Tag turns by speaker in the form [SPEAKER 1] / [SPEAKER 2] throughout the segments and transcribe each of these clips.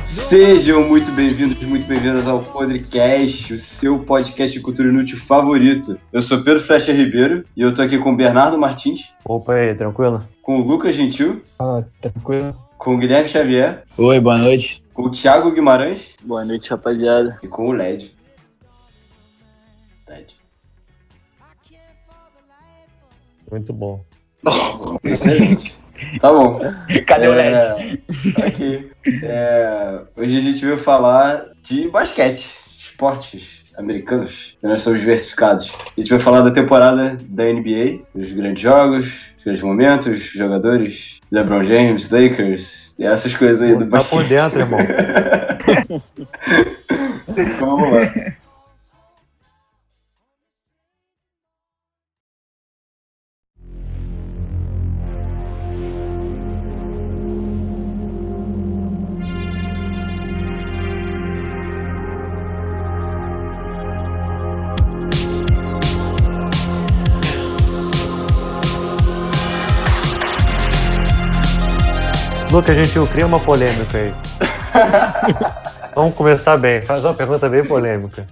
[SPEAKER 1] Sejam muito bem-vindos, muito bem-vindas ao Podcast, o seu podcast de cultura inútil favorito. Eu sou Pedro Flecha Ribeiro e eu tô aqui com o Bernardo Martins,
[SPEAKER 2] Opa, e aí, tranquilo?
[SPEAKER 1] com o Lucas Gentil,
[SPEAKER 3] Ah, tranquilo?
[SPEAKER 1] com o Guilherme Xavier,
[SPEAKER 4] Oi, boa noite.
[SPEAKER 1] com o Thiago Guimarães
[SPEAKER 4] Boa noite, rapaziada.
[SPEAKER 1] e com o LED. LED.
[SPEAKER 2] Muito bom.
[SPEAKER 1] Excelente. Tá bom.
[SPEAKER 4] Cadê o
[SPEAKER 1] É,
[SPEAKER 4] LED?
[SPEAKER 1] tá aqui. É, hoje a gente veio falar de basquete, esportes americanos. que Nós somos diversificados. A gente vai falar da temporada da NBA, dos grandes jogos, dos grandes momentos, jogadores, LeBron James, Lakers, e essas coisas aí do
[SPEAKER 2] Tá por
[SPEAKER 1] basquete.
[SPEAKER 2] dentro, irmão.
[SPEAKER 1] Então, Vamos lá.
[SPEAKER 2] Lucas, gente, eu cria uma polêmica aí. Vamos começar bem. Faz uma pergunta bem polêmica.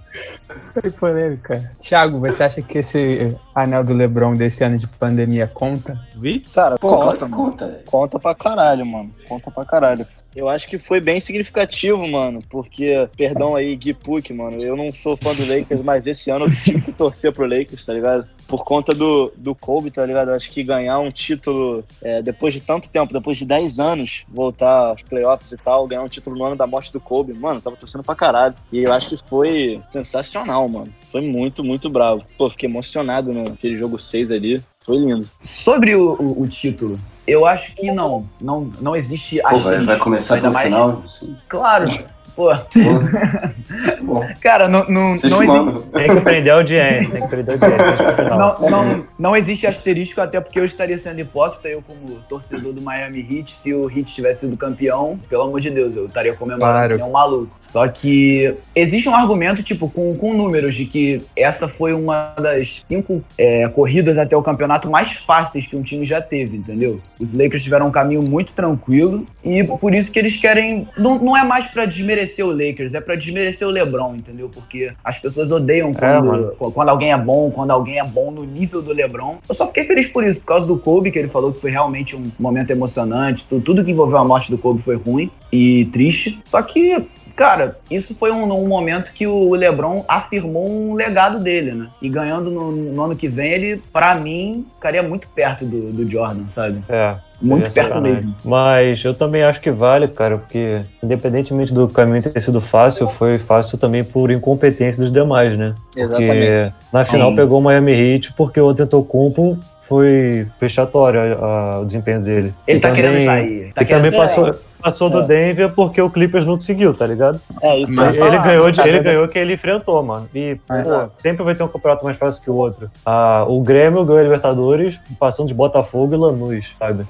[SPEAKER 3] Foi polêmica. Thiago, você acha que esse anel do Lebron desse ano de pandemia conta?
[SPEAKER 5] Vitz?
[SPEAKER 4] Cara,
[SPEAKER 1] Pô, claro
[SPEAKER 4] conta,
[SPEAKER 1] que
[SPEAKER 4] mano.
[SPEAKER 1] conta, velho.
[SPEAKER 4] Conta pra caralho, mano. Conta pra caralho. Eu acho que foi bem significativo, mano, porque, perdão aí, Gui Puck, mano, eu não sou fã do Lakers, mas esse ano eu tive que torcer pro Lakers, tá ligado? Por conta do, do Kobe, tá ligado? Eu Acho que ganhar um título é, depois de tanto tempo, depois de 10 anos, voltar aos playoffs e tal, ganhar um título no ano da morte do Kobe, mano, eu tava torcendo pra caralho. E eu acho que foi sensacional, mano. Foi muito, muito bravo. Pô, fiquei emocionado naquele jogo 6 ali. Foi lindo.
[SPEAKER 6] Sobre o, o- o título, eu acho que não. Não, não existe
[SPEAKER 1] Pô, vai,
[SPEAKER 6] asterisco,
[SPEAKER 1] vai começar
[SPEAKER 6] ainda
[SPEAKER 1] pelo
[SPEAKER 6] mais-
[SPEAKER 1] final. Sim.
[SPEAKER 6] Claro. Pô,
[SPEAKER 1] Pô, bom,
[SPEAKER 6] cara, não, não,
[SPEAKER 1] vocês
[SPEAKER 6] não
[SPEAKER 1] que
[SPEAKER 6] existe.
[SPEAKER 1] mandam.
[SPEAKER 2] Tem que prender a audiência, tem que prender a audiência. Deixa pro final.
[SPEAKER 6] Não, não, não existe asterisco, até porque eu estaria sendo hipócrita, eu como torcedor do Miami Heat, se o Heat tivesse sido campeão, pelo amor de Deus, eu estaria comemorando
[SPEAKER 3] Claro.
[SPEAKER 6] que nem um maluco. Só que existe um argumento, tipo, com, com números, de que essa foi uma das cinco é, corridas até o campeonato mais fáceis que um time já teve, entendeu? Os Lakers tiveram um caminho muito tranquilo e por isso que eles querem. Não, não é mais pra desmerecer o Lakers, é pra desmerecer o LeBron, entendeu? Porque as pessoas odeiam
[SPEAKER 2] mano.
[SPEAKER 6] quando, qu- quando alguém é bom, quando alguém é bom no nível do LeBron. Eu só fiquei feliz por isso, por causa do Kobe, que ele falou que foi realmente um momento emocionante. tu- Tudo que envolveu a morte do Kobe foi ruim e triste. Só que Cara, isso foi um, um momento que o LeBron afirmou um legado dele, né? E ganhando no, no ano que vem, ele, pra mim, ficaria muito perto do, do Jordan, sabe?
[SPEAKER 2] É.
[SPEAKER 6] Muito
[SPEAKER 2] Seria
[SPEAKER 6] perto
[SPEAKER 2] sacanagem.
[SPEAKER 6] mesmo.
[SPEAKER 2] Mas eu também acho que vale, cara, porque independentemente do caminho ter sido fácil, foi fácil também por incompetência dos demais, né? Porque na final
[SPEAKER 6] Sim.
[SPEAKER 2] pegou o Miami Heat porque o Antetokounmpo foi vexatório a- a- o desempenho dele.
[SPEAKER 6] Ele
[SPEAKER 2] E
[SPEAKER 6] tá querendo
[SPEAKER 2] também-
[SPEAKER 6] sair. Tá
[SPEAKER 2] e
[SPEAKER 6] querendo
[SPEAKER 2] também
[SPEAKER 6] sair.
[SPEAKER 2] passou, passou do Denver porque o Clippers não conseguiu, tá ligado?
[SPEAKER 4] É isso
[SPEAKER 3] Mas-
[SPEAKER 4] aí.
[SPEAKER 2] ele ganhou, de-
[SPEAKER 3] tá
[SPEAKER 2] ele
[SPEAKER 3] vendo?
[SPEAKER 2] ganhou que ele enfrentou, mano. E pô,
[SPEAKER 3] Mas-
[SPEAKER 2] sempre vai ter um campeonato mais fácil que o outro. Ah, o Grêmio ganhou a Libertadores passando de Botafogo e Lanús, sabe?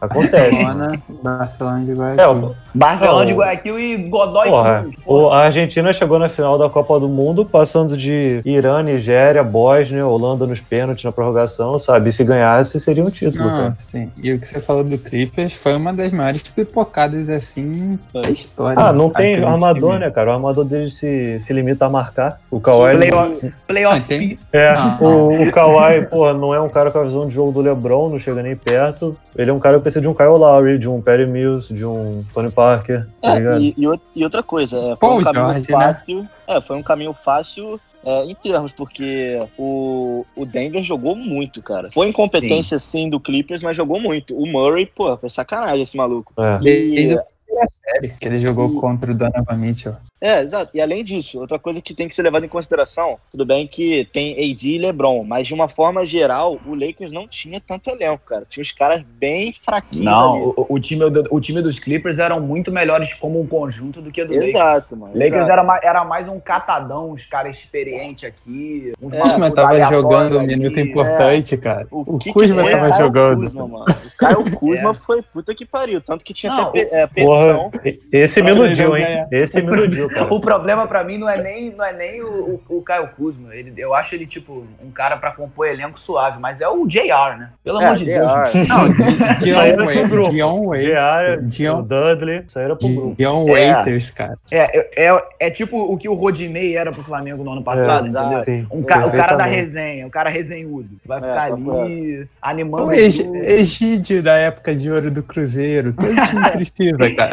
[SPEAKER 2] Acontece. mano.
[SPEAKER 3] Barcelona, Barcelona de
[SPEAKER 2] É,
[SPEAKER 3] Guayaquil.
[SPEAKER 2] o-
[SPEAKER 6] Barcelona
[SPEAKER 2] Não.
[SPEAKER 6] de Guayaquil e Godoy
[SPEAKER 2] porra,
[SPEAKER 6] Cruz.
[SPEAKER 2] o- a Argentina chegou na final da Copa do Mundo passando de Irã, Nigéria, Bósnia, Holanda nos pênaltis na prorrogação, sabe? E se ganhasse, seria um título, cara.
[SPEAKER 3] Não, sim. E o que você falou do Clippers foi uma das maiores pipocadas assim da história.
[SPEAKER 2] Ah, não tem
[SPEAKER 3] Aquele
[SPEAKER 2] armador,
[SPEAKER 3] time.
[SPEAKER 2] né, cara? O armador dele se, se limita a marcar. O Kawhi não-
[SPEAKER 6] Playoff, playoff
[SPEAKER 3] Ah, tem-
[SPEAKER 6] P.
[SPEAKER 2] É,
[SPEAKER 3] Ah.
[SPEAKER 2] o, o Kawhi, porra, não é um cara com a visão de jogo do LeBron, não chega nem perto. Ele é um cara que precisa de um Kyle Lowry, de um Perry Mills, de um Tony Parker, tá
[SPEAKER 4] É,
[SPEAKER 2] ligado?
[SPEAKER 4] e, e out- e outra coisa, é, foi
[SPEAKER 3] Pô,
[SPEAKER 4] um caminho
[SPEAKER 3] Jorge, né?
[SPEAKER 4] fácil. É, foi um caminho fácil. é, em termos, porque o, o Denver jogou muito, cara. Foi incompetência, sim, do Clippers, mas jogou muito. O Murray, pô, foi sacanagem esse maluco.
[SPEAKER 2] É.
[SPEAKER 3] Desde
[SPEAKER 4] E,
[SPEAKER 3] a primeira série que ele jogou
[SPEAKER 4] E-
[SPEAKER 3] contra o Donovan Mitchell.
[SPEAKER 4] é, exato. E além disso, outra coisa que tem que ser levada em consideração, tudo bem que tem AD e LeBron, mas de uma forma geral, o Lakers não tinha tanto elenco, cara. Tinha os caras bem fraquinhos
[SPEAKER 6] Não,
[SPEAKER 4] ali.
[SPEAKER 6] o, o time, do- o time dos Clippers eram muito melhores como um conjunto do que do Lakers.
[SPEAKER 4] Exato, mano.
[SPEAKER 6] Lakers
[SPEAKER 4] exato.
[SPEAKER 6] era, ma- era mais um catadão, uns caras experientes aqui. Uns
[SPEAKER 4] É,
[SPEAKER 3] O Kuzma
[SPEAKER 6] malucos
[SPEAKER 3] tava
[SPEAKER 6] aleatórios
[SPEAKER 3] jogando um
[SPEAKER 6] ali.
[SPEAKER 3] minuto
[SPEAKER 2] né?
[SPEAKER 3] importante, cara. O, Kuzma
[SPEAKER 4] foi
[SPEAKER 3] tava
[SPEAKER 4] o Caio
[SPEAKER 3] jogando.
[SPEAKER 4] Kuzma, mano? O Caio Kuzma foi puta que pariu. Tanto que tinha
[SPEAKER 6] É. Não,
[SPEAKER 4] até pe- é,
[SPEAKER 2] Porra,
[SPEAKER 4] petição.
[SPEAKER 2] Esse me iludiu, hein? Esse me iludiu, cara.
[SPEAKER 6] O problema pra mim não é nem, não é nem o, o, o Caio Kuzma. Ele, eu acho ele, tipo, um cara pra compor elenco suave, mas é o JR, né? Pelo
[SPEAKER 4] É,
[SPEAKER 6] amor de Deus. mano. Não,
[SPEAKER 2] Saíram
[SPEAKER 3] Dion
[SPEAKER 2] pro
[SPEAKER 3] Wait-
[SPEAKER 2] grupo.
[SPEAKER 3] Dion Wait-
[SPEAKER 2] Diário,
[SPEAKER 3] Dion-
[SPEAKER 6] um
[SPEAKER 2] o Dudley, saíram pro
[SPEAKER 3] Di-
[SPEAKER 2] grupo.
[SPEAKER 3] Dion
[SPEAKER 4] É.
[SPEAKER 3] Waiters, cara.
[SPEAKER 6] É, é, é tipo o que o Rodinei era pro Flamengo no ano passado,
[SPEAKER 2] É,
[SPEAKER 6] entendeu?
[SPEAKER 2] sim,
[SPEAKER 6] Um ca- o cara da
[SPEAKER 2] perfeitamente.
[SPEAKER 6] resenha, o cara resenhudo. Vai
[SPEAKER 4] É,
[SPEAKER 6] ficar
[SPEAKER 4] tá
[SPEAKER 6] ali animando.
[SPEAKER 3] O
[SPEAKER 6] o
[SPEAKER 3] Eg-
[SPEAKER 6] grupo.
[SPEAKER 3] Egídio da época de ouro do Cruzeiro. Todo time precisa, cara.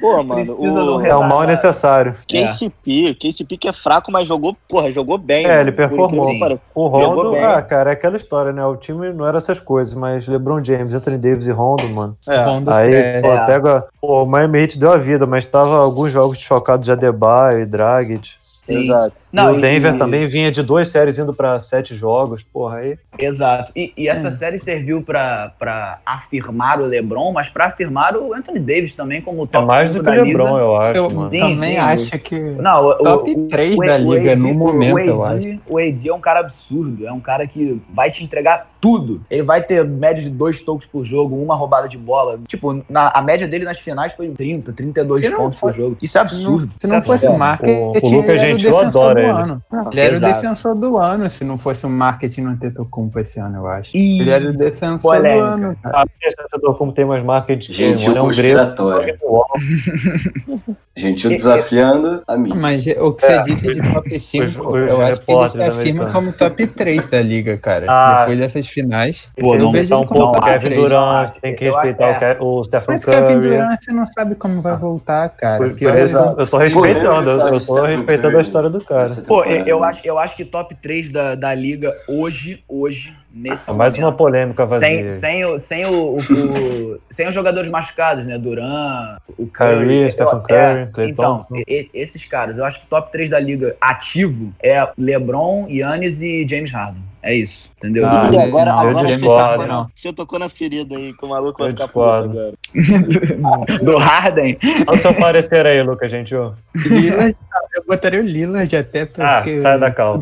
[SPEAKER 4] Pô, mano,
[SPEAKER 6] Precisa
[SPEAKER 4] o
[SPEAKER 6] do
[SPEAKER 2] É o mal necessário.
[SPEAKER 4] KCP, o KCP que é fraco, mas jogou, porra, jogou bem.
[SPEAKER 2] É,
[SPEAKER 4] mano,
[SPEAKER 2] ele
[SPEAKER 4] por incrível
[SPEAKER 2] performou.
[SPEAKER 4] que pareça.
[SPEAKER 2] O
[SPEAKER 4] Levou
[SPEAKER 2] Rondo,
[SPEAKER 4] bem.
[SPEAKER 2] ah, cara, é aquela história, né? O time não era essas coisas, mas LeBron James, Anthony Davis e Rondo, mano.
[SPEAKER 4] É.
[SPEAKER 3] Rondo
[SPEAKER 2] Aí,
[SPEAKER 3] Pérez.
[SPEAKER 2] pô, pega. Pô, o Miami Heat deu a vida, mas tava alguns jogos desfalcados de Adebayo e Dragic.
[SPEAKER 6] Sim.
[SPEAKER 4] Exato.
[SPEAKER 6] Não,
[SPEAKER 2] o
[SPEAKER 6] e-
[SPEAKER 2] Denver
[SPEAKER 6] e-
[SPEAKER 2] também vinha de duas séries indo pra sete jogos, porra, aí. é
[SPEAKER 6] Exato. E, e
[SPEAKER 4] É.
[SPEAKER 6] essa série serviu pra, pra afirmar o LeBron, mas pra afirmar o Anthony Davis também como
[SPEAKER 2] É
[SPEAKER 6] top
[SPEAKER 2] mais do
[SPEAKER 6] cinco
[SPEAKER 2] que o
[SPEAKER 6] da
[SPEAKER 2] LeBron,
[SPEAKER 6] liga.
[SPEAKER 2] eu
[SPEAKER 3] Eu
[SPEAKER 2] acho, mano.
[SPEAKER 6] Sim,
[SPEAKER 3] também
[SPEAKER 6] sim,
[SPEAKER 3] acho que
[SPEAKER 6] Não, o, o-
[SPEAKER 3] top 3 da liga no momento, eu
[SPEAKER 6] o
[SPEAKER 3] acho.
[SPEAKER 6] AD, o AD é um cara absurdo, é um cara que vai te entregar tudo. Ele vai ter média de dois tocos por jogo, uma roubada de bola. Tipo, na, a média dele nas finais foi 30, 32
[SPEAKER 3] Se não
[SPEAKER 6] pontos por
[SPEAKER 3] fosse-
[SPEAKER 6] jogo. Isso é absurdo.
[SPEAKER 3] Se não
[SPEAKER 6] isso é
[SPEAKER 3] fosse
[SPEAKER 6] absurdo.
[SPEAKER 3] o marketing,
[SPEAKER 2] O- o
[SPEAKER 3] ele
[SPEAKER 2] Lucas
[SPEAKER 3] era o
[SPEAKER 2] Gentil
[SPEAKER 3] defensor
[SPEAKER 2] adora
[SPEAKER 3] do
[SPEAKER 2] ele.
[SPEAKER 3] ano. Ele era
[SPEAKER 6] Exato.
[SPEAKER 3] o defensor do ano, se não fosse o marketing no Tetocumpo esse ano, eu acho.
[SPEAKER 6] Ih,
[SPEAKER 3] Ele era o defensor
[SPEAKER 6] polêmica.
[SPEAKER 3] do ano. cara.
[SPEAKER 2] A apresentador, é como tem mais marketing,
[SPEAKER 1] Gentil
[SPEAKER 2] mano, é um grego.
[SPEAKER 1] conspiratório.
[SPEAKER 2] Os
[SPEAKER 6] É,
[SPEAKER 1] Gentil desafiando a mim.
[SPEAKER 3] Mas o que
[SPEAKER 2] É,
[SPEAKER 3] você disse de top 5,
[SPEAKER 2] os- os
[SPEAKER 3] eu acho que ele se
[SPEAKER 2] repórteres
[SPEAKER 3] afirma
[SPEAKER 2] americanos.
[SPEAKER 3] como top 3 da liga, cara.
[SPEAKER 2] Ah.
[SPEAKER 3] Depois dessas finais.
[SPEAKER 6] Pô,
[SPEAKER 3] eu
[SPEAKER 6] não,
[SPEAKER 3] vejo
[SPEAKER 2] Respeitar um
[SPEAKER 3] ele como
[SPEAKER 2] pouco o
[SPEAKER 3] top
[SPEAKER 2] Kevin
[SPEAKER 3] 3.
[SPEAKER 2] Durant, tem que
[SPEAKER 6] Eu-
[SPEAKER 2] respeitar
[SPEAKER 6] é.
[SPEAKER 2] o, Ke- o Stephen
[SPEAKER 3] Mas Kevin
[SPEAKER 2] Curry.
[SPEAKER 3] Durant, você não sabe como vai voltar, cara.
[SPEAKER 2] Porque
[SPEAKER 3] Ah. Por
[SPEAKER 2] eu,
[SPEAKER 3] exemplo,
[SPEAKER 2] eu tô respeitando, eu, eu tô
[SPEAKER 1] Stephen
[SPEAKER 2] respeitando a
[SPEAKER 1] Curry.
[SPEAKER 2] história do cara.
[SPEAKER 1] Essa
[SPEAKER 6] Pô,
[SPEAKER 3] né?
[SPEAKER 6] eu,
[SPEAKER 1] temporada.
[SPEAKER 6] eu acho, eu acho que top 3 da, da liga hoje, hoje, nesse
[SPEAKER 2] É Mais
[SPEAKER 6] momento.
[SPEAKER 2] uma polêmica vazia.
[SPEAKER 6] Sem, sem, o, sem, o, o- o- sem os jogadores machucados, né? Duran, o Curry.
[SPEAKER 2] Kyrie,
[SPEAKER 6] eu-
[SPEAKER 2] Stephen
[SPEAKER 6] é,
[SPEAKER 2] Curry, Klay
[SPEAKER 6] Então,
[SPEAKER 2] Thompson.
[SPEAKER 6] e- e- esses caras, eu acho que top 3 da liga ativo é LeBron, Yannis e James Harden. É isso, entendeu?
[SPEAKER 2] Ah,
[SPEAKER 4] e agora,
[SPEAKER 3] não,
[SPEAKER 2] eu
[SPEAKER 4] agora você,
[SPEAKER 2] discordo,
[SPEAKER 4] tocou na,
[SPEAKER 3] não.
[SPEAKER 4] você tocou na ferida aí, que o maluco vai
[SPEAKER 2] Eu
[SPEAKER 4] ficar puto
[SPEAKER 2] discordo.
[SPEAKER 4] agora.
[SPEAKER 6] Do Harden.
[SPEAKER 2] Olha o seu parecer aí, Lucas, gente. ó.
[SPEAKER 3] Lillard, eu botaria o Lillard até
[SPEAKER 2] Ah,
[SPEAKER 3] porque...
[SPEAKER 2] sai da calma.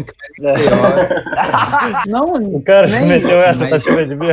[SPEAKER 3] Não,
[SPEAKER 2] O cara
[SPEAKER 3] Nem
[SPEAKER 2] meteu
[SPEAKER 3] isso,
[SPEAKER 2] essa
[SPEAKER 3] mas-
[SPEAKER 2] pra cima de mim.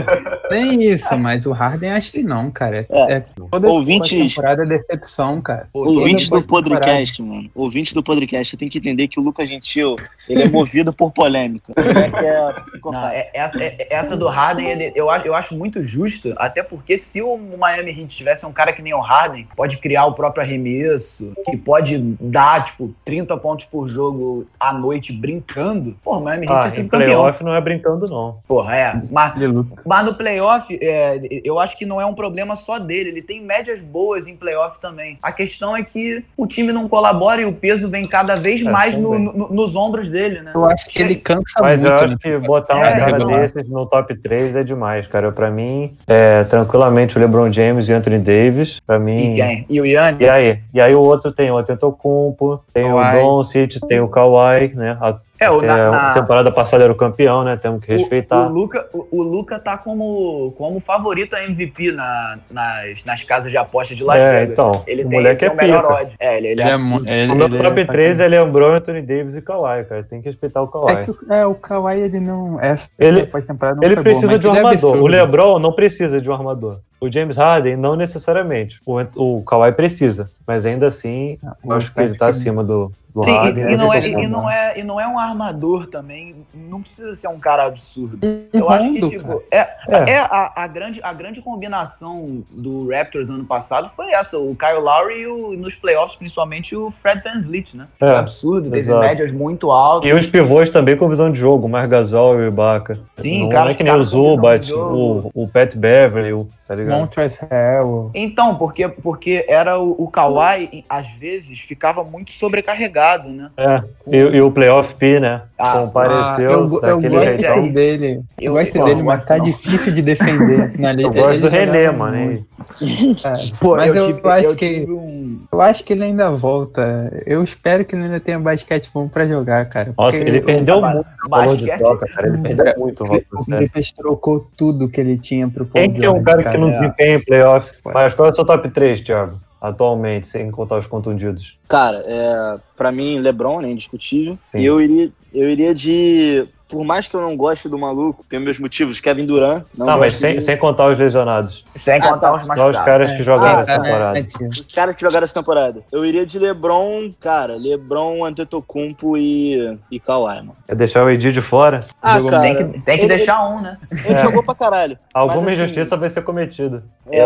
[SPEAKER 3] nem isso, mas o Harden acho que não, cara.
[SPEAKER 4] É.
[SPEAKER 3] É, toda
[SPEAKER 4] Ouvintes-
[SPEAKER 3] temporada é decepção, cara.
[SPEAKER 4] Ouvinte
[SPEAKER 3] Toda
[SPEAKER 4] do podcast, mano. Ouvinte do podcast, você tem que entender que o Lucas Gentil, ele é movido por polêmica. Ele é que é
[SPEAKER 6] Não,
[SPEAKER 4] psicopata.
[SPEAKER 6] é- essa, é- essa do Harden é de- eu, a- eu acho muito justa, até porque se o Miami Heat tivesse um cara que nem o Harden, que pode criar o próprio arremesso, que pode dar, tipo, 30 pontos por jogo à noite brincando, pô, o
[SPEAKER 3] é
[SPEAKER 6] Miami Heat
[SPEAKER 2] Ah,
[SPEAKER 6] ia ser
[SPEAKER 2] em
[SPEAKER 6] campeão.
[SPEAKER 2] playoff não é brincando, não.
[SPEAKER 6] Porra, é. Mas,
[SPEAKER 3] Ele luta.
[SPEAKER 6] mas no playoff, é, eu acho que não é um problema só dele. Ele tem médias boas em playoff também. A questão é que o time não colabora e o peso vem cada vez
[SPEAKER 2] É,
[SPEAKER 6] mais no-
[SPEAKER 2] também.
[SPEAKER 6] no- nos ombros dele, né?
[SPEAKER 3] Eu acho que ele cansa
[SPEAKER 2] Mas eu
[SPEAKER 3] muito.
[SPEAKER 2] acho
[SPEAKER 3] né?
[SPEAKER 2] que botar um
[SPEAKER 6] É,
[SPEAKER 2] cara
[SPEAKER 3] regular.
[SPEAKER 2] desses no top 3 é demais, cara. Pra mim, é, tranquilamente, o LeBron James e Anthony Davis. Pra mim.
[SPEAKER 6] E quem? E o Yannis?
[SPEAKER 2] E aí? E aí o outro tem o Atentocumpo, tem
[SPEAKER 3] Kawhi.
[SPEAKER 2] o Doncic, tem o Kawhi, né? A,
[SPEAKER 6] É, o, na,
[SPEAKER 2] é,
[SPEAKER 6] na-
[SPEAKER 2] a temporada passada era o campeão, né? Temos que
[SPEAKER 6] O- O,
[SPEAKER 2] respeitar.
[SPEAKER 6] Luca, o, o Luca tá como, como favorito a MVP na- nas, nas casas de aposta de Las
[SPEAKER 2] é,
[SPEAKER 6] Vegas.
[SPEAKER 2] então,
[SPEAKER 6] Ele
[SPEAKER 2] o
[SPEAKER 6] tem,
[SPEAKER 2] moleque
[SPEAKER 6] ele tem
[SPEAKER 2] é
[SPEAKER 6] o melhor
[SPEAKER 2] pica.
[SPEAKER 6] ódio. É, ele,
[SPEAKER 3] Ele
[SPEAKER 6] ele é
[SPEAKER 3] é
[SPEAKER 6] absurdo.
[SPEAKER 3] mu- ele-
[SPEAKER 2] O meu
[SPEAKER 3] ele é
[SPEAKER 2] top
[SPEAKER 3] pra-
[SPEAKER 2] 3 é LeBron, Anthony Davis e Kawhi, cara. Tem que respeitar o Kawhi.
[SPEAKER 3] É, que o- é, o Kawhi, ele não. Essa
[SPEAKER 2] Ele-
[SPEAKER 3] pós-temporada não
[SPEAKER 2] Ele
[SPEAKER 3] foi boa,
[SPEAKER 2] precisa
[SPEAKER 3] mas
[SPEAKER 2] de um
[SPEAKER 3] ele é
[SPEAKER 2] armador.
[SPEAKER 3] absurdo.
[SPEAKER 2] o LeBron não precisa de um armador. O James Harden não necessariamente. O, Ant- o Kawhi precisa, mas ainda assim,
[SPEAKER 3] Ah,
[SPEAKER 2] eu
[SPEAKER 3] né?
[SPEAKER 2] acho que
[SPEAKER 3] é
[SPEAKER 2] ele tá acima do, do
[SPEAKER 6] Sim, e,
[SPEAKER 2] Harden.
[SPEAKER 6] e
[SPEAKER 2] né?
[SPEAKER 6] não é,
[SPEAKER 2] Tem
[SPEAKER 6] e,
[SPEAKER 2] como,
[SPEAKER 6] e não
[SPEAKER 2] né?
[SPEAKER 6] é, e não é um armador também. Não precisa ser um cara absurdo.
[SPEAKER 3] Um
[SPEAKER 6] Eu acho que,
[SPEAKER 3] Rondo,
[SPEAKER 6] tipo,
[SPEAKER 3] cara.
[SPEAKER 6] é,
[SPEAKER 2] É.
[SPEAKER 6] é a, a grande, a grande combinação do Raptors ano passado foi essa: o Kyle Lowry e o- nos playoffs, principalmente o Fred Van Vliet, né? Foi
[SPEAKER 2] É,
[SPEAKER 6] absurdo, teve
[SPEAKER 2] exato.
[SPEAKER 6] médias muito altas.
[SPEAKER 2] E os pivôs também com visão de jogo, o Margasol e o Ibaka.
[SPEAKER 6] Sim,
[SPEAKER 2] não,
[SPEAKER 6] caras-
[SPEAKER 2] é que nem o
[SPEAKER 6] caras com visão de
[SPEAKER 2] Zubat,
[SPEAKER 6] jogo.
[SPEAKER 2] o, o Pat Beverly, o, tá ligado?
[SPEAKER 3] Montrezl
[SPEAKER 6] Então, porque, porque era o, o Kawhi, e, às vezes, ficava muito sobrecarregado, né?
[SPEAKER 2] É, e, e o Playoff P, né?
[SPEAKER 6] Ah,
[SPEAKER 2] Compareceu
[SPEAKER 3] eu, go- eu
[SPEAKER 2] daquele
[SPEAKER 3] gosto
[SPEAKER 2] jeitão.
[SPEAKER 6] aí.
[SPEAKER 3] dele. Eu gosto
[SPEAKER 6] eu-
[SPEAKER 3] dele,
[SPEAKER 6] eu
[SPEAKER 3] mas
[SPEAKER 6] gosto
[SPEAKER 3] tá
[SPEAKER 6] não.
[SPEAKER 3] difícil de defender. na
[SPEAKER 2] Eu
[SPEAKER 3] liga.
[SPEAKER 2] gosto
[SPEAKER 3] Ele
[SPEAKER 2] do
[SPEAKER 3] jogava
[SPEAKER 2] René, mano.
[SPEAKER 3] tá muito,
[SPEAKER 2] hein?
[SPEAKER 3] cara.
[SPEAKER 6] Pô,
[SPEAKER 3] Mas eu acho que-
[SPEAKER 6] tive um...
[SPEAKER 3] Eu acho que ele ainda volta. Eu espero que ele ainda tenha basquete bom pra jogar, cara.
[SPEAKER 2] Nossa,
[SPEAKER 3] porque é
[SPEAKER 2] ele perdeu muito o valor de
[SPEAKER 6] basquete-
[SPEAKER 2] troca, cara. Ele perdeu muito o valor,
[SPEAKER 3] o
[SPEAKER 2] sério.
[SPEAKER 3] Clippers trocou tudo que ele tinha pro Paul
[SPEAKER 2] Quem que é um
[SPEAKER 3] George,
[SPEAKER 2] cara que não
[SPEAKER 3] É.
[SPEAKER 2] desempenha em playoff? Mas qual é o seu top 3, Thiago? Atualmente, sem contar os contundidos.
[SPEAKER 4] Cara, é, pra mim, LeBron, né, indiscutível.
[SPEAKER 2] Sim.
[SPEAKER 4] E eu iria, eu iria de por mais que eu não goste do maluco, tem meus motivos. Kevin Durant.
[SPEAKER 2] Não, não Tá, mas
[SPEAKER 4] gosto
[SPEAKER 2] sem,
[SPEAKER 4] dele.
[SPEAKER 2] sem contar os lesionados.
[SPEAKER 6] é, Sem
[SPEAKER 4] Ah,
[SPEAKER 6] contar
[SPEAKER 4] tá.
[SPEAKER 6] os
[SPEAKER 2] Só os
[SPEAKER 6] machucados.
[SPEAKER 2] caras que jogaram
[SPEAKER 4] Ah,
[SPEAKER 2] essa
[SPEAKER 4] tá,
[SPEAKER 2] temporada.
[SPEAKER 4] Os caras que jogaram essa temporada. Eu iria de LeBron, cara. LeBron, Antetokounmpo e, e Kawhi, mano.
[SPEAKER 2] É deixar o Edi de fora.
[SPEAKER 4] Ah,
[SPEAKER 3] Jogou
[SPEAKER 4] cara.
[SPEAKER 6] Tem que, tem que
[SPEAKER 4] ele- É.
[SPEAKER 6] deixar um, né?
[SPEAKER 4] Ele jogou pra caralho.
[SPEAKER 2] Alguma
[SPEAKER 4] Mas, assim,
[SPEAKER 2] injustiça vai ser cometida.
[SPEAKER 4] É,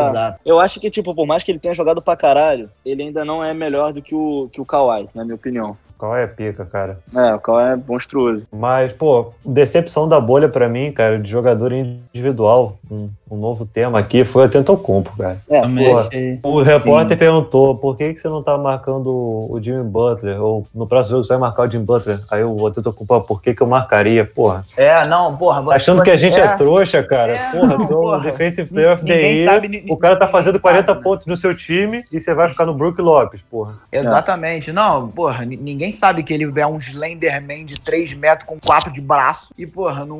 [SPEAKER 4] Eu acho que, tipo, por mais que ele tenha jogado pra caralho, ele ainda não é melhor do que o, que o Kawhi, na minha opinião.
[SPEAKER 2] Qual é a pica, cara?
[SPEAKER 4] É, o Kawhi é monstruoso.
[SPEAKER 2] Mas, pô, decepção da bolha pra mim, cara, de jogador individual. Um, um novo tema aqui foi o Tentocompo, cara.
[SPEAKER 4] É,
[SPEAKER 3] Também
[SPEAKER 2] porra.
[SPEAKER 3] achei.
[SPEAKER 2] O repórter perguntou por que, que você não tá marcando o Jimmy Butler? Ou no próximo jogo você vai marcar o Jimmy Butler? Aí o outro tá culpando, por que, que eu marcaria? Porra.
[SPEAKER 6] É, não, porra. você-
[SPEAKER 2] Achando que a gente é, trouxa, cara.
[SPEAKER 6] tipo assim, É,
[SPEAKER 2] porra,
[SPEAKER 6] não,
[SPEAKER 2] tô
[SPEAKER 6] porra.
[SPEAKER 2] no Defensive Player of the
[SPEAKER 6] Ninguém
[SPEAKER 2] Year.
[SPEAKER 6] sabe, ni-
[SPEAKER 2] o cara tá
[SPEAKER 6] ninguém
[SPEAKER 2] fazendo
[SPEAKER 6] sabe,
[SPEAKER 2] 40
[SPEAKER 6] né?
[SPEAKER 2] pontos no seu time e você vai ficar no Brook Lopes, porra.
[SPEAKER 6] Exatamente. Não, porra, ni- ninguém sabe que ele é um Slenderman de 3 metros com 4 de braço e, porra, não,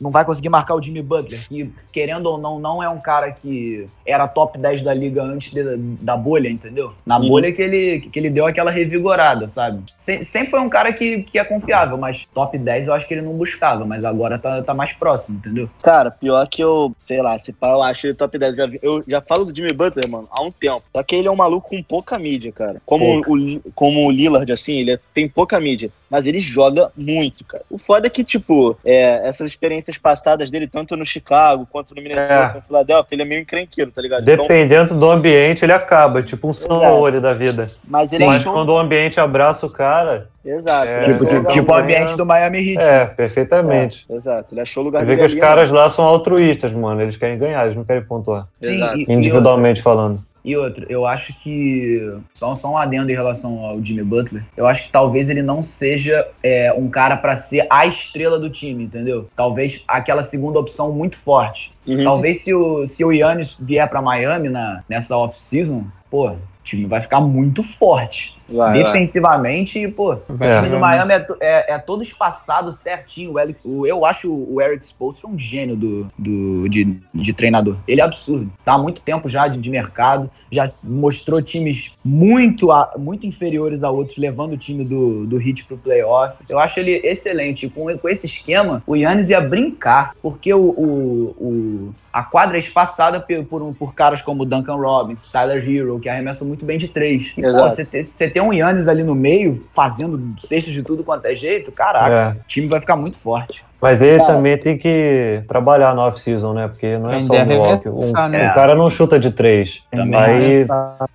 [SPEAKER 6] não vai conseguir marcar o Jimmy Butler. E, querendo ou não, não é um cara que era top 10 da liga antes de- da bolha, entendeu? Na
[SPEAKER 4] Uhum.
[SPEAKER 6] bolha que ele, que ele deu aquela revigorada, sabe? Se- sempre foi um cara que, que é confiável, mas top 10 eu acho que ele não buscava, mas agora tá, tá mais próximo, entendeu?
[SPEAKER 4] Cara, pior que eu, sei lá, se pá, eu acho ele top 10. Eu já, vi- eu já falo do Jimmy Butler, mano, há um tempo. Só que ele é um maluco com pouca mídia, cara. Como, o, Li- como o Lillard, assim, ele é- tem pouca mídia. Mas ele joga muito, cara. O foda é que, tipo, é, essas experiências passadas dele, tanto no Chicago, quanto no
[SPEAKER 2] É.
[SPEAKER 4] Minnesota, no Philadelphia, ele é meio encrenqueiro, tá ligado? Então,
[SPEAKER 2] Dependendo do ambiente, ele acaba, tipo um Samuel da vida.
[SPEAKER 4] mas ele
[SPEAKER 6] Sim.
[SPEAKER 4] é
[SPEAKER 2] Mas
[SPEAKER 4] tão-
[SPEAKER 2] quando o ambiente abraça o cara,
[SPEAKER 4] Exato.
[SPEAKER 2] É,
[SPEAKER 4] ele
[SPEAKER 6] tipo
[SPEAKER 4] achou
[SPEAKER 6] tipo,
[SPEAKER 4] lugar-
[SPEAKER 6] tipo o
[SPEAKER 2] ganha-
[SPEAKER 6] ambiente do Miami Heat.
[SPEAKER 2] é, perfeitamente.
[SPEAKER 4] É, exato. Ele achou o
[SPEAKER 2] Você
[SPEAKER 4] lugar
[SPEAKER 2] vê que
[SPEAKER 4] dele
[SPEAKER 2] os
[SPEAKER 4] ali,
[SPEAKER 6] né?
[SPEAKER 2] caras lá são altruístas, mano. Eles querem ganhar, eles não querem pontuar.
[SPEAKER 6] Sim,
[SPEAKER 4] Exato.
[SPEAKER 6] e- e outra-
[SPEAKER 2] Individualmente falando.
[SPEAKER 6] E outra, eu acho que. Só, só um adendo em relação ao Jimmy Butler. Eu acho que talvez ele não seja é, um cara pra ser a estrela do time, entendeu? Talvez aquela segunda opção muito forte.
[SPEAKER 4] né? Uhum.
[SPEAKER 6] Talvez se o, se o Yannis vier pra Miami na, nessa off-season, pô, o time vai ficar muito forte.
[SPEAKER 4] Uhum. Vai, vai.
[SPEAKER 6] Defensivamente, e, pô,
[SPEAKER 3] Vai
[SPEAKER 2] É.
[SPEAKER 6] o time do Miami é, to- é- é todo espaçado certinho. O Eli- o- eu acho o Eric Spoelstra um gênio do, do- de, de treinador. Ele é absurdo. Tá há muito tempo já de, de mercado. Já mostrou times muito, a- muito inferiores a outros, levando o time do, do Hit pro playoff. Eu acho ele excelente. E Com, com esse esquema, o Yannis ia brincar, porque o, o- o- a quadra é espaçada pe- por, um- por caras como Duncan Robbins, Tyler Hero, que arremessam muito bem de três. Então, E, pô,
[SPEAKER 4] Exato.
[SPEAKER 6] você ter, você ter um Yannis ali no meio, fazendo cestas de tudo quanto é jeito, caraca,
[SPEAKER 2] É.
[SPEAKER 6] o time vai ficar muito forte.
[SPEAKER 2] Mas ele
[SPEAKER 4] Cara.
[SPEAKER 2] também tem que trabalhar na off-season, né? Porque não é
[SPEAKER 3] Aprender
[SPEAKER 2] só
[SPEAKER 3] a
[SPEAKER 2] um walk. Um,
[SPEAKER 3] arremessar, né?
[SPEAKER 2] O cara não chuta de três.
[SPEAKER 6] Também.
[SPEAKER 2] Aí,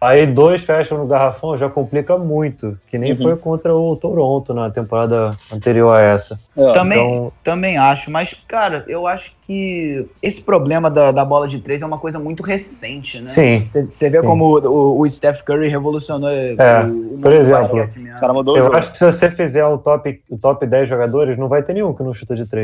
[SPEAKER 2] aí dois fecham no garrafão já complica muito. Que nem
[SPEAKER 4] Uhum.
[SPEAKER 2] foi contra o Toronto na temporada anterior a essa.
[SPEAKER 4] É,
[SPEAKER 6] Também,
[SPEAKER 2] Então,
[SPEAKER 3] né?
[SPEAKER 6] também acho, mas, cara, eu acho que esse problema da, da bola de três é uma coisa muito recente, né?
[SPEAKER 2] sim.
[SPEAKER 6] Você vê
[SPEAKER 2] Sim.
[SPEAKER 6] como o, o- o Steph Curry revolucionou
[SPEAKER 2] É,
[SPEAKER 6] o, o
[SPEAKER 2] por
[SPEAKER 6] mundo
[SPEAKER 2] exemplo,
[SPEAKER 6] do basquete, né?
[SPEAKER 4] É, O cara mandou o
[SPEAKER 2] Eu
[SPEAKER 4] jogo.
[SPEAKER 2] acho que se você fizer o top, o top 10 jogadores, não vai ter nenhum que não chuta de três.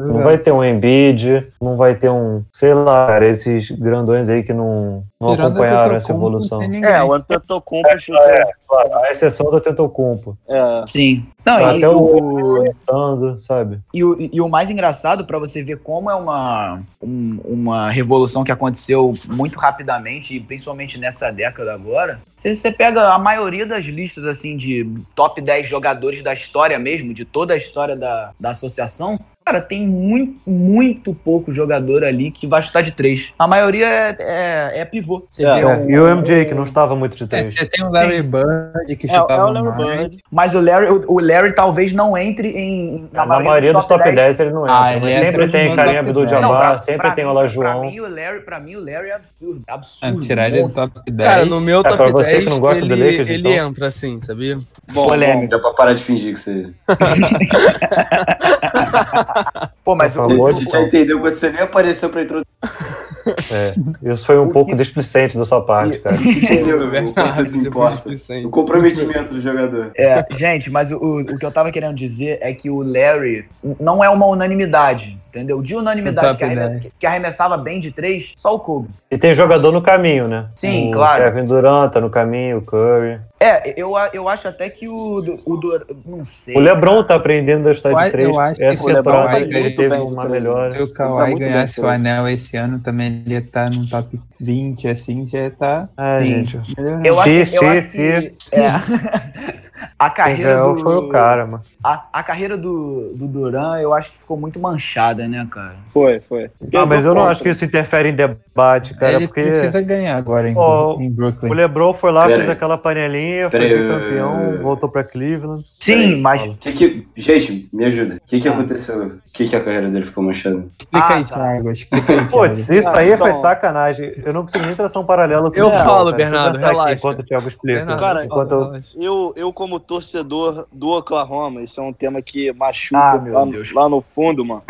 [SPEAKER 3] é.
[SPEAKER 2] Não vai ter um Embiid, não vai ter um, sei lá, cara, esses grandões aí que não, não
[SPEAKER 3] Tirando
[SPEAKER 2] acompanharam
[SPEAKER 3] Antetokounmpo,
[SPEAKER 2] essa evolução.
[SPEAKER 3] não tem ninguém.
[SPEAKER 4] É, o Antetokounmpo chutou.
[SPEAKER 2] é. Claro, a exceção do Tentocumpo.
[SPEAKER 4] É,
[SPEAKER 6] Sim. Não, e,
[SPEAKER 2] Até
[SPEAKER 6] o,
[SPEAKER 2] o Tando, sabe?
[SPEAKER 6] e, o, e o mais engraçado, pra você ver como é uma, um- uma revolução que aconteceu muito rapidamente, e principalmente nessa década agora, você, você pega a maioria das listas assim de top 10 jogadores da história mesmo, de toda a história da, da associação, cara, tem muito, muito pouco jogador ali que vai chutar de três. A maioria é, é, é pivô. Você
[SPEAKER 4] É,
[SPEAKER 6] vê um-
[SPEAKER 2] E o MJ, que não estava muito de
[SPEAKER 3] É,
[SPEAKER 2] três.
[SPEAKER 3] você tem o Larry Bird que
[SPEAKER 4] é, é o
[SPEAKER 3] chutava
[SPEAKER 4] Larry
[SPEAKER 3] mais.
[SPEAKER 4] Bird.
[SPEAKER 6] Mas o Larry, o, o Larry talvez não entre em, na,
[SPEAKER 2] Na maioria, dos top 10, ele não entra.
[SPEAKER 3] Ah, ele
[SPEAKER 2] mas
[SPEAKER 3] entra
[SPEAKER 2] sempre
[SPEAKER 3] de
[SPEAKER 2] tem
[SPEAKER 3] novo
[SPEAKER 2] Karim
[SPEAKER 3] no top
[SPEAKER 6] Não, pra-
[SPEAKER 2] Abdul-Jabbar, sempre
[SPEAKER 6] pra
[SPEAKER 2] tem
[SPEAKER 6] mim-
[SPEAKER 2] Olá
[SPEAKER 6] Pra
[SPEAKER 2] João.
[SPEAKER 6] mim, o Larry, pra mim, o Larry é absurdo.
[SPEAKER 3] Ah,
[SPEAKER 6] Absurdo.
[SPEAKER 3] tirar ele do
[SPEAKER 6] monstro.
[SPEAKER 3] top 10.
[SPEAKER 5] Cara, no meu
[SPEAKER 2] Ah, pra
[SPEAKER 5] top
[SPEAKER 2] você que
[SPEAKER 5] 10,
[SPEAKER 2] não gosta do
[SPEAKER 5] ele,
[SPEAKER 2] Lakers,
[SPEAKER 5] ele
[SPEAKER 2] então.
[SPEAKER 5] entra assim, sabia?
[SPEAKER 4] Bom,
[SPEAKER 6] Polêmico.
[SPEAKER 4] bom.
[SPEAKER 1] Dá pra parar de fingir que você.
[SPEAKER 6] Pô, mas o,
[SPEAKER 2] Por
[SPEAKER 6] o,
[SPEAKER 2] favor,
[SPEAKER 1] A gente já entendeu quando você nem apareceu pra introdução.
[SPEAKER 2] É, isso foi um pouco displicente da sua parte, cara.
[SPEAKER 1] Entendeu? O quanto você
[SPEAKER 5] Verdade,
[SPEAKER 1] se
[SPEAKER 4] é
[SPEAKER 5] você foi
[SPEAKER 1] importa.
[SPEAKER 5] displicente.
[SPEAKER 1] O comprometimento do jogador.
[SPEAKER 6] é, gente, mas o, o o que eu tava querendo dizer é que o Larry não é uma unanimidade, entendeu? De
[SPEAKER 3] No
[SPEAKER 6] unanimidade
[SPEAKER 3] top
[SPEAKER 6] que, arreme- que arremessava bem de três, só o Kobe.
[SPEAKER 2] E tem jogador no caminho, né?
[SPEAKER 6] Sim,
[SPEAKER 2] o
[SPEAKER 6] claro.
[SPEAKER 2] Kevin Durant tá no caminho, o Curry.
[SPEAKER 6] É, eu, a- eu acho até que o, do- o Dor- Não sei.
[SPEAKER 2] O LeBron tá aprendendo a estar
[SPEAKER 3] Eu
[SPEAKER 2] de
[SPEAKER 3] acho- eu
[SPEAKER 2] 3.
[SPEAKER 3] acho que
[SPEAKER 2] Essa
[SPEAKER 3] o LeBron
[SPEAKER 2] temporada
[SPEAKER 3] vai
[SPEAKER 2] ele
[SPEAKER 4] muito
[SPEAKER 2] teve
[SPEAKER 4] bem de
[SPEAKER 2] uma
[SPEAKER 4] três.
[SPEAKER 2] melhora.
[SPEAKER 3] Se o
[SPEAKER 4] Tá
[SPEAKER 3] Kawhi
[SPEAKER 4] muito bem,
[SPEAKER 3] ganhasse o
[SPEAKER 4] cara.
[SPEAKER 3] anel esse ano, também ele ia estar no top 20, assim, já ia estar
[SPEAKER 2] Ah,
[SPEAKER 6] Sim.
[SPEAKER 2] gente.
[SPEAKER 3] melhorando.
[SPEAKER 6] Eu acho,
[SPEAKER 2] Se,
[SPEAKER 6] eu
[SPEAKER 2] se,
[SPEAKER 6] acho que. É, a
[SPEAKER 2] Quem
[SPEAKER 6] carreira
[SPEAKER 2] ganhou
[SPEAKER 6] do.
[SPEAKER 2] foi o cara, mano.
[SPEAKER 6] A, a carreira do, do Duran, eu acho que ficou muito manchada, né, cara?
[SPEAKER 4] Foi, foi.
[SPEAKER 2] Ah, mas eu não acho que isso interfere em debate, cara,
[SPEAKER 3] Ele
[SPEAKER 2] porque
[SPEAKER 3] precisa ganhar agora em,
[SPEAKER 2] Ó,
[SPEAKER 3] em
[SPEAKER 2] o
[SPEAKER 3] Brooklyn.
[SPEAKER 2] LeBron foi lá,
[SPEAKER 1] Pera
[SPEAKER 2] fez
[SPEAKER 1] aí.
[SPEAKER 2] aquela panelinha,
[SPEAKER 1] Pera
[SPEAKER 2] foi
[SPEAKER 1] aí, eu-
[SPEAKER 2] campeão, voltou pra Cleveland.
[SPEAKER 6] Sim, mas.
[SPEAKER 1] Que que... Gente, me ajuda. O que, que aconteceu? O que, que a carreira dele ficou manchada?
[SPEAKER 3] Explica
[SPEAKER 6] Ah,
[SPEAKER 3] aí,
[SPEAKER 6] tá.
[SPEAKER 3] Thiago. Explica aí, Thiago.
[SPEAKER 2] Putz, isso
[SPEAKER 4] Ah,
[SPEAKER 2] aí
[SPEAKER 4] então-
[SPEAKER 2] foi sacanagem. Eu não consigo nem traçar um paralelo com
[SPEAKER 5] Eu
[SPEAKER 2] o real,
[SPEAKER 5] falo,
[SPEAKER 2] cara. Deixa eu
[SPEAKER 5] Bernardo,
[SPEAKER 2] pensar aqui
[SPEAKER 5] relaxa.
[SPEAKER 2] Enquanto o Thiago explica.
[SPEAKER 5] Bernardo,
[SPEAKER 4] Cara,
[SPEAKER 2] enquanto eu-
[SPEAKER 4] Eu, eu, como torcedor do Oklahoma, isso é um tema que machuca
[SPEAKER 6] Ah, meu
[SPEAKER 4] lá,
[SPEAKER 6] Deus.
[SPEAKER 4] lá no fundo, mano.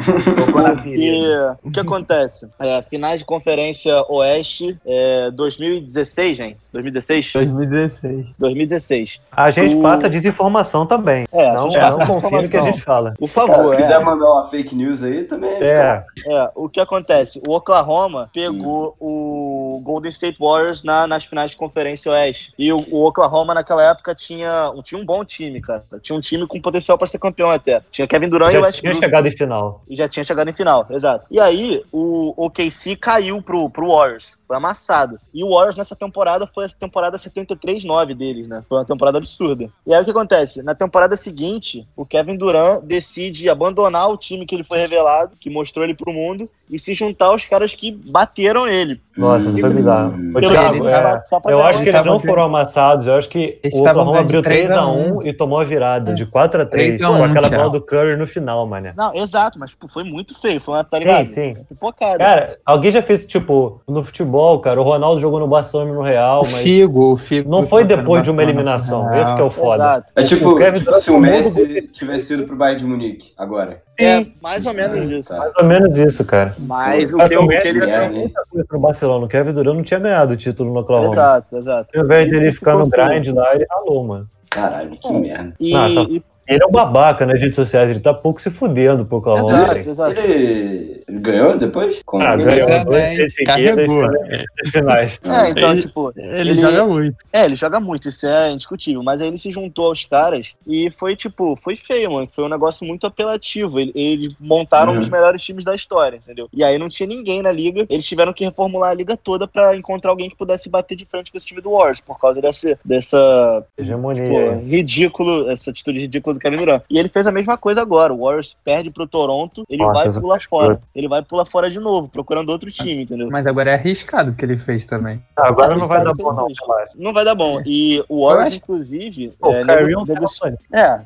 [SPEAKER 6] Tocou na ferida.
[SPEAKER 4] Porque o que acontece? É, finais de conferência Oeste, é, 2016, gente. 2016?
[SPEAKER 3] 2016.
[SPEAKER 4] 2016.
[SPEAKER 2] a gente
[SPEAKER 4] o-
[SPEAKER 2] passa desinformação também.
[SPEAKER 4] É, a
[SPEAKER 2] não
[SPEAKER 4] gente
[SPEAKER 2] não
[SPEAKER 4] passa
[SPEAKER 2] confia no que a gente fala.
[SPEAKER 4] Por
[SPEAKER 1] Cara,
[SPEAKER 4] favor,
[SPEAKER 1] se
[SPEAKER 4] é.
[SPEAKER 1] quiser mandar uma fake news aí, também fica-
[SPEAKER 2] É,
[SPEAKER 4] É, o que acontece? O Oklahoma pegou
[SPEAKER 2] Hum.
[SPEAKER 4] o Golden State Warriors na- nas finais de Conferência Oeste. E o, o Oklahoma, naquela época, tinha, tinha um bom time, cara. Tinha um time com potencial pra ser campeão até. Tinha Kevin Durant
[SPEAKER 2] já
[SPEAKER 4] e
[SPEAKER 2] tinha
[SPEAKER 4] Westbrook.
[SPEAKER 2] chegado em final.
[SPEAKER 4] E já tinha chegado em final, exato. E aí, o OKC caiu pro, pro Warriors. Foi amassado. E o Warriors nessa temporada foi essa temporada 73-9 deles, né? Foi uma temporada absurda. E aí o que acontece? Na temporada seguinte, o Kevin Durant decide abandonar o time que ele foi revelado, que mostrou ele pro mundo, e se juntar aos caras que bateram ele.
[SPEAKER 2] Nossa, isso foi bizarro.
[SPEAKER 1] Hum.
[SPEAKER 2] Ô,
[SPEAKER 4] Ele
[SPEAKER 2] Thiago,
[SPEAKER 4] tava
[SPEAKER 2] é,
[SPEAKER 4] só pra um
[SPEAKER 2] eu
[SPEAKER 4] ganhar.
[SPEAKER 2] acho que eles
[SPEAKER 3] tava
[SPEAKER 2] não
[SPEAKER 3] ganhando.
[SPEAKER 2] foram amassados. Eu acho que
[SPEAKER 3] Eles
[SPEAKER 2] o
[SPEAKER 3] estavam
[SPEAKER 2] Oklahoma abriu
[SPEAKER 3] ganhando de 3 a
[SPEAKER 2] 3x1 e tomou a virada
[SPEAKER 3] É.
[SPEAKER 2] de 4 a 3
[SPEAKER 3] 3 a
[SPEAKER 2] com
[SPEAKER 3] 1,
[SPEAKER 2] aquela bola
[SPEAKER 3] Thiago.
[SPEAKER 2] do Curry no final, mané.
[SPEAKER 4] Não, exato, mas pô, foi muito feio. Foi uma, tá
[SPEAKER 2] Sim,
[SPEAKER 4] ligado?
[SPEAKER 2] sim.
[SPEAKER 4] Pipocada.
[SPEAKER 2] Cara, alguém já fez, tipo, no futebol, cara, o Ronaldo jogou no Barcelona e no Real,
[SPEAKER 3] O
[SPEAKER 2] mas
[SPEAKER 3] Figo, o Figo. tá
[SPEAKER 2] não foi
[SPEAKER 3] tocando
[SPEAKER 2] depois de uma
[SPEAKER 3] Barcelona.
[SPEAKER 2] eliminação.
[SPEAKER 3] Ah,
[SPEAKER 2] Esse que é o foda.
[SPEAKER 4] Exato.
[SPEAKER 1] É tipo,
[SPEAKER 2] O Kevin
[SPEAKER 1] tipo se o
[SPEAKER 2] Durant
[SPEAKER 1] Messi tivesse ido pro Bayern de Munique agora.
[SPEAKER 4] É, mais ou menos isso.
[SPEAKER 1] Tá.
[SPEAKER 4] É,
[SPEAKER 2] Mais ou menos isso, cara.
[SPEAKER 4] Mas o
[SPEAKER 2] Mas
[SPEAKER 4] que,
[SPEAKER 2] o
[SPEAKER 4] o que ele.
[SPEAKER 1] Messi-
[SPEAKER 2] Era muita coisa pro Barcelona. O Kevin Durant não tinha ganhado o título no Oklahoma.
[SPEAKER 4] é. Exato, exato.
[SPEAKER 2] Ao invés
[SPEAKER 4] Isso
[SPEAKER 2] dele
[SPEAKER 4] que
[SPEAKER 2] ficar no
[SPEAKER 4] ficou feio.
[SPEAKER 2] grind lá, ele ralou, mano.
[SPEAKER 1] Caralho, que merda.
[SPEAKER 4] E,
[SPEAKER 2] Não, só-
[SPEAKER 4] e
[SPEAKER 2] Ele é um babaca nas redes sociais, ele tá pouco se fudendo pro Oklahoma.
[SPEAKER 4] Exato,
[SPEAKER 2] né?
[SPEAKER 4] exato.
[SPEAKER 1] Ele, ele ganhou depois? Com...
[SPEAKER 2] Ah,
[SPEAKER 3] Ele
[SPEAKER 2] ganhou dois
[SPEAKER 3] também
[SPEAKER 2] três seguidas,
[SPEAKER 3] carregou.
[SPEAKER 2] tá nas três finais.
[SPEAKER 4] É, então,
[SPEAKER 3] Ele-
[SPEAKER 4] tipo,
[SPEAKER 3] Ele,
[SPEAKER 4] Ele-
[SPEAKER 3] joga muito.
[SPEAKER 4] é, ele joga muito, isso é indiscutível. Mas aí ele se juntou aos caras e foi, tipo, foi feio, mano. Foi um negócio muito apelativo. Ele- Eles montaram
[SPEAKER 1] Uhum.
[SPEAKER 4] um dos melhores times da história, entendeu? E aí não tinha ninguém na liga. Eles tiveram que reformular a liga toda pra encontrar alguém que pudesse bater de frente com esse time do Warriors, por causa dessa, dessa
[SPEAKER 2] Hegemonia.
[SPEAKER 4] Pô,
[SPEAKER 2] hein?
[SPEAKER 4] ridículo, essa atitude ridícula do Kevin Durant. E ele fez a mesma coisa agora. O Warriors perde pro Toronto, ele
[SPEAKER 2] Nossa,
[SPEAKER 4] vai
[SPEAKER 2] essa
[SPEAKER 4] pular
[SPEAKER 2] frescura.
[SPEAKER 4] fora. Ele vai pular fora de novo, procurando outro time, entendeu?
[SPEAKER 3] Mas agora é arriscado o que ele fez também.
[SPEAKER 2] Ah, agora não vai
[SPEAKER 4] cara
[SPEAKER 2] dar
[SPEAKER 4] que
[SPEAKER 2] bom, não,
[SPEAKER 4] fez.
[SPEAKER 2] relaxa.
[SPEAKER 4] Não vai dar bom. E o Warriors,
[SPEAKER 3] acho-
[SPEAKER 4] inclusive.
[SPEAKER 2] Pô,
[SPEAKER 4] é,
[SPEAKER 2] o Kyrie é um
[SPEAKER 4] nego- nego-
[SPEAKER 2] telefone.
[SPEAKER 4] é,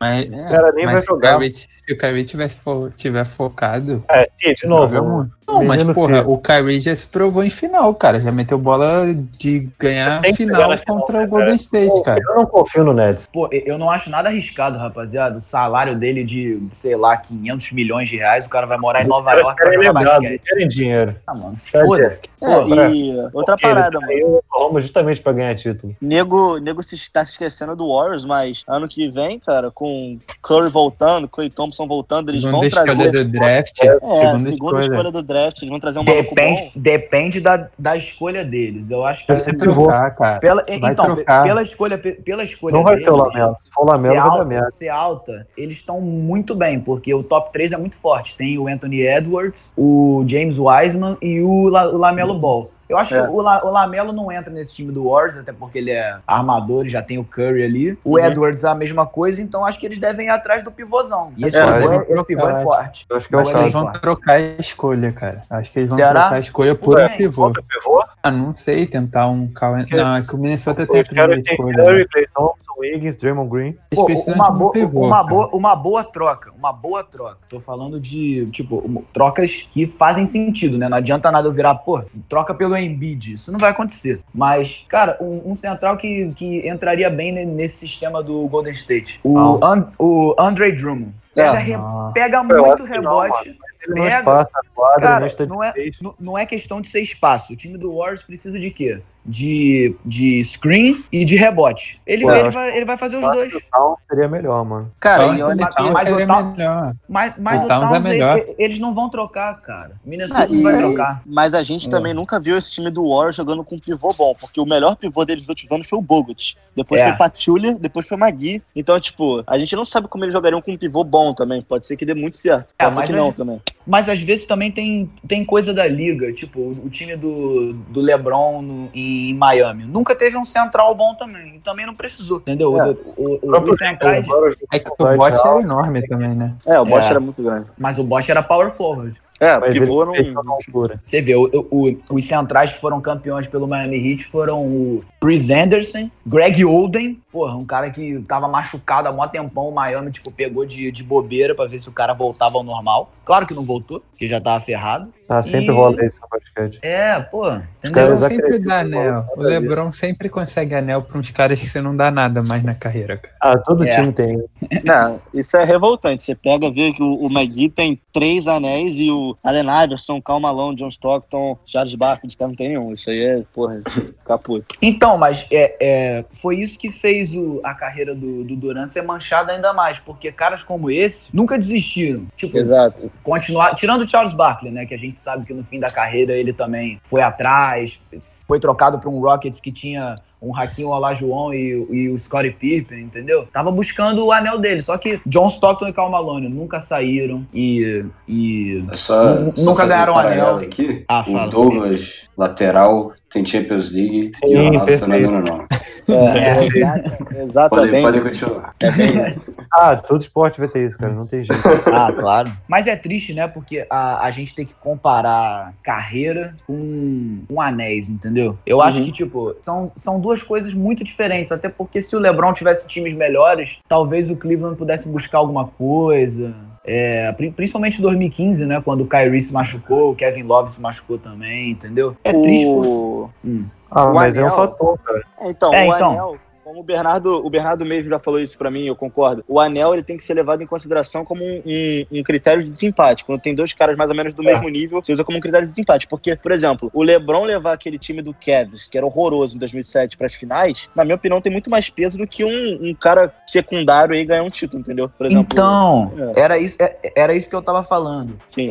[SPEAKER 3] Mas, é,
[SPEAKER 2] O cara nem
[SPEAKER 3] mas
[SPEAKER 2] vai
[SPEAKER 3] se, o
[SPEAKER 2] jogar.
[SPEAKER 3] Kyrie, se o Kyrie tiver, fo- tiver focado.
[SPEAKER 2] É, sim, de
[SPEAKER 3] joga
[SPEAKER 2] novo. né?
[SPEAKER 3] muito. Não, mas
[SPEAKER 2] Menino
[SPEAKER 3] porra,
[SPEAKER 2] cedo.
[SPEAKER 3] o Kyrie já se provou em final, cara. Já meteu bola de ganhar
[SPEAKER 2] Tem que
[SPEAKER 3] final
[SPEAKER 2] chegar na final,
[SPEAKER 3] contra
[SPEAKER 2] né,
[SPEAKER 3] o Golden State, cara.
[SPEAKER 2] Eu não confio no Nets.
[SPEAKER 6] Pô, e- eu não acho nada arriscado, rapaziada. O salário dele de, sei lá, 500 milhões de reais, o cara vai morar em Nova
[SPEAKER 2] Eles
[SPEAKER 6] York pra
[SPEAKER 2] querem
[SPEAKER 6] jogar
[SPEAKER 2] é lembrado,
[SPEAKER 6] basquete.
[SPEAKER 2] querem dinheiro.
[SPEAKER 6] Ah, mano,
[SPEAKER 2] Tá,
[SPEAKER 6] foda-se.
[SPEAKER 2] Jeff?
[SPEAKER 4] é,
[SPEAKER 2] Pô,
[SPEAKER 4] e outra
[SPEAKER 2] Porque ele tá
[SPEAKER 4] parada, mano.
[SPEAKER 2] caiu no Oklahoma justamente pra ganhar título.
[SPEAKER 4] Nego, nego se está se esquecendo do Warriors, mas ano que vem, cara, com Curry voltando, Clay Thompson voltando, eles
[SPEAKER 3] Segunda
[SPEAKER 4] vão
[SPEAKER 3] escolha
[SPEAKER 4] trazer.
[SPEAKER 3] do draft.
[SPEAKER 4] É,
[SPEAKER 3] segunda,
[SPEAKER 4] segunda, escolha.
[SPEAKER 3] escolha.
[SPEAKER 4] do draft, eles vão trazer um maluco bom.
[SPEAKER 6] Depende, depende da, da escolha deles. Eu acho que.
[SPEAKER 2] Deve ser
[SPEAKER 3] Vai trocar, cara.
[SPEAKER 6] Pela,
[SPEAKER 3] Vai
[SPEAKER 6] então, pe-
[SPEAKER 3] trocar.
[SPEAKER 6] pela escolha, pe- pela escolha
[SPEAKER 2] Não vai
[SPEAKER 6] deles,
[SPEAKER 2] ter o Lamelo. Se for o
[SPEAKER 6] ser,
[SPEAKER 2] Lamelo, vai dar
[SPEAKER 6] alta,
[SPEAKER 2] merda.
[SPEAKER 6] ser alta, eles estão muito bem, porque o top 3 é muito forte. Tem o Anthony Edwards, o James Wiseman e o, La- o Lamelo Ball. Eu acho
[SPEAKER 4] É.
[SPEAKER 6] que o, La- o Lamelo não entra nesse time do Warriors, até porque ele é armador e já tem o Curry ali.
[SPEAKER 4] Uhum.
[SPEAKER 6] O Edwards é a mesma coisa, então acho que eles devem ir atrás do pivôzão. E esse,
[SPEAKER 4] É,
[SPEAKER 6] pivô,
[SPEAKER 3] eles
[SPEAKER 6] é, esse pivô é
[SPEAKER 3] trocar,
[SPEAKER 6] forte.
[SPEAKER 2] Eu acho que é o
[SPEAKER 6] Mas
[SPEAKER 3] Acho que eles
[SPEAKER 2] caso.
[SPEAKER 3] vão trocar a escolha, cara. Acho que eles vão
[SPEAKER 6] Será?
[SPEAKER 3] trocar a escolha por
[SPEAKER 6] Ué,
[SPEAKER 3] um pivô.
[SPEAKER 2] Outro pivô?
[SPEAKER 3] Ah, não sei, tentar um Cowan.
[SPEAKER 2] Porque-
[SPEAKER 3] Não, é que o Minnesota tem a
[SPEAKER 2] Os
[SPEAKER 3] primeira
[SPEAKER 2] caras têm
[SPEAKER 3] escolha. né?
[SPEAKER 2] Curry, Clay Thompson, Wiggins, Draymond Green.
[SPEAKER 3] Eles
[SPEAKER 6] Pô,
[SPEAKER 3] precisam
[SPEAKER 6] uma,
[SPEAKER 3] de um
[SPEAKER 6] boa,
[SPEAKER 3] pivô,
[SPEAKER 6] uma,
[SPEAKER 3] cara.
[SPEAKER 6] boa, uma boa troca, uma boa troca. Tô falando de, tipo, trocas que fazem sentido, né? Não adianta nada eu virar, pô, troca pelo Embiid. Isso não vai acontecer. Mas, cara, um, um central que, que entraria bem ne- nesse sistema do Golden State. O,
[SPEAKER 2] Nossa.
[SPEAKER 6] And, o Andre Drummond. Pega, re-
[SPEAKER 2] Ah,
[SPEAKER 3] Nossa.
[SPEAKER 6] pega
[SPEAKER 2] acho
[SPEAKER 6] muito
[SPEAKER 2] que não,
[SPEAKER 6] rebote.
[SPEAKER 2] Ele não
[SPEAKER 6] Pega.
[SPEAKER 2] espaça a quadra,
[SPEAKER 6] Cara,
[SPEAKER 2] não está
[SPEAKER 6] não é- N- Não é questão de ser espaço. O time do Warriors precisa de quê? De, de screen e de rebote. Ele,
[SPEAKER 2] Pô, eu
[SPEAKER 6] ele,
[SPEAKER 2] acho
[SPEAKER 6] vai, ele vai fazer os
[SPEAKER 2] acho
[SPEAKER 6] dois.
[SPEAKER 2] Não, então, seria melhor, mano.
[SPEAKER 4] Cara,
[SPEAKER 3] Fala
[SPEAKER 4] e
[SPEAKER 3] que
[SPEAKER 4] olha
[SPEAKER 3] ele
[SPEAKER 4] que.
[SPEAKER 6] Mas-
[SPEAKER 3] Towns
[SPEAKER 6] mas o
[SPEAKER 3] seria
[SPEAKER 6] Towns-
[SPEAKER 3] melhor.
[SPEAKER 6] Mas, mas
[SPEAKER 3] O
[SPEAKER 6] o
[SPEAKER 3] Towns é
[SPEAKER 6] Towns, ele-
[SPEAKER 3] melhor.
[SPEAKER 6] ele- eles não vão trocar, cara. Minnesota
[SPEAKER 4] Ah,
[SPEAKER 6] não
[SPEAKER 2] é.
[SPEAKER 6] vai
[SPEAKER 4] e-
[SPEAKER 6] trocar.
[SPEAKER 4] Mas a gente também nunca viu esse time do Warriors jogando com um pivô bom, porque o melhor pivô deles do último ano foi o Bogut. Depois
[SPEAKER 6] É.
[SPEAKER 4] foi o Patulha, depois foi o Magui. Então, tipo, a gente não sabe como eles jogariam com um pivô bom também. Pode ser que dê muito certo.
[SPEAKER 6] É,
[SPEAKER 4] Pode ser
[SPEAKER 6] mas
[SPEAKER 4] que
[SPEAKER 6] a
[SPEAKER 4] não
[SPEAKER 6] gente-
[SPEAKER 4] também.
[SPEAKER 6] Mas às vezes também tem, tem coisa da liga, tipo o, o time do, do LeBron no- em Miami. Nunca teve um central bom também. também não precisou, entendeu?
[SPEAKER 2] É.
[SPEAKER 6] O, o,
[SPEAKER 2] O
[SPEAKER 6] o, o
[SPEAKER 2] próprio
[SPEAKER 6] Senkai,
[SPEAKER 2] Agora,
[SPEAKER 3] É que o Bosch era enorme também, né?
[SPEAKER 4] É, o Bosch
[SPEAKER 6] É.
[SPEAKER 4] era muito grande.
[SPEAKER 2] né?
[SPEAKER 6] mas o Bosch era power forward.
[SPEAKER 4] É,
[SPEAKER 2] mas ele
[SPEAKER 4] pivô não.
[SPEAKER 2] fechou na altura.
[SPEAKER 6] Você vê, o- o- os centrais que foram campeões pelo Miami Heat foram o Chris Anderson, Greg Oden, porra, um cara que tava machucado há mó tempão, o Miami, tipo, pegou de, de bobeira pra ver se o cara voltava ao normal. Claro que não voltou, porque já tava ferrado.
[SPEAKER 2] Ah, sempre
[SPEAKER 6] E-
[SPEAKER 2] rola isso no basquete.
[SPEAKER 6] É, pô,
[SPEAKER 3] O
[SPEAKER 6] entendeu?
[SPEAKER 2] caras
[SPEAKER 3] Lebron sempre
[SPEAKER 2] acreditam
[SPEAKER 3] dá
[SPEAKER 2] no
[SPEAKER 3] anel.
[SPEAKER 2] maluco,
[SPEAKER 3] O
[SPEAKER 2] nada a ver.
[SPEAKER 3] Lebron sempre consegue anel pra uns caras que você não dá nada mais na carreira, cara.
[SPEAKER 2] Ah, todo
[SPEAKER 6] É.
[SPEAKER 2] time tem.
[SPEAKER 4] Não, isso é revoltante. Você pega, vê que o, o McGee tem três anéis e o Allen Iverson, Cal Malone, John Stockton, Charles Barkley, cara não tem nenhum. Isso aí é, porra, caputo.
[SPEAKER 6] Então, mas é, é, foi isso que fez o- a carreira do, do Duran ser manchada ainda mais, porque caras como esse nunca desistiram. Tipo,
[SPEAKER 4] Exato.
[SPEAKER 6] continuar, tirando o Charles Barkley, né, que a gente sabe que no fim da carreira ele também foi atrás, foi trocado para um Rockets que tinha um Raquinho Olajuwon e, e o Scottie Pippen, entendeu? Tava buscando o anel dele, só que John Stockton e Karl Malone nunca saíram e, e
[SPEAKER 1] É só,
[SPEAKER 6] Nunca
[SPEAKER 1] só fazer
[SPEAKER 6] ganharam
[SPEAKER 1] um paralelo
[SPEAKER 6] anel.
[SPEAKER 1] aqui.
[SPEAKER 6] Ah,
[SPEAKER 1] o
[SPEAKER 6] fala.
[SPEAKER 1] Douglas, lateral, tem Champions League.
[SPEAKER 2] Sim,
[SPEAKER 1] e o Renato
[SPEAKER 2] perfeito.
[SPEAKER 1] Fenômeno não.
[SPEAKER 4] É,
[SPEAKER 6] É.
[SPEAKER 4] exata-
[SPEAKER 1] Podem pode
[SPEAKER 4] exatamente.
[SPEAKER 1] continuar.
[SPEAKER 4] É bem-
[SPEAKER 2] Ah, todo esporte vai ter isso, cara. Não tem jeito.
[SPEAKER 6] Ah, claro. Mas é triste, né? Porque a, a gente tem que comparar carreira com, com anéis, entendeu? Eu acho
[SPEAKER 4] Uhum.
[SPEAKER 6] que, tipo, são, são duas coisas muito diferentes. Até porque se o LeBron tivesse times melhores, talvez o Cleveland pudesse buscar alguma coisa. É, pri- principalmente em 2015, né? Quando o Kyrie se machucou, o Kevin Love se machucou também, entendeu? É triste, porque
[SPEAKER 4] o...
[SPEAKER 2] Ah,
[SPEAKER 4] O
[SPEAKER 2] mas é um
[SPEAKER 4] anel-
[SPEAKER 2] fator, cara.
[SPEAKER 4] É, Então,
[SPEAKER 6] É,
[SPEAKER 4] o
[SPEAKER 6] então.
[SPEAKER 4] anel, como o Bernardo, o Bernardo mesmo já falou isso pra mim, eu concordo. O anel ele tem que ser levado em consideração como um, um- um critério de desempate. Quando tem dois caras mais ou menos do mesmo nível, você usa como um critério de desempate. Porque, por exemplo, o LeBron levar aquele time do Cavs, que era horroroso em 2007 pras finais, na minha opinião, tem muito mais peso do que um, um cara secundário aí ganhar um título, entendeu? Por exemplo.
[SPEAKER 6] Então,
[SPEAKER 4] É.
[SPEAKER 6] era isso, é- era isso que eu tava falando.
[SPEAKER 4] Sim.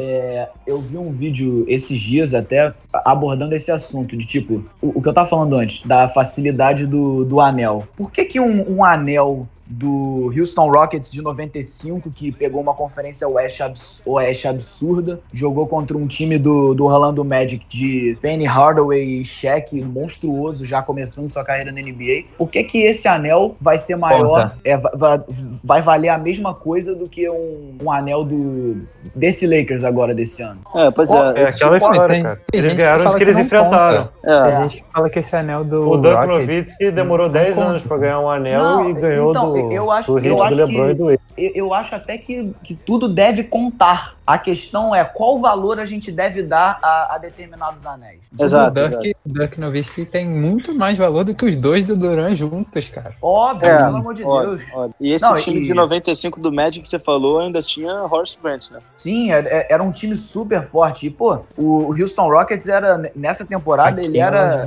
[SPEAKER 6] eu vi um vídeo esses dias até abordando esse assunto de tipo, o, o que eu tava falando antes, da facilidade do, do anel. Por que que um, um anel do Houston Rockets de 95, que pegou uma conferência oeste, abs- oeste absurda, jogou contra um time do, do Orlando Magic de Penny Hardaway e Shaq, monstruoso, já começando sua carreira na NBA. Por que que esse anel vai ser maior, é, va- va- vai valer a mesma coisa do que um, um anel do desse Lakers agora, desse ano?
[SPEAKER 4] É, pois é.
[SPEAKER 2] É aquela
[SPEAKER 3] Pô,
[SPEAKER 2] história,
[SPEAKER 3] tem-
[SPEAKER 2] cara.
[SPEAKER 3] tem
[SPEAKER 2] Eles
[SPEAKER 3] gente que
[SPEAKER 2] ganharam
[SPEAKER 3] fala
[SPEAKER 2] que
[SPEAKER 3] que
[SPEAKER 2] eles
[SPEAKER 3] não
[SPEAKER 2] enfrentaram.
[SPEAKER 4] é.
[SPEAKER 3] Tem gente que fala que esse anel do.
[SPEAKER 2] O Dirk
[SPEAKER 3] Rocket-
[SPEAKER 2] Nowitzki demorou 10
[SPEAKER 3] conta.
[SPEAKER 2] anos pra ganhar um anel
[SPEAKER 6] Não,
[SPEAKER 2] e ganhou
[SPEAKER 6] então,
[SPEAKER 2] do,
[SPEAKER 6] eu acho-
[SPEAKER 2] do
[SPEAKER 6] eu
[SPEAKER 2] hit do
[SPEAKER 6] acho
[SPEAKER 2] LeBron
[SPEAKER 6] que-
[SPEAKER 2] e do Wade.
[SPEAKER 6] eu, eu acho até que, que tudo deve contar. A questão é qual valor a gente deve dar a, a determinados anéis.
[SPEAKER 4] Exato,
[SPEAKER 3] O Dirk, Dirk Nowitzki tem muito mais valor do que os dois do Duran juntos, cara.
[SPEAKER 6] Óbvio,
[SPEAKER 4] É,
[SPEAKER 6] pelo amor de
[SPEAKER 4] Olha,
[SPEAKER 6] Deus.
[SPEAKER 4] olha. E esse
[SPEAKER 6] Não,
[SPEAKER 4] time
[SPEAKER 6] e-
[SPEAKER 4] de 95 do Magic que você falou ainda tinha Horace Grant, né?
[SPEAKER 6] Sim, é- é- era um time super forte. E, pô, o o Houston Rockets era, nessa temporada, Ah, ele era.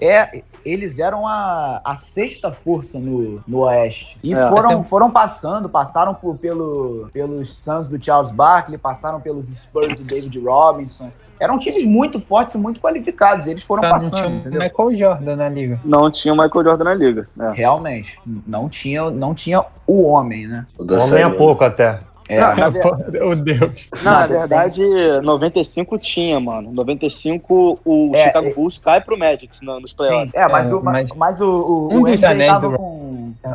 [SPEAKER 6] É, eles eram a, a sexta força no, no Oeste. E
[SPEAKER 4] É.
[SPEAKER 6] foram, foram passando, passaram por- pelo, pelos Suns do Charles Barkley, passaram pelos Spurs do David Robinson. Eram times muito fortes e muito qualificados. Eles foram
[SPEAKER 3] Tá, não
[SPEAKER 6] passando.
[SPEAKER 3] tinha o
[SPEAKER 6] entendeu?
[SPEAKER 3] Michael Jordan na liga.
[SPEAKER 4] Não tinha o Michael Jordan na liga. né?
[SPEAKER 6] Realmente, não tinha, não tinha o homem, né?
[SPEAKER 1] O É,
[SPEAKER 2] Homem é
[SPEAKER 1] dançarino.
[SPEAKER 2] pouco até.
[SPEAKER 4] na ver-
[SPEAKER 3] Meu Deus.
[SPEAKER 4] Não, na
[SPEAKER 6] Mas
[SPEAKER 4] verdade, 95 tinha, mano. 95 o
[SPEAKER 6] É,
[SPEAKER 4] Chicago Bulls cai pro Magic no- nos playoffs.
[SPEAKER 6] Sim, é, mas,
[SPEAKER 3] É,
[SPEAKER 6] o, mas,
[SPEAKER 3] mas-
[SPEAKER 6] mas o, o,
[SPEAKER 3] Um
[SPEAKER 6] o
[SPEAKER 3] dos
[SPEAKER 6] MJ
[SPEAKER 3] anéis
[SPEAKER 6] tava
[SPEAKER 3] do-
[SPEAKER 6] com...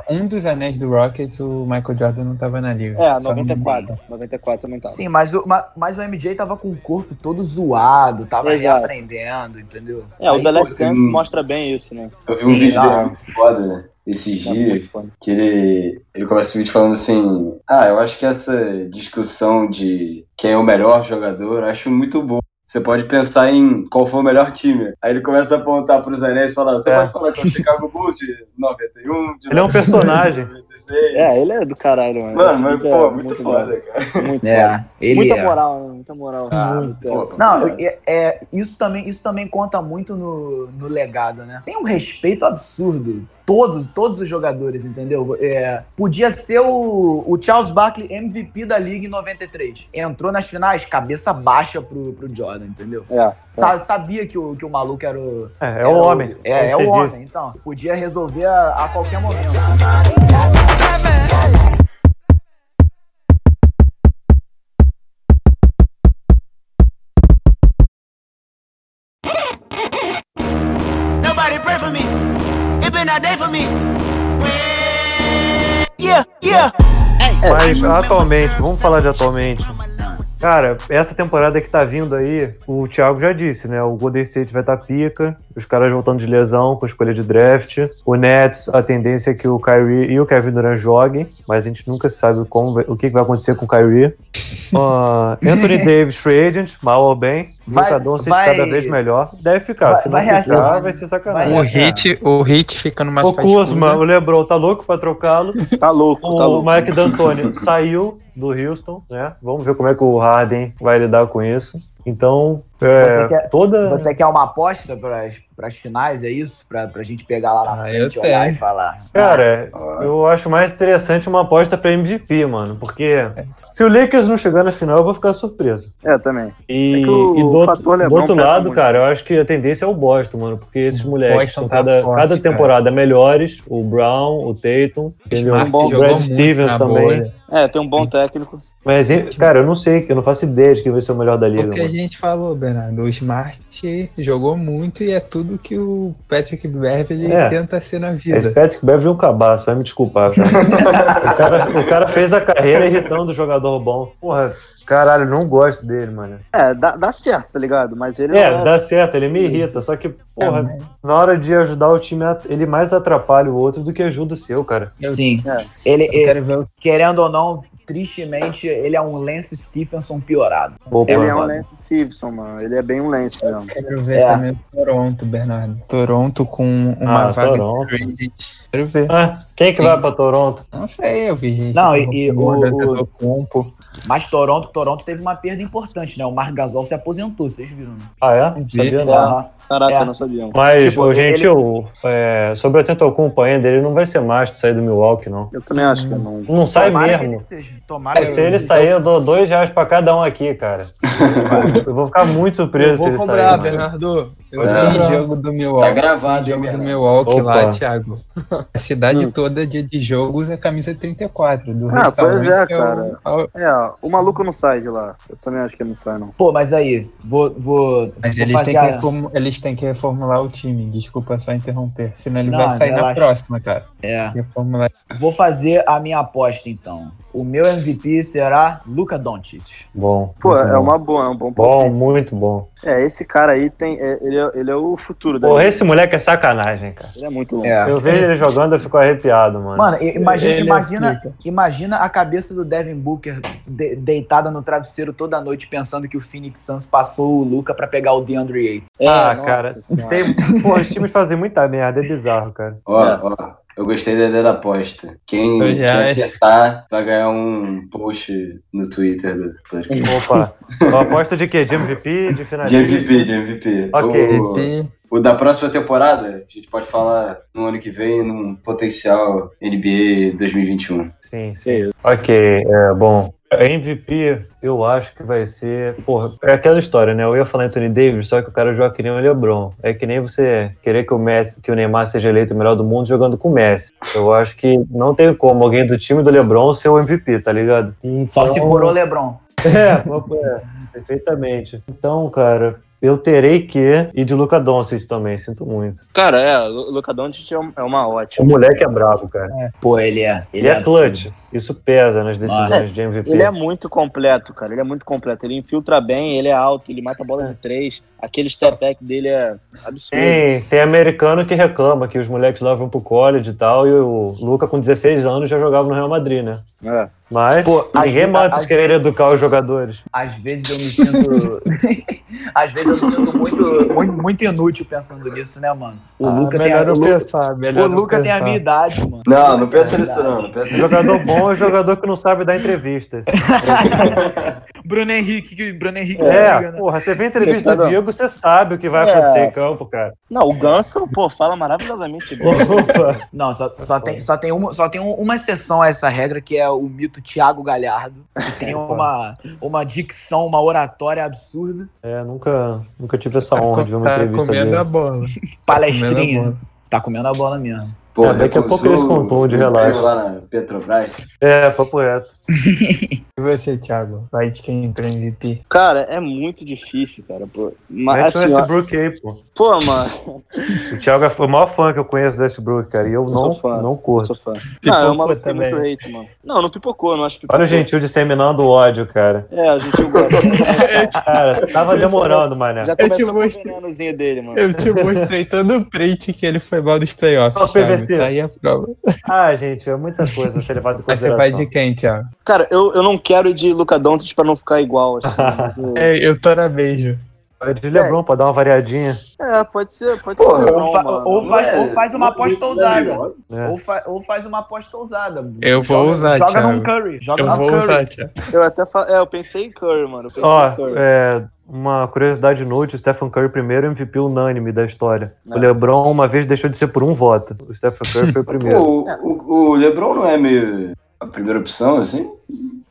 [SPEAKER 3] Um dos anéis do Rockets, o Michael Jordan não tava na liga.
[SPEAKER 4] É,
[SPEAKER 3] Só
[SPEAKER 4] 94. 94 também tava.
[SPEAKER 6] Sim, mas o, ma- mas o MJ tava com o corpo todo zoado, tava
[SPEAKER 4] Exato.
[SPEAKER 6] reaprendendo, entendeu?
[SPEAKER 4] É, o
[SPEAKER 6] Aí
[SPEAKER 4] The
[SPEAKER 6] foi-
[SPEAKER 4] Last Dance
[SPEAKER 1] Sim.
[SPEAKER 4] mostra bem isso, né?
[SPEAKER 1] Eu vi um
[SPEAKER 6] Sim,
[SPEAKER 1] vídeo
[SPEAKER 6] não.
[SPEAKER 1] dele muito foda esses
[SPEAKER 4] É muito
[SPEAKER 1] dias,
[SPEAKER 4] foda.
[SPEAKER 1] que ele, ele começa o vídeo falando assim, ah, eu acho que essa discussão de quem é o melhor jogador, eu acho muito bom. Você pode pensar em qual foi o melhor time. Aí ele começa a apontar pros anéis e fala, você
[SPEAKER 2] É.
[SPEAKER 1] pode falar que é o Chicago Bulls de 91, de
[SPEAKER 2] Ele é um personagem.
[SPEAKER 1] 96.
[SPEAKER 4] É, ele é do caralho, mano.
[SPEAKER 1] Mano,
[SPEAKER 4] Esse
[SPEAKER 1] mas,
[SPEAKER 4] vídeo
[SPEAKER 1] pô,
[SPEAKER 4] é
[SPEAKER 1] muito,
[SPEAKER 4] bom.
[SPEAKER 1] foda, cara.
[SPEAKER 4] Muito foda.
[SPEAKER 6] É, ele
[SPEAKER 4] Muita
[SPEAKER 6] é.
[SPEAKER 4] moral, né? Muita moral.
[SPEAKER 1] Ah,
[SPEAKER 4] Muito
[SPEAKER 1] pô,
[SPEAKER 4] foda.
[SPEAKER 6] Não,
[SPEAKER 1] cara.
[SPEAKER 6] é- é, isso, também, isso também conta muito no, no legado, né? Tem um respeito absurdo. Todos, todos os jogadores, entendeu? É, podia ser o, o Charles Barkley MVP da Liga em 93. Entrou nas finais, cabeça baixa pro, pro Jordan, entendeu?
[SPEAKER 4] É.
[SPEAKER 6] Sa- sabia que o, que o maluco era o.
[SPEAKER 2] É, é
[SPEAKER 6] era
[SPEAKER 2] o homem.
[SPEAKER 6] É, é
[SPEAKER 2] como
[SPEAKER 6] o
[SPEAKER 2] você
[SPEAKER 6] homem,
[SPEAKER 2] disse.
[SPEAKER 6] então. Podia resolver a, a qualquer momento.
[SPEAKER 5] Nobody pray for me. If it ain't that day for me. Yeah, yeah.
[SPEAKER 2] Mas atualmente, vamos falar de atualmente. Cara, essa temporada que tá vindo aí, o Thiago já disse, né? O Golden State vai estar pica, os caras voltando de lesão com escolha de draft. O Nets, a tendência é que o Kyrie e o Kevin Durant joguem, mas a gente nunca sabe como, vai- o que que vai acontecer com o Kyrie. Ah, Anthony Davis, free agent, mal ou bem.
[SPEAKER 6] Vai-
[SPEAKER 2] Luka Doncic
[SPEAKER 6] vai-
[SPEAKER 2] cada vez melhor. Deve ficar,
[SPEAKER 6] vai-
[SPEAKER 2] se não
[SPEAKER 6] vai
[SPEAKER 2] ficar,
[SPEAKER 6] reacionar.
[SPEAKER 2] vai ser
[SPEAKER 6] Vai
[SPEAKER 2] sacanagem.
[SPEAKER 3] O
[SPEAKER 6] reacionar.
[SPEAKER 3] Hit,
[SPEAKER 6] é.
[SPEAKER 3] o Hit fica numa né?
[SPEAKER 2] O Kuzma, o
[SPEAKER 3] cascuda.
[SPEAKER 2] LeBron tá louco pra trocá-lo.
[SPEAKER 4] Tá louco, tá
[SPEAKER 2] O
[SPEAKER 4] louco.
[SPEAKER 2] Mike D'Antoni saiu do Houston, né? Vamos ver como é que o Harden vai lidar com isso. Então, é,
[SPEAKER 6] Você quer-
[SPEAKER 2] toda.
[SPEAKER 6] Você quer uma aposta pras, pras finais, é isso? Pra, pra gente pegar lá na
[SPEAKER 3] Ah,
[SPEAKER 6] frente,
[SPEAKER 3] eu
[SPEAKER 6] olhar
[SPEAKER 3] tenho.
[SPEAKER 6] e falar.
[SPEAKER 2] Cara,
[SPEAKER 1] Ah.
[SPEAKER 2] eu acho mais interessante uma aposta pra MVP, mano, porque se o Lakers não chegar na final, eu vou ficar surpreso.
[SPEAKER 4] É, também.
[SPEAKER 2] E,
[SPEAKER 4] É que o-
[SPEAKER 2] e do,
[SPEAKER 4] o
[SPEAKER 2] outro-
[SPEAKER 4] fator LeBron
[SPEAKER 2] do outro
[SPEAKER 4] pesa
[SPEAKER 2] lado,
[SPEAKER 4] muito.
[SPEAKER 2] cara, eu acho que a tendência é o Boston, mano, porque esses moleques
[SPEAKER 3] Boston
[SPEAKER 2] estão
[SPEAKER 3] tá
[SPEAKER 2] cada,
[SPEAKER 3] forte,
[SPEAKER 2] cada
[SPEAKER 3] cara.
[SPEAKER 2] temporada melhores, o Brown, o Tatum, entendeu?
[SPEAKER 3] Smart
[SPEAKER 2] o
[SPEAKER 3] jogou
[SPEAKER 2] Brad
[SPEAKER 3] muito
[SPEAKER 2] Stevens
[SPEAKER 3] na
[SPEAKER 2] também.
[SPEAKER 3] bolha.
[SPEAKER 4] É, tem um bom técnico.
[SPEAKER 2] Mas, hein, cara, eu não sei, que eu não faço ideia de quem vai ser o melhor da liga.
[SPEAKER 3] O que a
[SPEAKER 2] mano.
[SPEAKER 3] gente falou, Bernardo, o Smart jogou muito e é tudo que o Patrick Beverly
[SPEAKER 2] É.
[SPEAKER 3] tenta ser na
[SPEAKER 2] Esse
[SPEAKER 3] vida.
[SPEAKER 2] Patrick Beverly é um cabaço, vai me desculpar, cara. o cara. O cara fez a carreira irritando o jogador bom. Porra, caralho, eu não gosto dele, mano.
[SPEAKER 4] É, dá, dá certo, tá ligado? Mas ele
[SPEAKER 2] É,
[SPEAKER 4] não
[SPEAKER 2] dá certo, ele me irrita, só que, porra, na hora de ajudar o time, ele mais atrapalha o outro do que ajuda o seu, cara.
[SPEAKER 6] Sim.
[SPEAKER 4] É.
[SPEAKER 6] Ele,
[SPEAKER 3] Eu
[SPEAKER 6] ele-
[SPEAKER 3] quero ver o
[SPEAKER 6] querendo ou não, tristemente, ele é um Lance Stephenson piorado.
[SPEAKER 2] Opa,
[SPEAKER 4] Ele é um
[SPEAKER 6] Foda.
[SPEAKER 4] Lance Stevenson, mano. Ele é bem um Lance mesmo.
[SPEAKER 3] Quero ver
[SPEAKER 6] É.
[SPEAKER 3] também o Toronto, Bernardo. Toronto com uma
[SPEAKER 2] Ah,
[SPEAKER 3] vaga
[SPEAKER 2] Toronto.
[SPEAKER 3] de trade. Quero ver.
[SPEAKER 2] Ah, quem que vai pra Toronto?
[SPEAKER 3] Não sei, eu vi gente.
[SPEAKER 6] Não, e- e o-
[SPEAKER 3] Moura,
[SPEAKER 6] o-
[SPEAKER 3] Tetocompo.
[SPEAKER 6] Mas Toronto, Toronto teve uma perda importante, né? O Marc Gasol se aposentou, vocês viram, né?
[SPEAKER 2] Ah, é? Sabia não.
[SPEAKER 6] Aham.
[SPEAKER 4] Caraca,
[SPEAKER 6] É.
[SPEAKER 4] eu não sabia.
[SPEAKER 2] Mas,
[SPEAKER 6] Tipo,
[SPEAKER 2] ô, gente,
[SPEAKER 6] ele-
[SPEAKER 2] o- é, sobre o Tentocumpo ainda, ele não vai ser macho de sair do Milwaukee, não.
[SPEAKER 4] Eu também acho que é um não.
[SPEAKER 2] Não sai
[SPEAKER 6] Tomara que
[SPEAKER 2] mesmo.
[SPEAKER 6] ele seja. Tomara que
[SPEAKER 2] Se ele sair, eu dou dois reais pra cada um aqui, cara. Eu vou ficar muito surpreso se ele sair. mano.
[SPEAKER 3] Bernardo. Eu
[SPEAKER 1] Vai
[SPEAKER 3] vi
[SPEAKER 1] comprar.
[SPEAKER 3] o jogo do
[SPEAKER 1] Tá
[SPEAKER 3] Milwaukee.
[SPEAKER 1] gravado, hein,
[SPEAKER 3] jogo do
[SPEAKER 1] Bernardo?
[SPEAKER 3] Milwaukee lá,
[SPEAKER 2] Opa.
[SPEAKER 3] Thiago. A cidade toda, dia de jogos, é camisa 34. Do
[SPEAKER 4] Ah, pois
[SPEAKER 3] restaurante
[SPEAKER 4] é,
[SPEAKER 3] ao- ao-
[SPEAKER 4] É, o maluco não sai de lá. Eu também acho que ele não sai, não.
[SPEAKER 6] Pô, mas aí, vou, vou,
[SPEAKER 3] Mas
[SPEAKER 6] vou
[SPEAKER 3] eles têm, que
[SPEAKER 6] a-
[SPEAKER 3] reformu- eles têm que reformular o time. Desculpa só interromper. Senão ele
[SPEAKER 6] Não,
[SPEAKER 3] vai sair na
[SPEAKER 6] relaxa.
[SPEAKER 3] próxima, cara.
[SPEAKER 6] é,
[SPEAKER 3] Reformular.
[SPEAKER 6] vou fazer a minha aposta, então. O meu MVP será Luca Doncic.
[SPEAKER 2] Bom.
[SPEAKER 4] Pô,
[SPEAKER 2] muito
[SPEAKER 4] é
[SPEAKER 2] bom.
[SPEAKER 4] uma boa, é um bom
[SPEAKER 2] Bom, muito bom.
[SPEAKER 4] É, esse cara aí tem. é, ele, é, ele é o futuro da
[SPEAKER 2] Porra,
[SPEAKER 4] liga.
[SPEAKER 2] esse moleque é sacanagem, cara.
[SPEAKER 4] Ele é muito louco.
[SPEAKER 6] É.
[SPEAKER 2] Eu vejo ele jogando, eu fico arrepiado, mano.
[SPEAKER 6] Mano, i- imagina,
[SPEAKER 3] Ele
[SPEAKER 6] imagina,
[SPEAKER 3] explica.
[SPEAKER 6] imagina a cabeça do Devin Booker de- deitada no travesseiro toda noite pensando que o Phoenix Suns passou o Luca pra pegar o DeAndre Ayton.
[SPEAKER 2] Ah,
[SPEAKER 4] nossa
[SPEAKER 2] cara.
[SPEAKER 4] senhora.
[SPEAKER 2] Tem- Porra, os times fazem muita merda, é bizarro, cara.
[SPEAKER 1] Ó,
[SPEAKER 4] É.
[SPEAKER 1] ó. Eu gostei da ideia da aposta. Quem,
[SPEAKER 3] Eu já
[SPEAKER 1] quem
[SPEAKER 3] acho.
[SPEAKER 1] acertar vai ganhar um post no Twitter do podcast.
[SPEAKER 2] Opa. Uma aposta de quê? De MVP? De
[SPEAKER 1] De
[SPEAKER 2] finalista?
[SPEAKER 1] MVP, de MVP.
[SPEAKER 2] Ok.
[SPEAKER 1] O,
[SPEAKER 3] Esse-
[SPEAKER 1] o da próxima temporada, a gente pode falar no ano que vem, num potencial NBA 2021.
[SPEAKER 2] Sim, sim.
[SPEAKER 4] Que É isso.
[SPEAKER 2] Ok, é bom. MVP, eu acho que vai ser. Porra, é aquela história, né? Eu ia falar Anthony Davis, só que o cara joga que nem o LeBron. É que nem você querer que o, Messi, que o Neymar seja eleito o melhor do mundo jogando com o Messi. Eu acho que não tem como alguém do time do LeBron ser o MVP, tá ligado?
[SPEAKER 6] Só se
[SPEAKER 2] Então-
[SPEAKER 6] for o LeBron.
[SPEAKER 2] É, é, perfeitamente. Então, cara, eu terei que ir de Luca Doncic também, sinto muito.
[SPEAKER 4] Cara, é, o Luka Doncic é um- é uma
[SPEAKER 2] O
[SPEAKER 4] ótima.
[SPEAKER 2] moleque é brabo, cara.
[SPEAKER 6] Pô, ele é.
[SPEAKER 2] Ele é clutch. Isso pesa nas decisões
[SPEAKER 6] Nossa.
[SPEAKER 2] de MVP.
[SPEAKER 4] Ele é muito completo, cara. Ele é muito completo. Ele infiltra bem, ele é alto, ele mata a bola de três. Aquele step back dele é absurdo.
[SPEAKER 2] Tem, tem americano que reclama que os moleques lá vão pro college e tal, e o Luca com 16 anos já jogava no Real Madrid, né?
[SPEAKER 4] É.
[SPEAKER 2] Mas
[SPEAKER 6] Pô, às
[SPEAKER 2] ninguém
[SPEAKER 6] ve-
[SPEAKER 2] mata os
[SPEAKER 6] às
[SPEAKER 2] querer educar os jogadores.
[SPEAKER 6] Às vezes eu me sinto. Às vezes eu me sinto muito, muito, muito inútil pensando nisso, né, mano? O
[SPEAKER 3] Ah,
[SPEAKER 6] Luca tem a.
[SPEAKER 3] melhor
[SPEAKER 6] O
[SPEAKER 3] não
[SPEAKER 6] Luca,
[SPEAKER 3] pensar, melhor
[SPEAKER 6] o
[SPEAKER 3] não
[SPEAKER 6] Luca tem a
[SPEAKER 3] pensar.
[SPEAKER 6] minha idade, mano.
[SPEAKER 1] Não, não pensa nisso não, não pensa nisso.
[SPEAKER 2] Jogador bom é jogador que não sabe dar entrevista.
[SPEAKER 6] Bruno Henrique, que Bruno Henrique né?
[SPEAKER 2] É, porra, você vê a entrevista do
[SPEAKER 4] Jogador.
[SPEAKER 2] Diego, você sabe o que vai
[SPEAKER 4] É.
[SPEAKER 2] acontecer em campo, cara.
[SPEAKER 4] Não, o Ganso, pô, fala maravilhosamente bem.
[SPEAKER 2] Opa.
[SPEAKER 6] Não, só, só, tem, só tem, uma, só tem um- uma exceção a essa regra, que é o mito Thiago Galhardo,
[SPEAKER 3] É
[SPEAKER 6] que tem uma, uma dicção, uma oratória absurda.
[SPEAKER 2] É, nunca, nunca tive essa
[SPEAKER 3] Tá
[SPEAKER 2] honra
[SPEAKER 3] co-
[SPEAKER 2] de ver uma
[SPEAKER 3] tá
[SPEAKER 2] entrevista
[SPEAKER 3] comendo
[SPEAKER 2] dele.
[SPEAKER 3] a bola.
[SPEAKER 6] Palestrinha.
[SPEAKER 3] Comendo a bola.
[SPEAKER 6] Tá comendo a bola mesmo.
[SPEAKER 1] Pô,
[SPEAKER 2] É, daqui a pouco
[SPEAKER 1] recusou
[SPEAKER 2] eles contam de
[SPEAKER 1] o emprego
[SPEAKER 2] relaxa.
[SPEAKER 1] um lá na Petrobras.
[SPEAKER 2] É, papo reto.
[SPEAKER 3] E você, Thiago? Vai de quem entrou em MVP?
[SPEAKER 4] Cara, é muito difícil, cara. Pô. Mas,
[SPEAKER 2] Mete o
[SPEAKER 4] assim, ó,
[SPEAKER 2] Westbrook aí, pô.
[SPEAKER 4] pô, mano,
[SPEAKER 2] O Thiago é o maior fã que eu conheço do Westbrook, cara. E eu não,
[SPEAKER 4] sou fã.
[SPEAKER 2] não
[SPEAKER 4] eu
[SPEAKER 2] curto.
[SPEAKER 4] sou fã.
[SPEAKER 3] Pipocou
[SPEAKER 4] Não, é um maluco que tem
[SPEAKER 3] também.
[SPEAKER 4] muito hate, mano. Não, não pipocou, não acho que
[SPEAKER 2] Olha o
[SPEAKER 4] pipocou.
[SPEAKER 2] gentil disseminando ódio, cara.
[SPEAKER 4] É, a gente gosta.
[SPEAKER 6] Ah,
[SPEAKER 2] Cara, tava demorando, mané.
[SPEAKER 6] tá
[SPEAKER 4] Já
[SPEAKER 3] te
[SPEAKER 4] começou com o
[SPEAKER 3] mostrei.
[SPEAKER 4] venenozinho dele, mano.
[SPEAKER 3] Eu te mostrei todo o print que ele foi mal dos
[SPEAKER 2] Ó,
[SPEAKER 3] playoffs, Thiago.
[SPEAKER 2] PVC.
[SPEAKER 3] Tá aí a prova.
[SPEAKER 2] Ah, gente, é muita coisa a ser levado em
[SPEAKER 3] Mas você
[SPEAKER 2] consideração.
[SPEAKER 3] vai de quem, Thiago?
[SPEAKER 4] Cara, eu, eu não quero ir de Luca Doncic pra não ficar igual, assim. mas eu-
[SPEAKER 3] É, eu tô na beijo.
[SPEAKER 2] Vai
[SPEAKER 6] É.
[SPEAKER 2] de LeBron pra dar uma variadinha.
[SPEAKER 4] É, pode ser, pode
[SPEAKER 1] Porra,
[SPEAKER 4] ser.
[SPEAKER 6] ou, fa-
[SPEAKER 4] mano.
[SPEAKER 6] ou faz,
[SPEAKER 1] Não é-
[SPEAKER 6] ou faz uma
[SPEAKER 1] não é-
[SPEAKER 6] aposta
[SPEAKER 1] não é
[SPEAKER 6] ousada.
[SPEAKER 1] igual.
[SPEAKER 2] né?
[SPEAKER 6] Ou, fa- ou faz uma aposta ousada.
[SPEAKER 3] Eu vou
[SPEAKER 6] joga,
[SPEAKER 3] ousar,
[SPEAKER 6] Joga
[SPEAKER 3] Thiago.
[SPEAKER 6] num Curry. Joga
[SPEAKER 3] Eu
[SPEAKER 6] num
[SPEAKER 3] vou
[SPEAKER 6] Curry.
[SPEAKER 3] usar, Thiago.
[SPEAKER 4] Eu até fa... É, eu pensei em Curry, mano. Eu pensei
[SPEAKER 2] Ó,
[SPEAKER 4] em Curry.
[SPEAKER 2] é, uma curiosidade inútil, o Stephen Curry primeiro MVP unânime da história.
[SPEAKER 4] É.
[SPEAKER 2] O LeBron uma vez deixou de ser por um voto. O Stephen Curry foi o primeiro.
[SPEAKER 1] Pô, o, o- o LeBron não é meio a primeira opção, assim?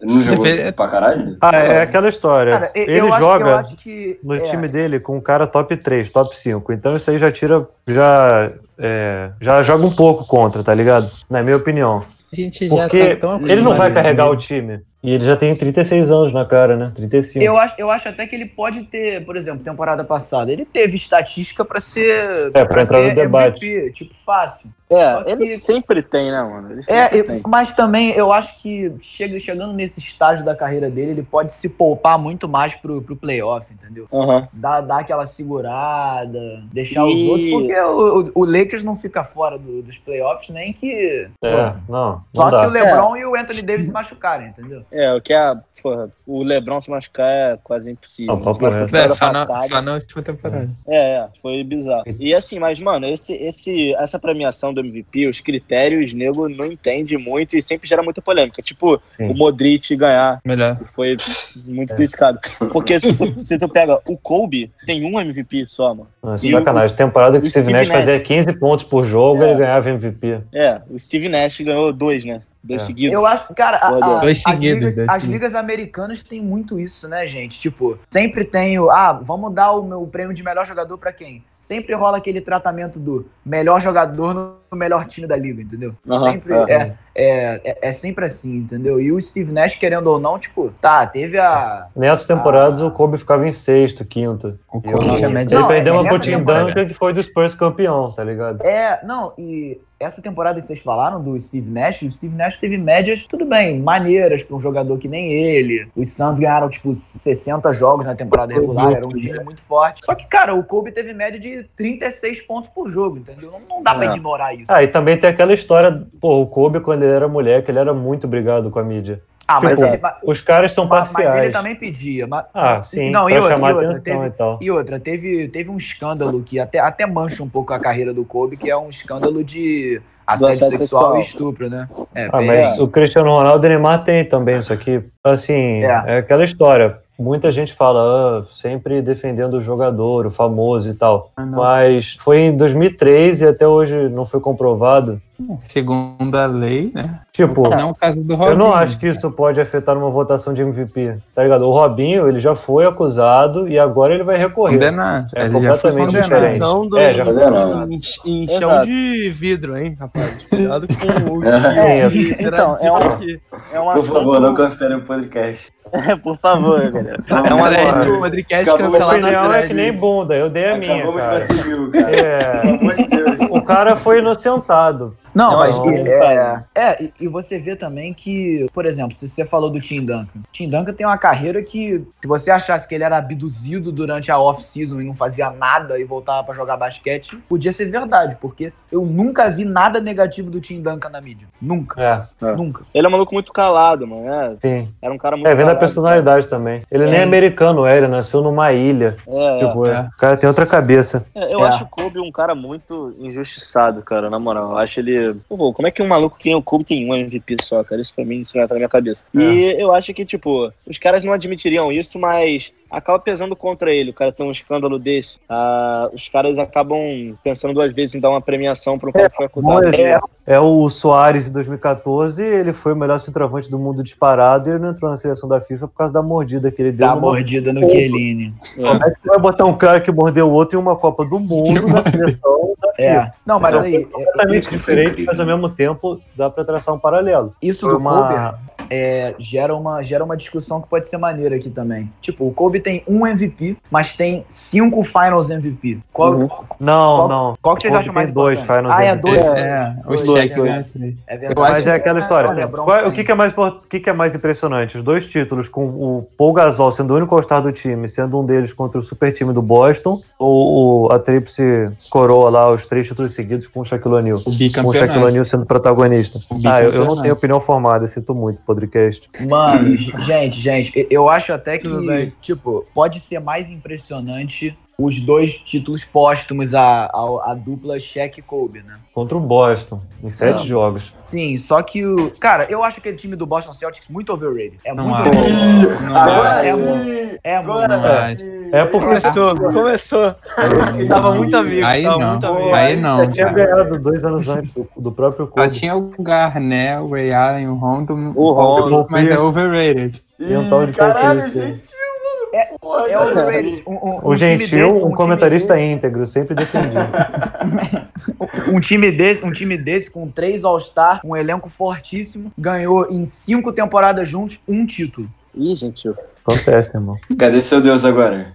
[SPEAKER 1] Ele não jogou
[SPEAKER 3] Depende-
[SPEAKER 1] pra caralho?
[SPEAKER 2] ah,
[SPEAKER 1] Sei lá.
[SPEAKER 2] é aquela história.
[SPEAKER 6] Cara, eu,
[SPEAKER 2] Ele
[SPEAKER 6] eu acho, eu
[SPEAKER 2] joga
[SPEAKER 6] acho que.
[SPEAKER 2] no
[SPEAKER 6] é,
[SPEAKER 2] time dele com um cara top 3, top 5. Então isso aí já tira, já, é, já joga um pouco contra, tá ligado? Na minha opinião.
[SPEAKER 3] A gente já
[SPEAKER 2] Porque
[SPEAKER 3] tá tão
[SPEAKER 2] ele não vai
[SPEAKER 3] acostumado
[SPEAKER 2] carregar
[SPEAKER 3] com
[SPEAKER 2] o time. E ele já tem 36 anos na cara, né? 35.
[SPEAKER 6] Eu acho, eu acho até que ele pode ter, por exemplo, temporada passada, ele teve estatística É, pra ser.
[SPEAKER 2] É, pra entrar
[SPEAKER 6] ser
[SPEAKER 2] no debate.
[SPEAKER 6] MVP, tipo, fácil. só
[SPEAKER 4] É, ele
[SPEAKER 6] que-
[SPEAKER 4] sempre tem, né, mano? Ele
[SPEAKER 6] É,
[SPEAKER 4] sempre
[SPEAKER 6] eu-
[SPEAKER 4] tem.
[SPEAKER 6] mas também eu acho que chega, chegando nesse estágio da carreira dele, ele pode se poupar muito mais pro, pro playoff, entendeu?
[SPEAKER 4] Aham.
[SPEAKER 6] Dar, dar aquela segurada, deixar os
[SPEAKER 4] E-
[SPEAKER 6] outros, porque o, o- o Lakers não fica fora do- dos playoffs, nem que.
[SPEAKER 2] É, não.
[SPEAKER 6] Só
[SPEAKER 2] não
[SPEAKER 6] se
[SPEAKER 2] dá.
[SPEAKER 6] o LeBron e o Anthony Davis se machucarem, entendeu?
[SPEAKER 4] É, o que a. Porra, o Lebron se machucar é quase impossível.
[SPEAKER 2] Não, papo
[SPEAKER 4] Se machucou
[SPEAKER 2] reto.
[SPEAKER 3] É,
[SPEAKER 4] temporada
[SPEAKER 3] só na,
[SPEAKER 4] passada.
[SPEAKER 3] só na última temporada.
[SPEAKER 4] É, é, foi bizarro. E assim, mas, mano, esse, esse, essa premiação do MVP, os critérios, nego não entende muito e sempre gera muita polêmica. Tipo,
[SPEAKER 2] Sim.
[SPEAKER 4] o Modric ganhar,
[SPEAKER 3] Melhor.
[SPEAKER 4] que foi muito criticado. Porque se tu, se tu pega o Kobe, tem um MVP só, mano.
[SPEAKER 2] Ah,
[SPEAKER 4] E
[SPEAKER 2] sacanagem. Temporada que
[SPEAKER 4] o
[SPEAKER 2] o Steve
[SPEAKER 4] Steve
[SPEAKER 2] Nash fazia
[SPEAKER 4] Nash.
[SPEAKER 2] 15 pontos por jogo,
[SPEAKER 4] É.
[SPEAKER 2] ele ganhava MVP.
[SPEAKER 4] É, o Steve Nash ganhou dois, né? Dois
[SPEAKER 2] É.
[SPEAKER 4] seguidos.
[SPEAKER 6] Eu acho, cara, a- a-
[SPEAKER 3] Dois
[SPEAKER 6] as,
[SPEAKER 3] seguidos,
[SPEAKER 6] ligas,
[SPEAKER 3] dois
[SPEAKER 6] as
[SPEAKER 3] seguidos.
[SPEAKER 6] ligas americanas têm muito isso, né, gente? Tipo, sempre tem o. Ah, vamos dar o meu prêmio de melhor jogador pra quem? Sempre rola aquele tratamento do melhor jogador no melhor time da liga, entendeu?
[SPEAKER 4] Aham,
[SPEAKER 6] sempre
[SPEAKER 4] aham.
[SPEAKER 6] é, é, é, é sempre assim, entendeu? E o Steve Nash, querendo ou não, tipo, tá, teve a.
[SPEAKER 2] Nessas temporadas,
[SPEAKER 6] Ah.
[SPEAKER 2] o Kobe ficava em sexto, quinto.
[SPEAKER 3] O
[SPEAKER 2] Eu
[SPEAKER 3] Kobe
[SPEAKER 2] não-
[SPEAKER 3] é média.
[SPEAKER 2] Ele
[SPEAKER 6] Não,
[SPEAKER 2] perdeu
[SPEAKER 6] é
[SPEAKER 2] uma
[SPEAKER 6] nessa
[SPEAKER 2] Putin
[SPEAKER 6] temporada.
[SPEAKER 2] Duncan que foi do Spurs campeão, tá ligado?
[SPEAKER 6] É, não, e essa temporada que vocês falaram do Steve Nash, o Steve Nash teve médias, tudo bem, maneiras pra um jogador que nem ele. Os Suns ganharam, tipo, 60 jogos na temporada regular, era um time
[SPEAKER 4] né?
[SPEAKER 6] muito forte. Só que, cara, o Kobe teve média de 36 pontos por jogo, entendeu? Não, não dá pra
[SPEAKER 4] É.
[SPEAKER 6] ignorar isso.
[SPEAKER 2] Ah, e também tem aquela história, pô, o Kobe, quando ele era moleque, ele era muito brigado com a mídia.
[SPEAKER 6] Ah, mas,
[SPEAKER 2] tipo,
[SPEAKER 6] ele, ma-
[SPEAKER 2] Os caras são
[SPEAKER 6] Ah, mas,
[SPEAKER 2] parciais.
[SPEAKER 6] ele também pedia. Mas,
[SPEAKER 2] Ah, sim,
[SPEAKER 6] Não,
[SPEAKER 2] pra
[SPEAKER 6] e outra,
[SPEAKER 2] chamar
[SPEAKER 6] e outra,
[SPEAKER 2] atenção
[SPEAKER 6] teve,
[SPEAKER 2] e tal.
[SPEAKER 6] E outra, teve, teve um escândalo que até, até mancha um pouco a carreira do Kobe, que é um escândalo de assédio
[SPEAKER 4] assédio
[SPEAKER 6] sexual,
[SPEAKER 4] sexual.
[SPEAKER 6] e estupro, né? É,
[SPEAKER 2] Ah,
[SPEAKER 6] bem-
[SPEAKER 2] mas o Cristiano Ronaldo e o Neymar tem também isso aqui. Assim,
[SPEAKER 6] É.
[SPEAKER 2] é, aquela história. Muita gente fala, ah, sempre defendendo o jogador, o famoso e tal. Mas foi em 2003 e até hoje não foi comprovado.
[SPEAKER 3] Segundo a lei, né?
[SPEAKER 2] Tipo,
[SPEAKER 3] Não o caso do Robinho.
[SPEAKER 2] eu não acho que isso pode afetar uma votação de MVP, tá ligado? O Robinho, ele já foi acusado e agora ele vai recorrer.
[SPEAKER 3] Condenado.
[SPEAKER 2] É
[SPEAKER 3] Ele já foi
[SPEAKER 2] completamente
[SPEAKER 3] condenado.
[SPEAKER 2] diferente.
[SPEAKER 5] São do,
[SPEAKER 2] É, já
[SPEAKER 1] fizeram.
[SPEAKER 5] em, em chão
[SPEAKER 4] Exato.
[SPEAKER 5] de vidro, hein, rapaz? Cuidado com o que
[SPEAKER 2] É.
[SPEAKER 5] que será
[SPEAKER 4] Então, é
[SPEAKER 5] dito
[SPEAKER 4] um-
[SPEAKER 5] aqui.
[SPEAKER 4] É um
[SPEAKER 1] Por
[SPEAKER 4] assunto-
[SPEAKER 1] favor, não cancele o podcast.
[SPEAKER 4] É, por favor, galera.
[SPEAKER 5] É
[SPEAKER 1] Não,
[SPEAKER 5] um
[SPEAKER 1] cara,
[SPEAKER 5] thread,
[SPEAKER 1] acabou-
[SPEAKER 5] um podcast
[SPEAKER 1] acabou
[SPEAKER 2] A
[SPEAKER 1] Falar
[SPEAKER 5] cancelado na
[SPEAKER 2] opinião é
[SPEAKER 5] thread.
[SPEAKER 2] que nem bunda, eu dei a minha,
[SPEAKER 1] Acabamos de
[SPEAKER 2] cara.
[SPEAKER 1] bater mil, é cara.
[SPEAKER 2] É,
[SPEAKER 1] Pelo amor de Deus.
[SPEAKER 2] o cara foi inocentado.
[SPEAKER 6] Não,
[SPEAKER 4] Não,
[SPEAKER 6] mas
[SPEAKER 2] não,
[SPEAKER 6] é, é, e- e você vê também que, por exemplo, se você falou do Tim Duncan, Tim Duncan tem uma carreira que, se você achasse que ele era abduzido durante a off-season e não fazia nada e voltava pra jogar basquete, podia ser verdade, porque eu nunca vi nada negativo do Tim Duncan na mídia. Nunca,
[SPEAKER 2] É,
[SPEAKER 6] nunca.
[SPEAKER 4] Ele é um maluco muito calado, mano. É,
[SPEAKER 2] sim.
[SPEAKER 4] era um cara muito
[SPEAKER 2] É, vem da
[SPEAKER 4] calado.
[SPEAKER 2] personalidade também. Ele nem
[SPEAKER 6] Sim.
[SPEAKER 2] é americano, é, ele nasceu numa ilha.
[SPEAKER 4] É, é.
[SPEAKER 2] Tipo,
[SPEAKER 3] é.
[SPEAKER 2] O cara tem outra cabeça.
[SPEAKER 4] É, Eu
[SPEAKER 6] É.
[SPEAKER 4] acho o Kobe um cara muito injustiçado, cara, na moral. Eu acho ele. Pô, como é que um maluco que nem o Kobe tem um MVP só, cara? Isso pra mim, isso não entra na minha cabeça. E eu acho que, tipo, os caras não admitiriam isso, mas acaba pesando contra ele. O cara tem um escândalo desse. Ah, os caras acabam pensando duas vezes em dar uma premiação pro cara que foi acusado.
[SPEAKER 2] Bom exemplo, É o Soares em 2014, ele foi o melhor centroavante do mundo disparado e ele não entrou na seleção da FIFA por causa da mordida que ele deu.
[SPEAKER 6] Dá
[SPEAKER 2] no-
[SPEAKER 6] mordida no Chiellini.
[SPEAKER 2] Como é que vai botar um cara que mordeu o outro em uma Copa do Mundo na seleção da FIFA?
[SPEAKER 6] É. Não, mas aí, é-
[SPEAKER 2] Completamente
[SPEAKER 1] Isso foi
[SPEAKER 2] diferente,
[SPEAKER 1] incrível.
[SPEAKER 2] mas ao mesmo tempo dá pra traçar um paralelo.
[SPEAKER 6] isso
[SPEAKER 2] Foi
[SPEAKER 6] do
[SPEAKER 2] uma-
[SPEAKER 6] Kobe é, gera, uma, gera uma discussão que pode ser maneira aqui também. Tipo, o Kobe tem um MVP, mas tem cinco Finals MVP. Qual,
[SPEAKER 2] Não, não.
[SPEAKER 6] qual que vocês
[SPEAKER 2] Kobe
[SPEAKER 6] acham mais
[SPEAKER 2] tem dois
[SPEAKER 6] importante?
[SPEAKER 2] Finals
[SPEAKER 6] ah, é
[SPEAKER 2] MVP.
[SPEAKER 6] dois?
[SPEAKER 3] É, os
[SPEAKER 6] Dois,
[SPEAKER 3] dois.
[SPEAKER 6] é
[SPEAKER 3] ganham
[SPEAKER 6] verdade.
[SPEAKER 3] três.
[SPEAKER 6] É verdade.
[SPEAKER 2] Mas é aquela história.
[SPEAKER 6] Ah,
[SPEAKER 2] né?
[SPEAKER 6] LeBron
[SPEAKER 2] Qual- o
[SPEAKER 6] tem.
[SPEAKER 2] que, que é mais, impor- o que, que é mais impressionante? Os dois títulos, com o Paul Gasol sendo o único all do time, sendo um deles contra o super time do Boston, ou, o- a Tríplice coroa lá, os três títulos seguidos com o Shaquille O'Neal.
[SPEAKER 3] O
[SPEAKER 2] Com o Shaquille
[SPEAKER 3] bicampeonato.
[SPEAKER 2] O'Neal sendo protagonista.
[SPEAKER 3] O
[SPEAKER 2] Ah, eu, eu não
[SPEAKER 3] bicampeonato.
[SPEAKER 2] tenho opinião formada, sinto muito, podcast.
[SPEAKER 6] Mano, g- gente, gente, e- eu acho até que,
[SPEAKER 5] Tudo bem.
[SPEAKER 6] tipo, pode ser mais impressionante os dois títulos póstumos, a, a, a dupla Shaq e Kobe, né?
[SPEAKER 2] Contra o Boston, em sete
[SPEAKER 1] Não.
[SPEAKER 2] jogos.
[SPEAKER 6] Sim, só que o. Cara, eu acho aquele time do Boston Celtics muito overrated. É
[SPEAKER 3] Não
[SPEAKER 6] muito
[SPEAKER 3] acho.
[SPEAKER 6] overrated.
[SPEAKER 3] Não,
[SPEAKER 1] Agora
[SPEAKER 6] é
[SPEAKER 1] sim!
[SPEAKER 6] um- É muito.
[SPEAKER 1] Agora
[SPEAKER 2] É porque
[SPEAKER 5] Começou, começou. Tava muito amigo,
[SPEAKER 3] Aí
[SPEAKER 5] tava
[SPEAKER 3] não.
[SPEAKER 5] muito amigo.
[SPEAKER 3] Aí não.
[SPEAKER 2] tinha
[SPEAKER 3] cara.
[SPEAKER 2] ganhado dois anos antes do, do próprio
[SPEAKER 3] Só
[SPEAKER 2] Kobe.
[SPEAKER 3] tinha o Garnett, o Ray Allen, o Rondo,
[SPEAKER 4] O Rondo.
[SPEAKER 3] mas é overrated.
[SPEAKER 2] E um tal de
[SPEAKER 1] Ih, Caralho,
[SPEAKER 2] Patrick.
[SPEAKER 1] gentil, mano.
[SPEAKER 6] É-
[SPEAKER 1] Porra,
[SPEAKER 6] É
[SPEAKER 1] cara.
[SPEAKER 6] overrated. Um, um,
[SPEAKER 2] O
[SPEAKER 6] um time
[SPEAKER 2] Gentil,
[SPEAKER 6] desse-
[SPEAKER 2] um
[SPEAKER 6] time
[SPEAKER 2] comentarista
[SPEAKER 6] desse-
[SPEAKER 2] íntegro, sempre defendido.
[SPEAKER 6] Um time desse, um time desse com três All-Star, um elenco fortíssimo, ganhou em cinco temporadas juntos um título.
[SPEAKER 4] Ih, gente.
[SPEAKER 2] Acontece, irmão.
[SPEAKER 1] Cadê seu Deus agora?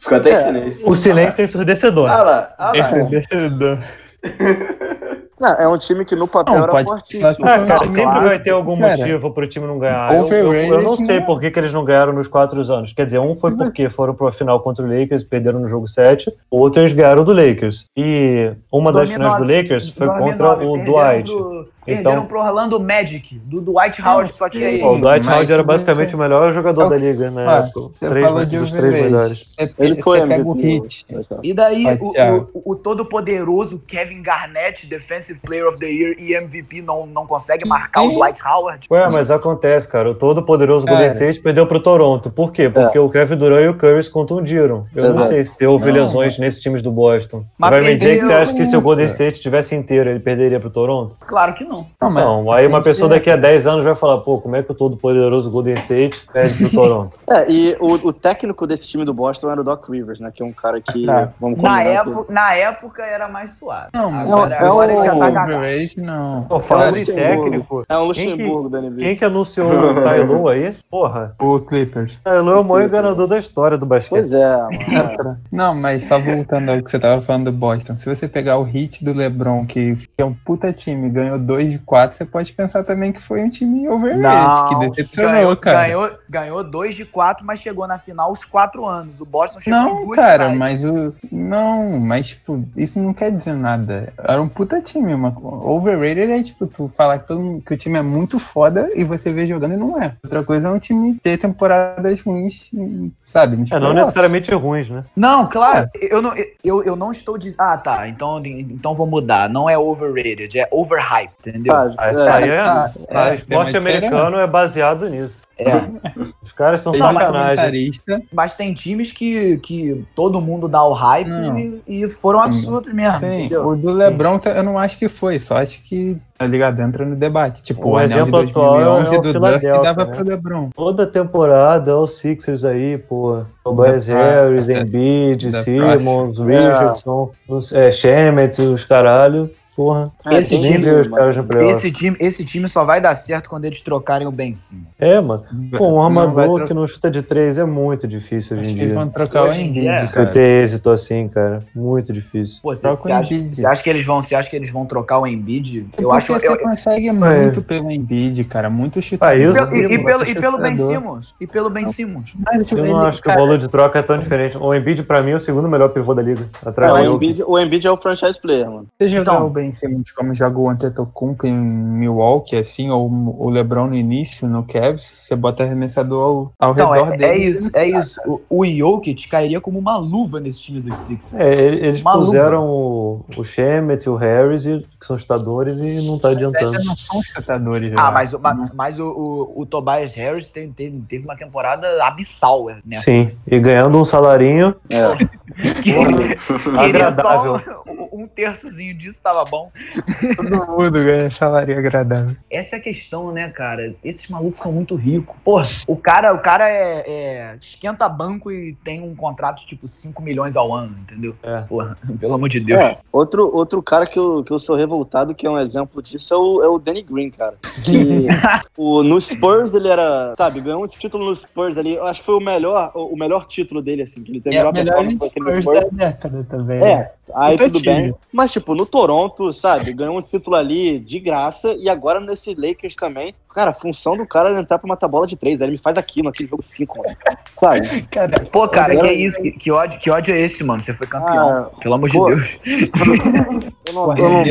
[SPEAKER 1] Ficou até em silêncio.
[SPEAKER 2] O silêncio é ensurdecedor.
[SPEAKER 1] Ah lá, ah lá.
[SPEAKER 4] Não, é um time que no
[SPEAKER 3] Então,
[SPEAKER 4] papel
[SPEAKER 3] Não,
[SPEAKER 4] era
[SPEAKER 3] pode-
[SPEAKER 4] fortíssimo.
[SPEAKER 2] Ah, cara, sempre
[SPEAKER 3] Claro,
[SPEAKER 2] vai ter algum
[SPEAKER 3] cara.
[SPEAKER 2] motivo pro time não ganhar. Eu, eu-
[SPEAKER 3] Overrated,
[SPEAKER 2] eu não sei
[SPEAKER 3] né? é
[SPEAKER 2] por que, que eles não ganharam nos quatro anos. Quer dizer, um foi porque foram pra final contra o Lakers, perderam no jogo 7. Outro eles ganharam do Lakers. E uma das finais do Lakers foi
[SPEAKER 6] Então,
[SPEAKER 2] contra o Dwight.
[SPEAKER 6] Pro,
[SPEAKER 2] Então-
[SPEAKER 6] Perderam pro Orlando Magic, do Dwight Howard, que só tinha
[SPEAKER 2] Pô, o
[SPEAKER 6] ele.
[SPEAKER 2] Dwight
[SPEAKER 3] Mas
[SPEAKER 2] Howard era
[SPEAKER 3] você-
[SPEAKER 2] basicamente o melhor jogador
[SPEAKER 3] É o
[SPEAKER 2] da
[SPEAKER 3] que-
[SPEAKER 2] liga, né?
[SPEAKER 3] Ah,
[SPEAKER 2] época.
[SPEAKER 3] Você
[SPEAKER 2] Três
[SPEAKER 3] falou de
[SPEAKER 2] dos três melhores.
[SPEAKER 3] overrated. Você,
[SPEAKER 4] Ele foi
[SPEAKER 3] você pega o
[SPEAKER 4] MVP.
[SPEAKER 3] hit.
[SPEAKER 6] E daí,
[SPEAKER 3] Vai,
[SPEAKER 6] o,
[SPEAKER 3] Thiago.
[SPEAKER 6] o- o todo-poderoso Kevin Garnett, Defensive Player of the Year e MVP, não, não consegue marcar o Dwight Howard.
[SPEAKER 2] Ué, mas acontece, cara. O todo poderoso
[SPEAKER 3] Cara.
[SPEAKER 2] Golden State perdeu pro Toronto. Por quê? Porque o Kevin Durant e o Curry se contundiram. Eu não
[SPEAKER 4] Exato.
[SPEAKER 2] sei se houve
[SPEAKER 3] Não.
[SPEAKER 2] lesões nesses times do Boston.
[SPEAKER 6] Mas
[SPEAKER 2] Vai me dizer que
[SPEAKER 6] perdeu,
[SPEAKER 2] você acha que se o
[SPEAKER 3] cara.
[SPEAKER 2] Golden State tivesse inteiro, ele perderia pro Toronto?
[SPEAKER 6] Claro que não.
[SPEAKER 3] Não, mas
[SPEAKER 2] não. Aí uma
[SPEAKER 3] perdeu.
[SPEAKER 2] pessoa daqui a 10 anos vai falar, pô, como é que o todo poderoso Golden State perde pro Toronto?
[SPEAKER 4] É, e o, o técnico desse time do Boston era o Doc Rivers, né? Que é um cara que.
[SPEAKER 3] Tá.
[SPEAKER 4] Vamos
[SPEAKER 6] Na
[SPEAKER 4] combinar que-
[SPEAKER 6] época, na época era mais suave.
[SPEAKER 3] Não, mas
[SPEAKER 6] Agora-
[SPEAKER 3] é
[SPEAKER 6] agora
[SPEAKER 3] o-
[SPEAKER 6] ele já tá cagado.
[SPEAKER 3] overrated, não.
[SPEAKER 2] Pô, falando
[SPEAKER 4] É um
[SPEAKER 2] de
[SPEAKER 4] Luxemburgo.
[SPEAKER 2] técnico,
[SPEAKER 4] É o
[SPEAKER 2] Quem que-
[SPEAKER 4] Luxemburgo da NBA.
[SPEAKER 2] quem que é? anunciou o Tailu aí? Porra,
[SPEAKER 3] O Clippers.
[SPEAKER 2] Tailu é o maior enganador da história do basquete.
[SPEAKER 4] Pois é, mano.
[SPEAKER 3] Não, mas só voltando ao que você tava falando do Boston. Se você pegar o hit do LeBron, que é um puta time, ganhou 2 de 4, você pode pensar também que foi um time overrated, que decepcionou,
[SPEAKER 6] ganhou,
[SPEAKER 3] cara.
[SPEAKER 6] Ganhou, um ganhou dois de quatro, mas chegou na final os quatro anos. O Boston chegou em
[SPEAKER 3] Não,
[SPEAKER 6] duas
[SPEAKER 3] cara,
[SPEAKER 6] finais.
[SPEAKER 3] mas o. Não, mas tipo, isso não quer dizer nada. Era um puta time, mano. Overrated é tipo, tu falar que, todo mundo- que o time é muito foda e você vê jogando e não é. Outra coisa é um time ter temporadas ruins, sabe? Tipo, Mas,
[SPEAKER 2] É, não
[SPEAKER 3] pô,
[SPEAKER 2] necessariamente ruins, né?
[SPEAKER 6] Não, claro,
[SPEAKER 3] É.
[SPEAKER 6] eu não, eu, eu não estou dizendo. Ah, tá, então, então vou mudar. Não é overrated, é overhype, entendeu?
[SPEAKER 4] Sabe?
[SPEAKER 2] Ah, isso
[SPEAKER 4] É.
[SPEAKER 2] aí é,
[SPEAKER 3] Ah,
[SPEAKER 2] ah,
[SPEAKER 3] é,
[SPEAKER 2] o esporte
[SPEAKER 3] tem uma diferença.
[SPEAKER 2] americano é baseado nisso.
[SPEAKER 6] É.
[SPEAKER 2] Os caras são
[SPEAKER 3] Tem um
[SPEAKER 2] sacanagem.
[SPEAKER 3] comentarista.
[SPEAKER 6] Mas tem times que, que todo mundo dá o hype
[SPEAKER 3] Não.
[SPEAKER 6] e, e foram absurdos mesmo,
[SPEAKER 3] Sim,
[SPEAKER 6] Tá, entendeu?
[SPEAKER 3] o do Lebron tá- eu não acho que foi, só acho que, tá ligado? Entra no debate. Tipo,
[SPEAKER 2] O
[SPEAKER 3] o, anel de
[SPEAKER 2] exemplo atual é o
[SPEAKER 3] 2011 do Duff
[SPEAKER 2] Philadelphia,
[SPEAKER 3] dava
[SPEAKER 2] né?
[SPEAKER 3] pro Lebron.
[SPEAKER 2] Toda temporada, olha os Sixers aí, pô. Tobias
[SPEAKER 3] Da
[SPEAKER 2] Harris,
[SPEAKER 3] praça.
[SPEAKER 2] Embiid,
[SPEAKER 3] Da
[SPEAKER 2] Simmons, Richardson, os- é, Shemet, os caralho. Porra,
[SPEAKER 6] Esse
[SPEAKER 4] É,
[SPEAKER 2] nem
[SPEAKER 6] time-
[SPEAKER 4] tem-
[SPEAKER 2] vê os caras no playoff.
[SPEAKER 6] Esse time, esse time só vai dar certo quando eles trocarem o Ben Simmons.
[SPEAKER 2] É, mano. Pô, um
[SPEAKER 3] vai
[SPEAKER 2] armador
[SPEAKER 3] trocar.
[SPEAKER 2] que não chuta de três é muito difícil hoje
[SPEAKER 3] Acho
[SPEAKER 2] em
[SPEAKER 3] que eles
[SPEAKER 2] dia.
[SPEAKER 3] vão trocar o
[SPEAKER 6] Hoje em
[SPEAKER 3] Embiid,
[SPEAKER 6] dia,
[SPEAKER 2] Pra
[SPEAKER 3] É, cara.
[SPEAKER 2] ter êxito assim, cara. Muito difícil.
[SPEAKER 6] Pô, você
[SPEAKER 3] Troca o
[SPEAKER 6] você acha,
[SPEAKER 3] Embiid. É
[SPEAKER 6] você acha que eles vão, você acha que eles vão trocar o Embiid? Eu acho
[SPEAKER 3] Porque
[SPEAKER 6] eu-
[SPEAKER 3] você consegue muito pelo Embiid, cara. Muito chutador.
[SPEAKER 2] É. Ah, eu-
[SPEAKER 6] e, pelo- e pelo, e pelo
[SPEAKER 3] chutador.
[SPEAKER 6] Ben Simmons. E pelo Ben Simmons.
[SPEAKER 3] Cara, tipo,
[SPEAKER 2] Eu
[SPEAKER 3] ele-
[SPEAKER 2] não acho que o
[SPEAKER 3] cara,
[SPEAKER 2] valor de troca é tão diferente. O Embiid, pra mim, é o segundo melhor pivô da liga. Atrás
[SPEAKER 4] Não,
[SPEAKER 2] do
[SPEAKER 4] o,
[SPEAKER 2] Jokic.
[SPEAKER 4] Embiid, o Embiid é o franchise player, mano.
[SPEAKER 3] Você jogar
[SPEAKER 6] Então.
[SPEAKER 3] o Ben Simmons como joga o Antetokounmpo em Milwaukee, assim, ou o LeBron no início, no Cavs, você bota arremessador ao, ao
[SPEAKER 6] Então,
[SPEAKER 3] redor
[SPEAKER 6] é,
[SPEAKER 3] dele.
[SPEAKER 6] é isso, é isso. O, o Jokic cairia como uma luva nesse time dos Sixers.
[SPEAKER 2] É, ele- eles
[SPEAKER 6] Uma luva.
[SPEAKER 2] puseram o, o Shemet, o Harris, e- que são chutadores, e não tá adiantando.
[SPEAKER 3] Eles não são chutadores.
[SPEAKER 6] Ah,
[SPEAKER 3] né?
[SPEAKER 6] mas, o- mas, mas o, o, o Tobias Harris tem- tem- teve uma temporada abissal
[SPEAKER 3] né?
[SPEAKER 6] nessa.
[SPEAKER 2] Sim, e ganhando um salarinho
[SPEAKER 6] Que- Queria só
[SPEAKER 2] agradável.
[SPEAKER 6] um, um terçozinho disso, tava bom.
[SPEAKER 3] Todo mundo ganha um salário agradável.
[SPEAKER 6] Essa é a questão, né, cara? Esses malucos são muito ricos. Pô, o cara, o cara é, é- esquenta banco e tem um contrato tipo 5 milhões ao ano, entendeu?
[SPEAKER 2] É.
[SPEAKER 6] Porra, pelo amor de Deus.
[SPEAKER 4] É, outro, outro cara que eu, que eu sou revoltado, que é um exemplo disso, é o, é o Danny Green, cara. Que o, no Spurs ele era, sabe, ganhou um título no Spurs ali. Eu acho que foi o melhor, o, o melhor título dele, assim, que ele teve
[SPEAKER 3] É
[SPEAKER 4] a
[SPEAKER 3] o
[SPEAKER 4] melhor
[SPEAKER 3] melhor
[SPEAKER 4] performance daquele
[SPEAKER 3] Spurs
[SPEAKER 4] Spurs.
[SPEAKER 3] da década também. né?
[SPEAKER 4] É, aí
[SPEAKER 3] Então,
[SPEAKER 4] tudo
[SPEAKER 3] time.
[SPEAKER 4] bem. Mas, tipo, no Toronto, sabe, ganhou um título ali de graça e agora nesse Lakers também. Cara, a função do cara era entrar pra matar bola de três. Aí ele me faz aquilo naquele jogo 5, sabe?
[SPEAKER 3] Cara,
[SPEAKER 6] Pô, cara, que é isso? Que, que ódio, que ódio é esse, mano? Você foi campeão.
[SPEAKER 4] Ah,
[SPEAKER 6] pelo amor de
[SPEAKER 4] pô.
[SPEAKER 6] Deus.
[SPEAKER 4] eu não, eu não,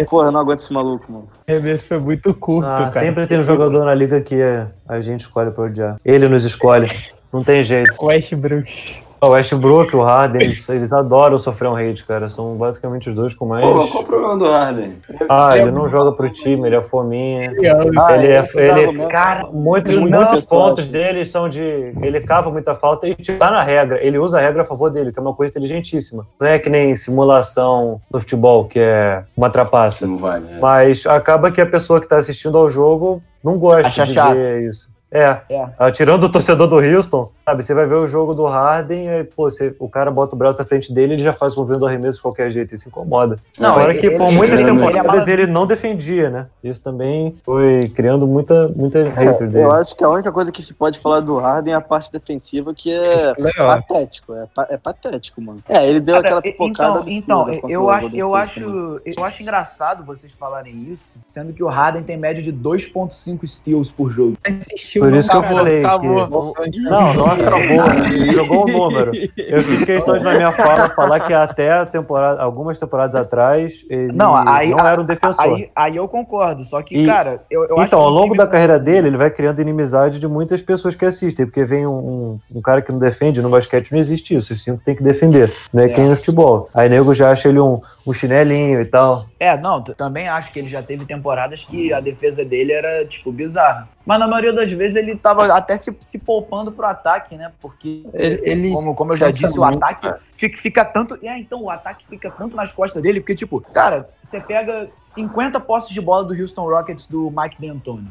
[SPEAKER 4] porra, eu não aguento esse maluco, mano.
[SPEAKER 3] o arremesso foi muito curto,
[SPEAKER 2] Ah,
[SPEAKER 3] cara.
[SPEAKER 2] sempre tem um jogador na liga que é- a gente escolhe pra odiar. Ele nos escolhe. Não tem jeito.
[SPEAKER 3] O Westbrook.
[SPEAKER 2] O Westbrook, o Harden, eles, eles adoram sofrer um hate, cara. São basicamente os dois com mais.
[SPEAKER 1] Pô, mas qual o problema do Harden?
[SPEAKER 2] Ah, ele não joga pro time, ele é fominha.
[SPEAKER 4] Ah,
[SPEAKER 2] ele é.
[SPEAKER 4] esses
[SPEAKER 2] Ele,
[SPEAKER 4] argumentos-
[SPEAKER 2] cara, muitos,
[SPEAKER 4] Não.
[SPEAKER 2] muitos
[SPEAKER 4] Não.
[SPEAKER 2] pontos dele são de. Ele cava muita falta e tipo, tá na regra. Ele usa a regra a favor dele, que é uma coisa inteligentíssima. Não é que nem simulação do futebol, que é uma trapaça.
[SPEAKER 1] Não vale, né?
[SPEAKER 2] Mas acaba que a pessoa que tá assistindo ao jogo não gosta
[SPEAKER 6] Acha
[SPEAKER 2] de
[SPEAKER 6] chato.
[SPEAKER 2] ver isso. É,
[SPEAKER 6] É.
[SPEAKER 2] Ah, tirando o torcedor do Houston, sabe, você vai ver o jogo do Harden, aí, pô, você- o cara bota o braço na frente dele, ele já faz o movimento do arremesso de qualquer jeito, isso incomoda.
[SPEAKER 6] Não,
[SPEAKER 2] Agora
[SPEAKER 6] ele-
[SPEAKER 2] que por
[SPEAKER 6] ele-
[SPEAKER 2] muitas
[SPEAKER 1] ele- ele é
[SPEAKER 2] temporadas ele,
[SPEAKER 6] maluquice.
[SPEAKER 2] não defendia, né? Isso também foi criando muita, muita hater
[SPEAKER 4] É,
[SPEAKER 2] dele.
[SPEAKER 4] eu acho que a única coisa que se pode falar do Harden é a parte defensiva, que é patético. É, pa- é patético, mano. É, ele deu
[SPEAKER 6] Cara,
[SPEAKER 4] aquela
[SPEAKER 2] tá
[SPEAKER 4] pipocada.
[SPEAKER 6] então, então
[SPEAKER 4] absurda contra
[SPEAKER 6] eu,
[SPEAKER 4] o
[SPEAKER 6] acho,
[SPEAKER 4] Golden
[SPEAKER 6] eu,
[SPEAKER 4] State, né?
[SPEAKER 6] acho, eu acho engraçado vocês falarem isso, sendo que o Harden tem média de 2.5 steals por jogo.
[SPEAKER 3] Assistiu
[SPEAKER 2] Por isso que eu
[SPEAKER 5] Acabou,
[SPEAKER 2] falei que...
[SPEAKER 5] acabou.
[SPEAKER 2] Não, não acabou, né? jogou o número. Eu fiz questão de, na minha fala, falar que até a temporada, algumas temporadas atrás, ele
[SPEAKER 6] Não,
[SPEAKER 2] não,
[SPEAKER 6] aí-
[SPEAKER 2] era um defensor.
[SPEAKER 6] Aí, aí eu concordo, só que,
[SPEAKER 2] E-
[SPEAKER 6] cara, eu, eu acho que
[SPEAKER 2] então, ao
[SPEAKER 6] o
[SPEAKER 2] longo
[SPEAKER 6] time-
[SPEAKER 2] da carreira dele, ele vai criando inimizade de muitas pessoas que assistem, porque vem um, um- um cara que não defende, no basquete não existe isso, os cinco tem que defender, não é,
[SPEAKER 6] É.
[SPEAKER 2] quem no futebol. Aí nego já acha ele um, um chinelinho e tal.
[SPEAKER 6] É, não, t- também acho que ele já teve temporadas que a defesa dele era, tipo, bizarra. Mas na maioria das vezes ele tava até se, se poupando pro ataque, né? Porque,
[SPEAKER 3] Ele, ele-
[SPEAKER 6] como, como eu já
[SPEAKER 3] Cansa
[SPEAKER 6] disse, o
[SPEAKER 3] muito,
[SPEAKER 6] ataque fica, fica tanto. É, então, o ataque fica tanto nas costas dele, porque, tipo, cara, você pega 50 posses de bola do Houston Rockets do Mike D'Antoni.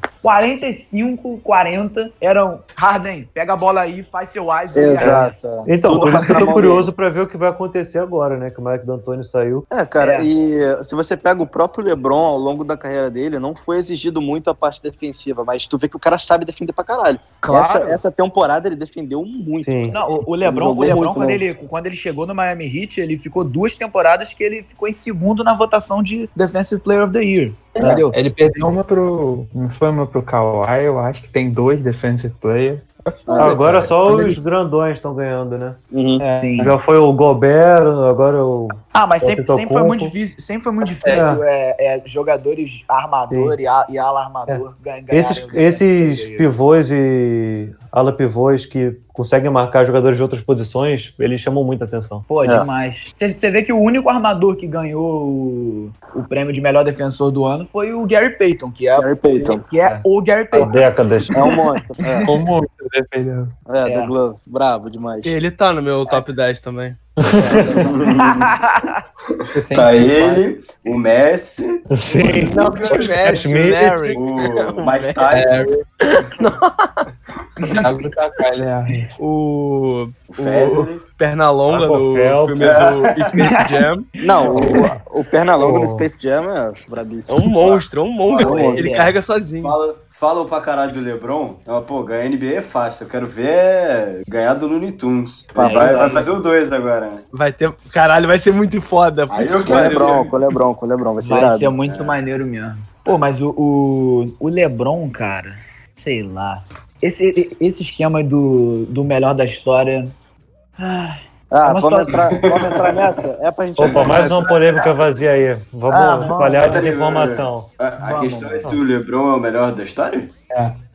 [SPEAKER 6] 45, 40 eram Harden, pega a bola aí, faz seu ISO. e arremessa.
[SPEAKER 2] Então,
[SPEAKER 4] Tudo
[SPEAKER 2] por isso que eu
[SPEAKER 4] na
[SPEAKER 2] tô
[SPEAKER 4] mão
[SPEAKER 2] curioso pra ver o que vai acontecer agora, né? Que o Mike D'Antoni saiu.
[SPEAKER 4] É, cara,
[SPEAKER 6] É.
[SPEAKER 4] e se você pega o próprio LeBron ao longo da carreira dele, não foi exigido muito a parte defensiva, mas tu vê que o cara sabe defender pra caralho. Essa, essa temporada ele defendeu muito.
[SPEAKER 2] Sim.
[SPEAKER 6] Não, o- o LeBron, o
[SPEAKER 4] jogou
[SPEAKER 6] LeBron
[SPEAKER 4] muito,
[SPEAKER 6] quando,
[SPEAKER 4] né?
[SPEAKER 6] ele, quando ele chegou no Miami Heat, ele ficou duas temporadas que ele ficou em segundo na votação de Defensive Player of the Year. Entendeu?
[SPEAKER 3] ele perdeu uma pro. Não foi uma pro Kawhi, eu acho que tem dois defensive players.
[SPEAKER 2] Agora só
[SPEAKER 3] Quando ele-
[SPEAKER 2] os grandões estão ganhando, né?
[SPEAKER 4] Uhum.
[SPEAKER 3] É.
[SPEAKER 6] Sim.
[SPEAKER 2] Já foi o Gobert, agora o.
[SPEAKER 6] Ah, mas
[SPEAKER 2] Pô,
[SPEAKER 6] sempre,
[SPEAKER 2] tentou
[SPEAKER 6] sempre foi
[SPEAKER 2] compo.
[SPEAKER 6] muito difícil, sempre foi muito difícil é, é, jogadores armador e, a, e ala armador ganha- ganharem
[SPEAKER 2] É. Esses,
[SPEAKER 6] o Defensive
[SPEAKER 2] esses
[SPEAKER 6] Player.
[SPEAKER 2] pivôs e ala pivôs que conseguem marcar jogadores de outras posições, eles chamam muita atenção.
[SPEAKER 6] Pô,
[SPEAKER 4] É.
[SPEAKER 6] demais. Você- Você vê que o único armador que ganhou o, o prêmio de melhor defensor do ano foi o Gary Payton, que é,
[SPEAKER 4] Gary Payton.
[SPEAKER 6] que é
[SPEAKER 2] É.
[SPEAKER 6] o Gary
[SPEAKER 2] Há
[SPEAKER 6] Payton.
[SPEAKER 2] décadas.
[SPEAKER 4] É um monstro. É,
[SPEAKER 3] Como você defendeu?
[SPEAKER 4] é,
[SPEAKER 6] É.
[SPEAKER 4] The Glove. Bravo demais.
[SPEAKER 5] Ele tá no meu top 10 também.
[SPEAKER 3] Você sempre
[SPEAKER 1] Tá
[SPEAKER 3] fala.
[SPEAKER 1] ele, o Messi,
[SPEAKER 2] Sim.
[SPEAKER 5] Não, o Messi, o
[SPEAKER 2] Smith.
[SPEAKER 5] Larry.
[SPEAKER 1] o Mike Tyson,
[SPEAKER 3] Abre o cacalho, é.
[SPEAKER 5] o
[SPEAKER 1] o Federer.
[SPEAKER 5] Pernalonga no
[SPEAKER 2] Michael
[SPEAKER 5] filme do Space Jam.
[SPEAKER 4] Não, o, o Pernalonga
[SPEAKER 2] Oh.
[SPEAKER 4] no Space Jam é
[SPEAKER 5] É
[SPEAKER 4] brabíssimo.
[SPEAKER 5] um monstro, é um monstro.
[SPEAKER 6] Não,
[SPEAKER 5] Ele
[SPEAKER 6] é.
[SPEAKER 5] carrega sozinho.
[SPEAKER 1] Fala, falam pra caralho do LeBron. Ah, pô, ganhar NBA é fácil. Eu quero ver é ganhar do Looney Tunes. Mas vai,
[SPEAKER 6] isso aí.
[SPEAKER 1] vai fazer o 2 agora, né?
[SPEAKER 5] Vai ter. Caralho, vai ser muito foda.
[SPEAKER 1] Aí
[SPEAKER 5] Puta
[SPEAKER 1] eu
[SPEAKER 5] que
[SPEAKER 4] Com o
[SPEAKER 1] quero,
[SPEAKER 5] pariu.
[SPEAKER 4] Lebron, com o Lebron, com o Lebron. é Vai ser
[SPEAKER 6] é. Vai
[SPEAKER 4] irado.
[SPEAKER 6] ser
[SPEAKER 2] É.
[SPEAKER 6] muito maneiro mesmo. Pô, mas o, o, o Lebron, cara, sei lá. Esse, esse esquema do, do melhor da história. Ah,
[SPEAKER 4] Ah,
[SPEAKER 6] Vamos
[SPEAKER 4] vamos
[SPEAKER 6] to-
[SPEAKER 4] entrar, vamos entrar nessa? É pra gente...
[SPEAKER 2] Opa, mais uma polêmica vazia aí. Vamos
[SPEAKER 6] Ah, vamos.
[SPEAKER 2] espalhar desinformação.
[SPEAKER 1] A, a
[SPEAKER 6] Vamos,
[SPEAKER 1] questão é se
[SPEAKER 2] vamos.
[SPEAKER 1] o Lebron é o melhor da história?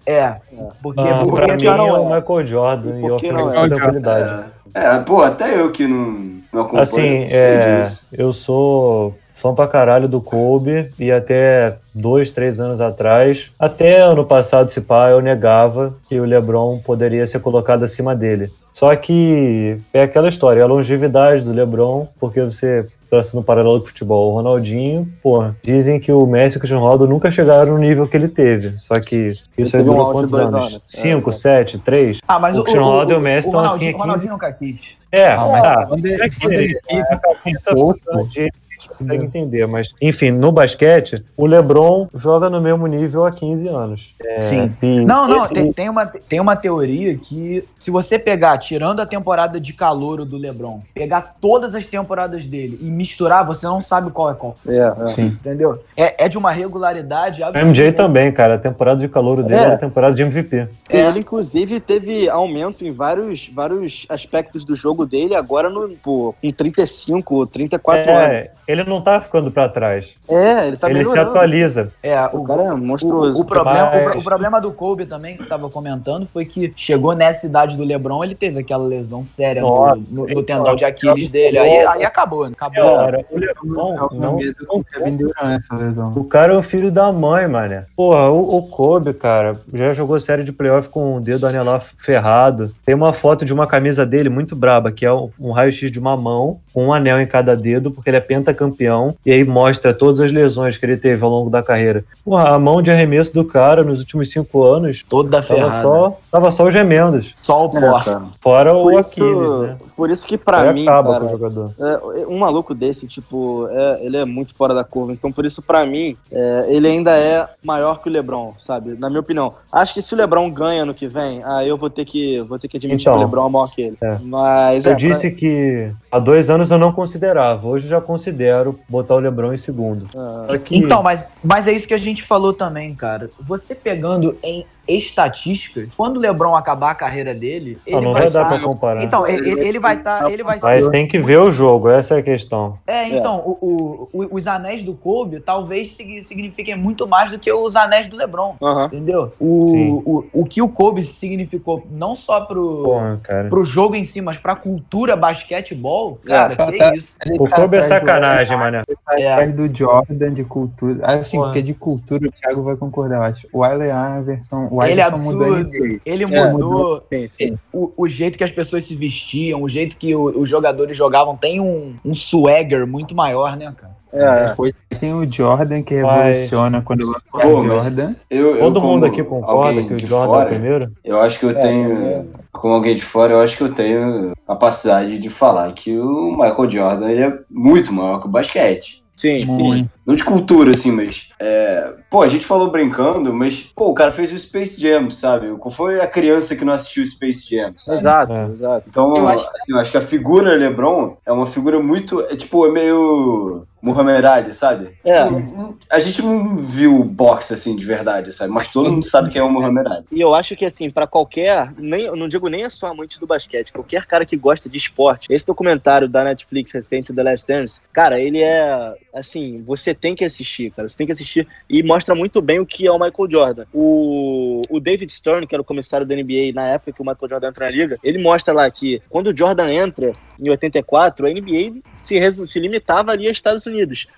[SPEAKER 6] é, porque,
[SPEAKER 2] Não,
[SPEAKER 6] porque
[SPEAKER 2] pra mim é
[SPEAKER 4] não
[SPEAKER 2] o
[SPEAKER 4] é?
[SPEAKER 2] Michael Jordan e
[SPEAKER 4] Por que não
[SPEAKER 2] ofensa
[SPEAKER 4] é?
[SPEAKER 2] com tranquilidade.
[SPEAKER 1] É, pô, até eu que não, não acompanho. sei
[SPEAKER 2] Assim, é,
[SPEAKER 1] disso.
[SPEAKER 2] eu sou fã pra caralho do Kobe e até dois, três anos atrás, até ano passado, se pá, eu negava que o LeBron poderia ser colocado é acima dele. Só que é aquela história, a longevidade do LeBron, porque você traçando um paralelo com o futebol. O Ronaldinho, porra, dizem que o Messi e o Cristiano Ronaldo nunca chegaram no nível que ele teve. Só que isso aí
[SPEAKER 4] teve um
[SPEAKER 2] durou
[SPEAKER 4] auge
[SPEAKER 2] quantos
[SPEAKER 4] de dois
[SPEAKER 2] anos?
[SPEAKER 4] anos.
[SPEAKER 2] Cinco,
[SPEAKER 4] É, é.
[SPEAKER 2] sete, três?
[SPEAKER 6] Ah, mas
[SPEAKER 2] O Cristiano Ronaldo e o Messi estão assim
[SPEAKER 6] Ronaldinho-
[SPEAKER 2] aqui.
[SPEAKER 6] Ronaldinho nunca quis.
[SPEAKER 2] É,
[SPEAKER 3] Ah,
[SPEAKER 2] mas
[SPEAKER 3] mas
[SPEAKER 2] tá.
[SPEAKER 3] quando ele-
[SPEAKER 2] É que tá,
[SPEAKER 3] quando ele fica
[SPEAKER 2] essa
[SPEAKER 3] pouco.
[SPEAKER 2] questão de- a gente consegue entender, mas enfim, no basquete, o LeBron joga no mesmo nível há 15 anos. É,
[SPEAKER 6] Sim.
[SPEAKER 2] e
[SPEAKER 6] Não, não,
[SPEAKER 2] esse-
[SPEAKER 6] tem, tem uma, tem uma teoria que se você pegar, tirando a temporada de calouro do LeBron, pegar todas as temporadas dele e misturar, você não sabe qual é
[SPEAKER 2] um.
[SPEAKER 6] qual,
[SPEAKER 4] É, é.
[SPEAKER 6] entendeu? É, é de uma regularidade
[SPEAKER 2] O MJ É também, cara. A temporada de calor dele
[SPEAKER 4] É.
[SPEAKER 2] era a temporada de MVP.
[SPEAKER 4] Ele, inclusive, teve aumento em vários, vários aspectos do jogo dele, agora no, pô, com 35 ou 34 anos.
[SPEAKER 2] É, ele não tá ficando pra trás.
[SPEAKER 4] É, ele tá
[SPEAKER 2] ele se
[SPEAKER 4] melhorando.
[SPEAKER 2] atualiza.
[SPEAKER 6] É,
[SPEAKER 4] O
[SPEAKER 6] o,
[SPEAKER 4] cara é monstruoso.
[SPEAKER 6] o, o problema,
[SPEAKER 2] Mas-
[SPEAKER 6] o, pro- o problema do Kobe também, que você estava comentando, foi que chegou nessa idade do LeBron, ele teve aquela lesão séria no,
[SPEAKER 2] Nossa,
[SPEAKER 6] no,
[SPEAKER 2] então,
[SPEAKER 6] no tendão de Aquiles dele. Aí, aí acabou, né?
[SPEAKER 2] É,
[SPEAKER 6] acabou.
[SPEAKER 2] Cara, o LeBron
[SPEAKER 3] É o
[SPEAKER 2] não
[SPEAKER 3] medo com o Kevin Durant essa lesão.
[SPEAKER 2] O cara é o filho da mãe, mané. Porra, o, o Kobe, cara, já jogou série de playoff com o dedo anelar ferrado. Tem uma foto de uma camisa dele muito braba, que é um, um raio-x de uma mão, com um anel em cada dedo, porque ele é pentacampeão. E aí mostra todas as lesões que ele teve ao longo da carreira. Porra, a mão de arremesso do cara nos últimos cinco anos
[SPEAKER 6] Toda
[SPEAKER 2] tava
[SPEAKER 6] ferrada. Só...
[SPEAKER 2] só, tava só os remendos.
[SPEAKER 6] o
[SPEAKER 4] É,
[SPEAKER 6] porte.
[SPEAKER 4] cara.
[SPEAKER 2] Fora
[SPEAKER 4] Por
[SPEAKER 2] o
[SPEAKER 4] isso,
[SPEAKER 2] Aquiles, né?
[SPEAKER 4] por isso que pra
[SPEAKER 2] Aí
[SPEAKER 4] mim,
[SPEAKER 2] acaba
[SPEAKER 4] cara,
[SPEAKER 2] com o jogador.
[SPEAKER 4] É, um maluco desse, tipo, é, ele é muito fora da curva. Então, por isso, pra mim, é, ele ainda é maior que o Lebron, sabe? Na minha opinião. Acho que se o Lebron ganha no que vem, aí eu vou ter que, vou ter que admitir
[SPEAKER 2] Então.
[SPEAKER 4] que o Lebron é maior que ele.
[SPEAKER 2] É.
[SPEAKER 4] Mas é,
[SPEAKER 2] Eu disse que há dois anos eu não considerava, hoje eu já considero botar o Lebron em segundo. Só que- ah,
[SPEAKER 6] Então, mas, mas é isso que a gente falou também, cara. Você pegando em estatísticas, quando o LeBron acabar a carreira dele, ele
[SPEAKER 2] Não, Ah, não
[SPEAKER 6] vai
[SPEAKER 2] vai
[SPEAKER 6] estar.
[SPEAKER 2] dar pra comparar.
[SPEAKER 6] Então, ele, ele vai estar. ele vai
[SPEAKER 2] Mas
[SPEAKER 6] ser.
[SPEAKER 2] tem que ver o jogo, essa é a questão.
[SPEAKER 6] É, então, o- o- o- os anéis do Kobe talvez signi- signifiquem muito mais do que os anéis do LeBron.
[SPEAKER 4] Aham.
[SPEAKER 6] Entendeu?
[SPEAKER 2] Sim.
[SPEAKER 6] O, o, o que o Kobe significou não só pro,
[SPEAKER 2] Porra, cara.
[SPEAKER 6] pro jogo em si, mas pra cultura basquetebol,
[SPEAKER 4] É,
[SPEAKER 6] cara,
[SPEAKER 3] só
[SPEAKER 6] que
[SPEAKER 3] tá-
[SPEAKER 6] isso.
[SPEAKER 3] Ele
[SPEAKER 2] O
[SPEAKER 3] tá
[SPEAKER 2] Kobe é
[SPEAKER 3] atrás do- tá
[SPEAKER 2] sacanagem, mané.
[SPEAKER 6] É,
[SPEAKER 3] atrás do Jordan de cultura. Assim,
[SPEAKER 2] Porra.
[SPEAKER 3] porque de cultura o Thiago vai concordar, eu acho. O Allen é a versão. O
[SPEAKER 6] ele é
[SPEAKER 3] Alisson mudou a
[SPEAKER 6] absurdo.
[SPEAKER 3] NBA.
[SPEAKER 6] Ele
[SPEAKER 4] É,
[SPEAKER 6] mudou.
[SPEAKER 4] Sim, sim.
[SPEAKER 6] o, o jeito que as pessoas se vestiam, o jeito que o- os jogadores jogavam, tem um, um swagger muito maior, né, cara?
[SPEAKER 4] É, é.
[SPEAKER 3] Depois tem o Jordan que
[SPEAKER 2] Mas-
[SPEAKER 3] revoluciona quando lança
[SPEAKER 1] Pô,
[SPEAKER 3] o
[SPEAKER 1] mas-
[SPEAKER 3] Jordan.
[SPEAKER 1] Eu, eu,
[SPEAKER 2] Todo
[SPEAKER 1] como
[SPEAKER 2] mundo aqui concorda
[SPEAKER 1] alguém
[SPEAKER 2] que o
[SPEAKER 1] de
[SPEAKER 2] Jordan
[SPEAKER 1] fora, né,
[SPEAKER 2] é o primeiro?
[SPEAKER 1] Eu acho
[SPEAKER 6] É,
[SPEAKER 1] que eu tenho, como alguém de fora, eu acho que eu tenho capacidade de falar que o Michael Jordan ele é muito maior que o basquete.
[SPEAKER 4] Sim, sim.
[SPEAKER 3] Muito.
[SPEAKER 1] Não de cultura, assim, mas. é, pô, a gente falou brincando, mas, pô, o cara fez o Space Jam, sabe? Qual foi a criança que não assistiu o Space Jam? Sabe?
[SPEAKER 4] Exato,
[SPEAKER 2] É.
[SPEAKER 4] exato.
[SPEAKER 1] Então,
[SPEAKER 6] Eu
[SPEAKER 1] eu
[SPEAKER 6] acho-
[SPEAKER 1] acho... eu acho que a figura LeBron é uma figura muito. É, tipo, é meio. Muhammad Ali, sabe?
[SPEAKER 4] É.
[SPEAKER 1] Tipo, a gente não viu o boxe assim de verdade, sabe? Mas todo mundo sabe quem é o Muhammad Ali.
[SPEAKER 4] E eu acho que, assim, pra qualquer, nem, eu não digo nem só amante do basquete, qualquer cara que gosta de esporte, esse documentário da Netflix recente, The Last Dance, cara, ele é, assim, você tem que assistir, cara, você tem que assistir e mostra muito bem o que é o Michael Jordan. O, o David Stern, que era o comissário da NBA na época que o Michael Jordan entra na liga, ele mostra lá que quando o Jordan entra em 84, a NBA se, resu- se limitava ali aos Estados Unidos.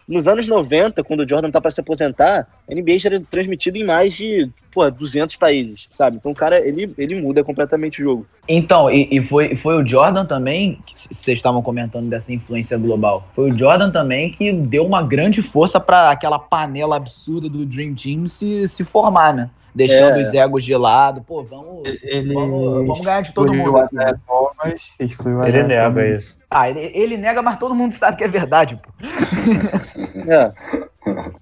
[SPEAKER 4] Nos anos 90, quando o Jordan tá para se aposentar, a NBA já era transmitida em mais de pô, é 200 países, sabe? Então o cara, ele, ele muda completamente o jogo.
[SPEAKER 6] Então, e, e foi, foi o Jordan também, que c- vocês estavam comentando dessa influência global, foi o Jordan também que deu uma grande força pra aquela panela absurda do Dream Team se, se formar, né? Deixando
[SPEAKER 4] É.
[SPEAKER 6] os egos de lado, pô, vamos,
[SPEAKER 3] Ele
[SPEAKER 6] vamos, vamos ganhar de todo
[SPEAKER 3] excluiu
[SPEAKER 6] mundo.
[SPEAKER 3] o
[SPEAKER 6] aqui.
[SPEAKER 3] Isaiah Thomas, excluiu o
[SPEAKER 2] Ele
[SPEAKER 3] Isaiah
[SPEAKER 2] nega
[SPEAKER 3] Thomas.
[SPEAKER 2] isso.
[SPEAKER 6] Ah, ele, ele nega, mas todo mundo sabe que é verdade, pô.
[SPEAKER 4] É,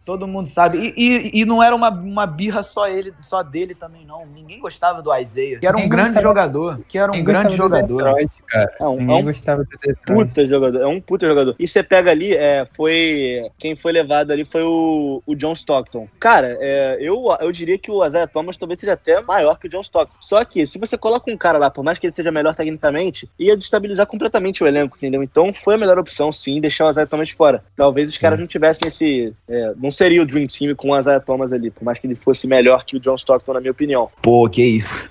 [SPEAKER 6] Todo mundo sabe. E, e- e não era uma, uma birra só ele, só dele também, não. Ninguém gostava do Isaiah. Que era um
[SPEAKER 3] Ninguém
[SPEAKER 6] grande
[SPEAKER 3] gostava-
[SPEAKER 6] jogador. Que era um
[SPEAKER 3] Quem
[SPEAKER 6] grande
[SPEAKER 3] gostava do
[SPEAKER 6] jogador. Então?
[SPEAKER 3] Detroit, cara.
[SPEAKER 4] é um, é
[SPEAKER 3] Ninguém
[SPEAKER 4] um
[SPEAKER 3] gostava do Detroit.
[SPEAKER 4] puta jogador, é um puta jogador. E você pega ali, é, foi. Quem foi levado ali foi o, o John Stockton. Cara, é, eu, eu diria que o Isaiah Thomas talvez seja até maior que o John Stockton. Só que, se você coloca um cara lá, por mais que ele seja melhor tecnicamente, ia destabilizar completamente o elenco, entendeu? Então foi a melhor opção, sim, deixar o Isaiah Thomas fora. Talvez os caras não tivessem esse. é, não seria o Dream Team com o Isaiah Thomas ali, por mais que ele fosse melhor que o John Stockton, na minha opinião.
[SPEAKER 6] Pô, que isso.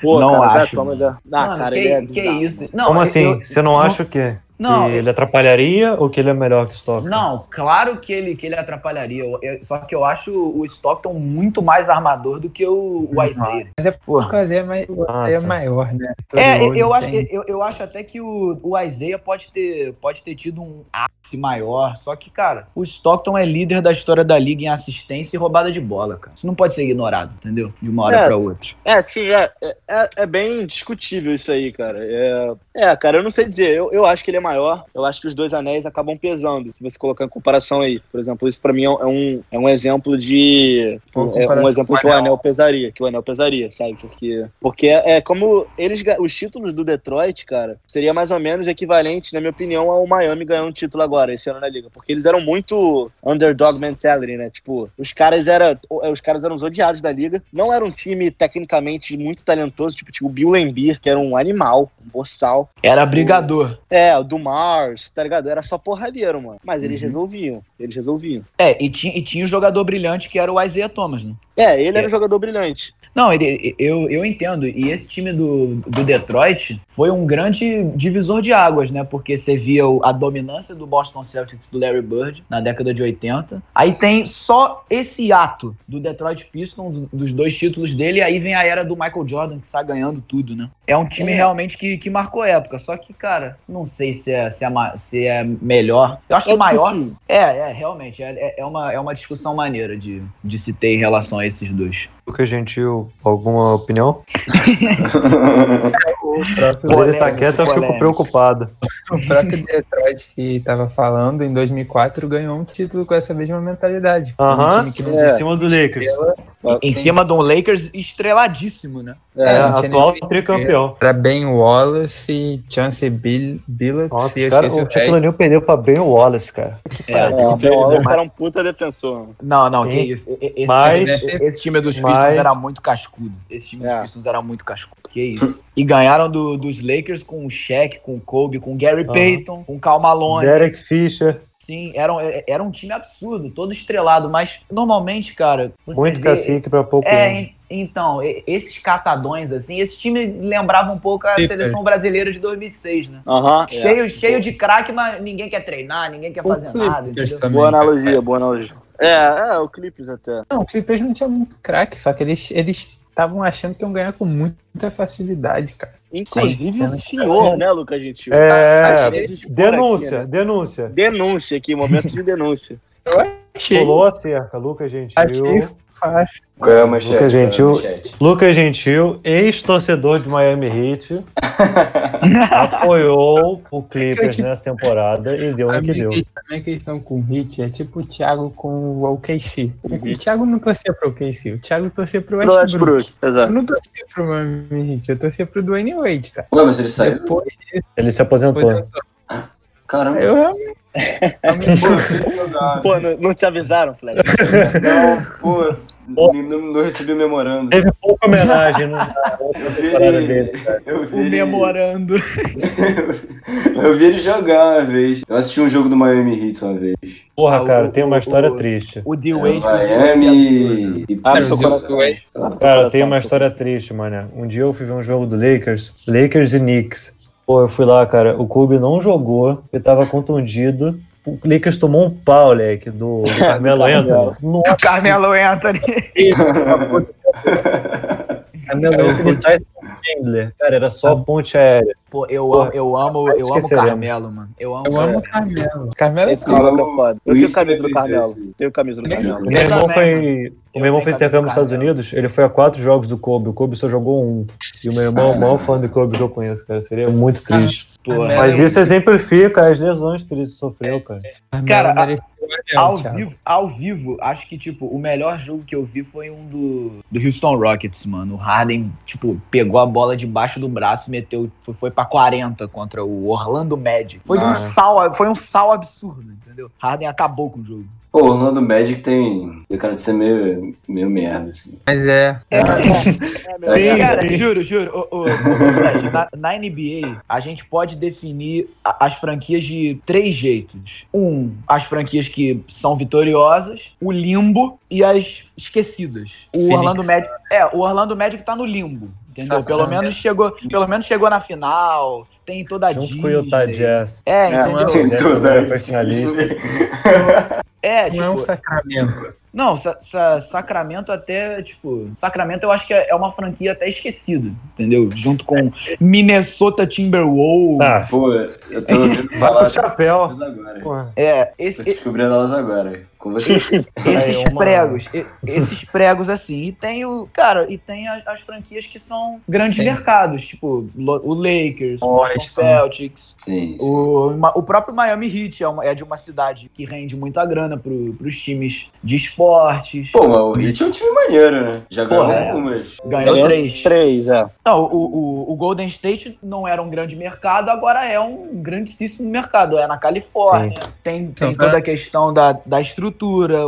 [SPEAKER 4] Pô,
[SPEAKER 6] Não
[SPEAKER 4] cara, o Isaiah
[SPEAKER 6] acho,
[SPEAKER 4] Thomas é- Ah,
[SPEAKER 6] Mano,
[SPEAKER 4] cara,
[SPEAKER 6] que,
[SPEAKER 4] ele é.
[SPEAKER 6] que
[SPEAKER 4] bizarro.
[SPEAKER 6] isso? Não,
[SPEAKER 2] Como
[SPEAKER 6] eu-
[SPEAKER 2] assim?
[SPEAKER 6] eu-
[SPEAKER 2] Você não acha o quê?
[SPEAKER 6] Não,
[SPEAKER 2] que ele atrapalharia ou que ele é melhor que Stockton?
[SPEAKER 6] Não, claro que ele, que ele atrapalharia. Eu- eu- só que eu acho o Stockton muito mais armador do que o,
[SPEAKER 2] Uhum.
[SPEAKER 6] o Isaiah.
[SPEAKER 3] Mas é
[SPEAKER 6] Porra.
[SPEAKER 3] porque ele é, mai-
[SPEAKER 2] Ah,
[SPEAKER 3] é
[SPEAKER 2] tá.
[SPEAKER 3] maior, né?
[SPEAKER 6] É, eu,
[SPEAKER 3] Todo
[SPEAKER 6] eu
[SPEAKER 3] mundo
[SPEAKER 6] acho,
[SPEAKER 3] tem.
[SPEAKER 6] eu, eu acho até que o, o Isaiah pode ter, pode ter tido um ápice maior. Só que, cara, o Stockton é líder da história da liga em assistência e roubada de bola, cara. Isso não pode ser ignorado, entendeu? De uma hora
[SPEAKER 4] É.
[SPEAKER 6] pra outra.
[SPEAKER 4] É, sim, é, é- é, é bem discutível isso aí, cara. É, é, cara, eu não sei dizer. Eu, eu acho que ele é maior. Eu acho que os dois anéis acabam pesando, se você colocar em comparação aí. Por exemplo, isso pra mim é um, é um exemplo de.
[SPEAKER 3] Uma
[SPEAKER 4] é um
[SPEAKER 3] comparação
[SPEAKER 4] exemplo
[SPEAKER 3] com
[SPEAKER 4] que o anel pesaria, que o anel pesaria, sabe? Porque, porque é, é como eles. ga- Os títulos do Detroit, cara, seria mais ou menos equivalente, na minha opinião, ao Miami ganhar um título agora, esse ano na Liga. Porque eles eram muito underdog mentality, né? Tipo, os caras era, é, os caras eram os odiados da Liga. Não era um time tecnicamente muito talentoso, tipo, tipo o Bill Lambir, que era um animal, um boçal.
[SPEAKER 6] Era brigador.
[SPEAKER 4] É, o do Mars, tá ligado? Era só porradeiro, mano. Mas
[SPEAKER 6] Uhum.
[SPEAKER 4] eles resolviam, eles resolviam.
[SPEAKER 6] É, e, ti, e tinha o jogador brilhante que era o Isaiah Thomas, né?
[SPEAKER 4] É, ele
[SPEAKER 6] É.
[SPEAKER 4] era um jogador brilhante.
[SPEAKER 6] Não, ele- eu, eu entendo. E esse time do, do Detroit foi um grande divisor de águas, né? Porque você via o- a dominância do Boston Celtics do Larry Bird na década de 80. Aí tem só esse ato do Detroit Pistons, dos dois títulos dele, e aí vem a era do Michael Jordan, que sai ganhando tudo, né? É um time realmente que, que marcou época. Só que, cara, não sei se é, se é, ma- se é melhor. Eu acho que
[SPEAKER 4] É
[SPEAKER 6] o maior.
[SPEAKER 4] discutível.
[SPEAKER 6] É, é, realmente. É, é- é uma, é uma discussão maneira de, de se ter em relação a esses dois.
[SPEAKER 2] Lucas Gentil, alguma opinião? Quando ele
[SPEAKER 6] Polêmico,
[SPEAKER 2] tá quieto, eu fico
[SPEAKER 6] polêmico.
[SPEAKER 2] preocupado.
[SPEAKER 3] O próprio Detroit que tava falando em 2004 ganhou um título com essa mesma mentalidade.
[SPEAKER 2] Aham.
[SPEAKER 3] Um time que não
[SPEAKER 4] É.
[SPEAKER 2] Em cima do Lakers.
[SPEAKER 6] Em cima de um Lakers estreladíssimo, né?
[SPEAKER 2] É,
[SPEAKER 3] não tinha
[SPEAKER 2] atual
[SPEAKER 3] nem-
[SPEAKER 2] tricampeão.
[SPEAKER 3] Era Ben Wallace, Chance Bill, Billups
[SPEAKER 2] Nossa,
[SPEAKER 3] e eu
[SPEAKER 2] cara,
[SPEAKER 3] esqueci
[SPEAKER 2] o
[SPEAKER 3] o
[SPEAKER 2] título
[SPEAKER 3] resto.
[SPEAKER 2] ali perdeu pra Ben Wallace, cara.
[SPEAKER 4] É,
[SPEAKER 6] É.
[SPEAKER 2] então,
[SPEAKER 4] o Ben
[SPEAKER 5] Entendi.
[SPEAKER 4] Wallace era um puta defensor, mano.
[SPEAKER 6] Não, não, que
[SPEAKER 2] E-
[SPEAKER 6] isso. E- e- Esse,
[SPEAKER 2] mas-
[SPEAKER 6] time, esse time dos
[SPEAKER 2] mas-
[SPEAKER 6] Pistons era muito cascudo. Esse time dos
[SPEAKER 4] É.
[SPEAKER 6] Pistons era muito cascudo. Que isso. E ganharam do- dos Lakers com o Shaq, com o Kobe, com o Gary
[SPEAKER 2] Aham.
[SPEAKER 6] Payton, com o Cal Malone.
[SPEAKER 2] Derek Fisher,
[SPEAKER 6] Sim, era, um- é- era um time absurdo, todo estrelado. Mas normalmente, cara, você
[SPEAKER 2] muito né?
[SPEAKER 6] vê-
[SPEAKER 2] cacique pra pouco.
[SPEAKER 6] É,
[SPEAKER 2] homem.
[SPEAKER 6] en- então, e- esses catadões, assim, esse time lembrava um pouco a
[SPEAKER 3] Sim,
[SPEAKER 2] é.
[SPEAKER 6] seleção brasileira de 2006, né?
[SPEAKER 4] Aham. é.
[SPEAKER 6] Cheio, cheio de craque, mas ninguém quer treinar, ninguém quer fazer nada. entendeu?
[SPEAKER 3] também,
[SPEAKER 4] Boa
[SPEAKER 3] cara.
[SPEAKER 4] analogia, boa analogia. É, é, o Clippers até.
[SPEAKER 3] Não, o Clippers não tinha muito craque, só que eles eles estavam achando que iam ganhar com muita facilidade, cara.
[SPEAKER 4] Inclusive
[SPEAKER 3] Sim.
[SPEAKER 4] o senhor, né, Tá Lucas
[SPEAKER 6] tá
[SPEAKER 4] Gentil?
[SPEAKER 2] É,
[SPEAKER 4] Deixa eu expor
[SPEAKER 2] denúncia,
[SPEAKER 4] aqui, né?
[SPEAKER 2] denúncia.
[SPEAKER 4] Denúncia aqui, momento de denúncia.
[SPEAKER 3] Achei,
[SPEAKER 2] Pulou a cerca, Lucas Gentil.
[SPEAKER 3] achei fácil.
[SPEAKER 1] Qual é a manchete?
[SPEAKER 2] Lucas Gentil.
[SPEAKER 1] Qual é a manchete?
[SPEAKER 2] Lucas Gentil, ex-torcedor de Miami Heat, apoiou
[SPEAKER 3] É
[SPEAKER 2] o Clippers nessa temporada e deu no que deu.
[SPEAKER 3] Amiguinhos também que estão com o Hit, é tipo o Thiago com o OKC.
[SPEAKER 6] Uhum.
[SPEAKER 3] O Thiago não torcia pro OKC, o Thiago torcia pro
[SPEAKER 4] Pro
[SPEAKER 3] Westbrook.
[SPEAKER 4] Westbrook,
[SPEAKER 3] Eu
[SPEAKER 4] exato.
[SPEAKER 3] não torcia pro Miami Heat, eu torcia pro Dwayne Wade, cara.
[SPEAKER 1] Ué, mas ele saiu?
[SPEAKER 3] Depois
[SPEAKER 2] Ele se aposentou.
[SPEAKER 3] é.
[SPEAKER 1] Caramba.
[SPEAKER 3] eu realmente...
[SPEAKER 4] Pô, não, não te avisaram, Flash?
[SPEAKER 1] Não, pô, n- não, não recebi o memorando.
[SPEAKER 2] Teve pouca homenagem né?
[SPEAKER 1] Eu vi
[SPEAKER 2] Parada
[SPEAKER 1] ele.
[SPEAKER 2] dele,
[SPEAKER 1] Eu vi
[SPEAKER 6] O
[SPEAKER 1] ele,
[SPEAKER 6] memorando.
[SPEAKER 1] eu vi ele jogar uma vez. Eu assisti um jogo do Miami Heat uma vez. É
[SPEAKER 2] Porra,
[SPEAKER 6] Ah,
[SPEAKER 2] cara,
[SPEAKER 6] o-
[SPEAKER 2] tem uma história
[SPEAKER 6] o-
[SPEAKER 2] triste.
[SPEAKER 6] O um D Wade.
[SPEAKER 1] Miami. e-
[SPEAKER 4] Ah,
[SPEAKER 1] e-
[SPEAKER 4] seu
[SPEAKER 3] coração.
[SPEAKER 2] Cara, tem uma história triste, mano. Um dia eu fui ver um jogo do Lakers, Lakers e Knicks. Pô, eu fui lá, cara, o Kobe não jogou, ele tava contundido. O Lakers tomou um pau, moleque, do, do Carmelo Anthony. Nossa,
[SPEAKER 6] Carmelo Anthony.
[SPEAKER 2] Carmelo Anthony tá Tyson Chandler. Cara, era só
[SPEAKER 6] Tá.
[SPEAKER 2] ponte aérea.
[SPEAKER 6] Pô, eu amo, eu amo, eu amo o
[SPEAKER 2] Esqueceremos.
[SPEAKER 6] Carmelo, mano. Eu amo.
[SPEAKER 3] Eu
[SPEAKER 6] o
[SPEAKER 3] amo o Carmelo. Carmelo é
[SPEAKER 4] Esse maluco é foda. Eu
[SPEAKER 1] Luiz
[SPEAKER 4] tenho camisa do
[SPEAKER 1] Felipe
[SPEAKER 4] Carmelo.
[SPEAKER 1] Felipe.
[SPEAKER 4] Tenho camisa do Carmelo.
[SPEAKER 2] O meu irmão
[SPEAKER 6] também,
[SPEAKER 2] foi, o
[SPEAKER 6] Eu
[SPEAKER 2] meu irmão
[SPEAKER 6] tenho
[SPEAKER 2] foi
[SPEAKER 6] cabeça
[SPEAKER 2] intercâmbio nos Estados
[SPEAKER 6] Carmelo.
[SPEAKER 2] Unidos, ele foi a quatro jogos do Kobe, o Kobe só jogou um. E o meu irmão é o maior fã do Kobe que eu conheço, cara. Seria muito triste.
[SPEAKER 6] Porra.
[SPEAKER 3] Carmelo.
[SPEAKER 2] Mas isso exemplifica as lesões que ele
[SPEAKER 6] É,
[SPEAKER 2] sofreu, cara.
[SPEAKER 3] Carmelo
[SPEAKER 6] Cara,
[SPEAKER 3] merecia o anel,
[SPEAKER 6] Ao
[SPEAKER 3] Thiago.
[SPEAKER 6] vivo, ao vivo, acho que, tipo, o melhor jogo que eu vi foi um do, do Houston Rockets, mano. O Harden, tipo, pegou a bola debaixo do braço e meteu. Foi, foi pra 40 contra o Orlando Magic. Foi de um
[SPEAKER 1] Ah.
[SPEAKER 6] sal, foi um sal absurdo, entendeu? Harden acabou com o jogo.
[SPEAKER 1] Pô, o Orlando Magic tem. Tem cara de ser meio, meio merda, assim.
[SPEAKER 3] Mas é,
[SPEAKER 4] É,
[SPEAKER 2] Sim,
[SPEAKER 6] É, cara,
[SPEAKER 2] sim.
[SPEAKER 6] juro, juro. Ô, ô, ô, Flash, na, na NBA, a gente pode definir a- as franquias de três jeitos. Um, as franquias que são vitoriosas, o limbo e as esquecidas. O
[SPEAKER 3] Phoenix.
[SPEAKER 6] Orlando Magic, é, o Orlando Magic tá no limbo, entendeu?
[SPEAKER 3] Sacana.
[SPEAKER 6] Pelo menos chegou, pelo menos chegou na final. tem toda é a
[SPEAKER 7] Junto
[SPEAKER 6] Disney.
[SPEAKER 2] um
[SPEAKER 7] com o Utah Jazz.
[SPEAKER 6] É,
[SPEAKER 4] É,
[SPEAKER 6] entendeu?
[SPEAKER 2] assim,
[SPEAKER 1] Sim,
[SPEAKER 7] né,
[SPEAKER 1] tudo,
[SPEAKER 7] também
[SPEAKER 1] né?
[SPEAKER 7] foi finalista.
[SPEAKER 6] É,
[SPEAKER 3] Não é um
[SPEAKER 6] tipo,
[SPEAKER 3] sacramento.
[SPEAKER 6] Não, Sa- Sa- Sacramento até, tipo, Sacramento eu acho que é é uma franquia até esquecida, entendeu? Junto com Minnesota Timberwolves.
[SPEAKER 2] Tá.
[SPEAKER 7] Ah,
[SPEAKER 1] Pô, eu tô ouvindo
[SPEAKER 2] Vai pro
[SPEAKER 1] falar assim.
[SPEAKER 2] chapéu.
[SPEAKER 1] delas agora.
[SPEAKER 2] Porra.
[SPEAKER 6] É,
[SPEAKER 1] Tô
[SPEAKER 6] esse- e-
[SPEAKER 1] descobrindo elas agora, com você.
[SPEAKER 6] esses
[SPEAKER 7] É uma-
[SPEAKER 6] pregos, e- esses pregos assim. E tem o, cara, e tem a- as, franquias que são grandes mercados, tipo lo- o Lakers, o Boston
[SPEAKER 3] Boston.
[SPEAKER 6] Celtics,
[SPEAKER 1] Sim, sim.
[SPEAKER 6] o, ma- o próprio Miami Heat é, uma- é de uma cidade que rende muita grana pro, pros times de esportes.
[SPEAKER 1] Pô, mas o Hit é um time maneiro, né? Já ganhou
[SPEAKER 6] Porra, é.
[SPEAKER 1] algumas.
[SPEAKER 6] ganhou
[SPEAKER 4] Ganhou
[SPEAKER 6] três.
[SPEAKER 4] Três, é.
[SPEAKER 6] Não, o, o, o Golden State não era um grande mercado, agora é um grandíssimo mercado. É na Califórnia, tem, tem
[SPEAKER 3] Então,
[SPEAKER 6] toda a
[SPEAKER 3] né?
[SPEAKER 6] questão da, da estrutura.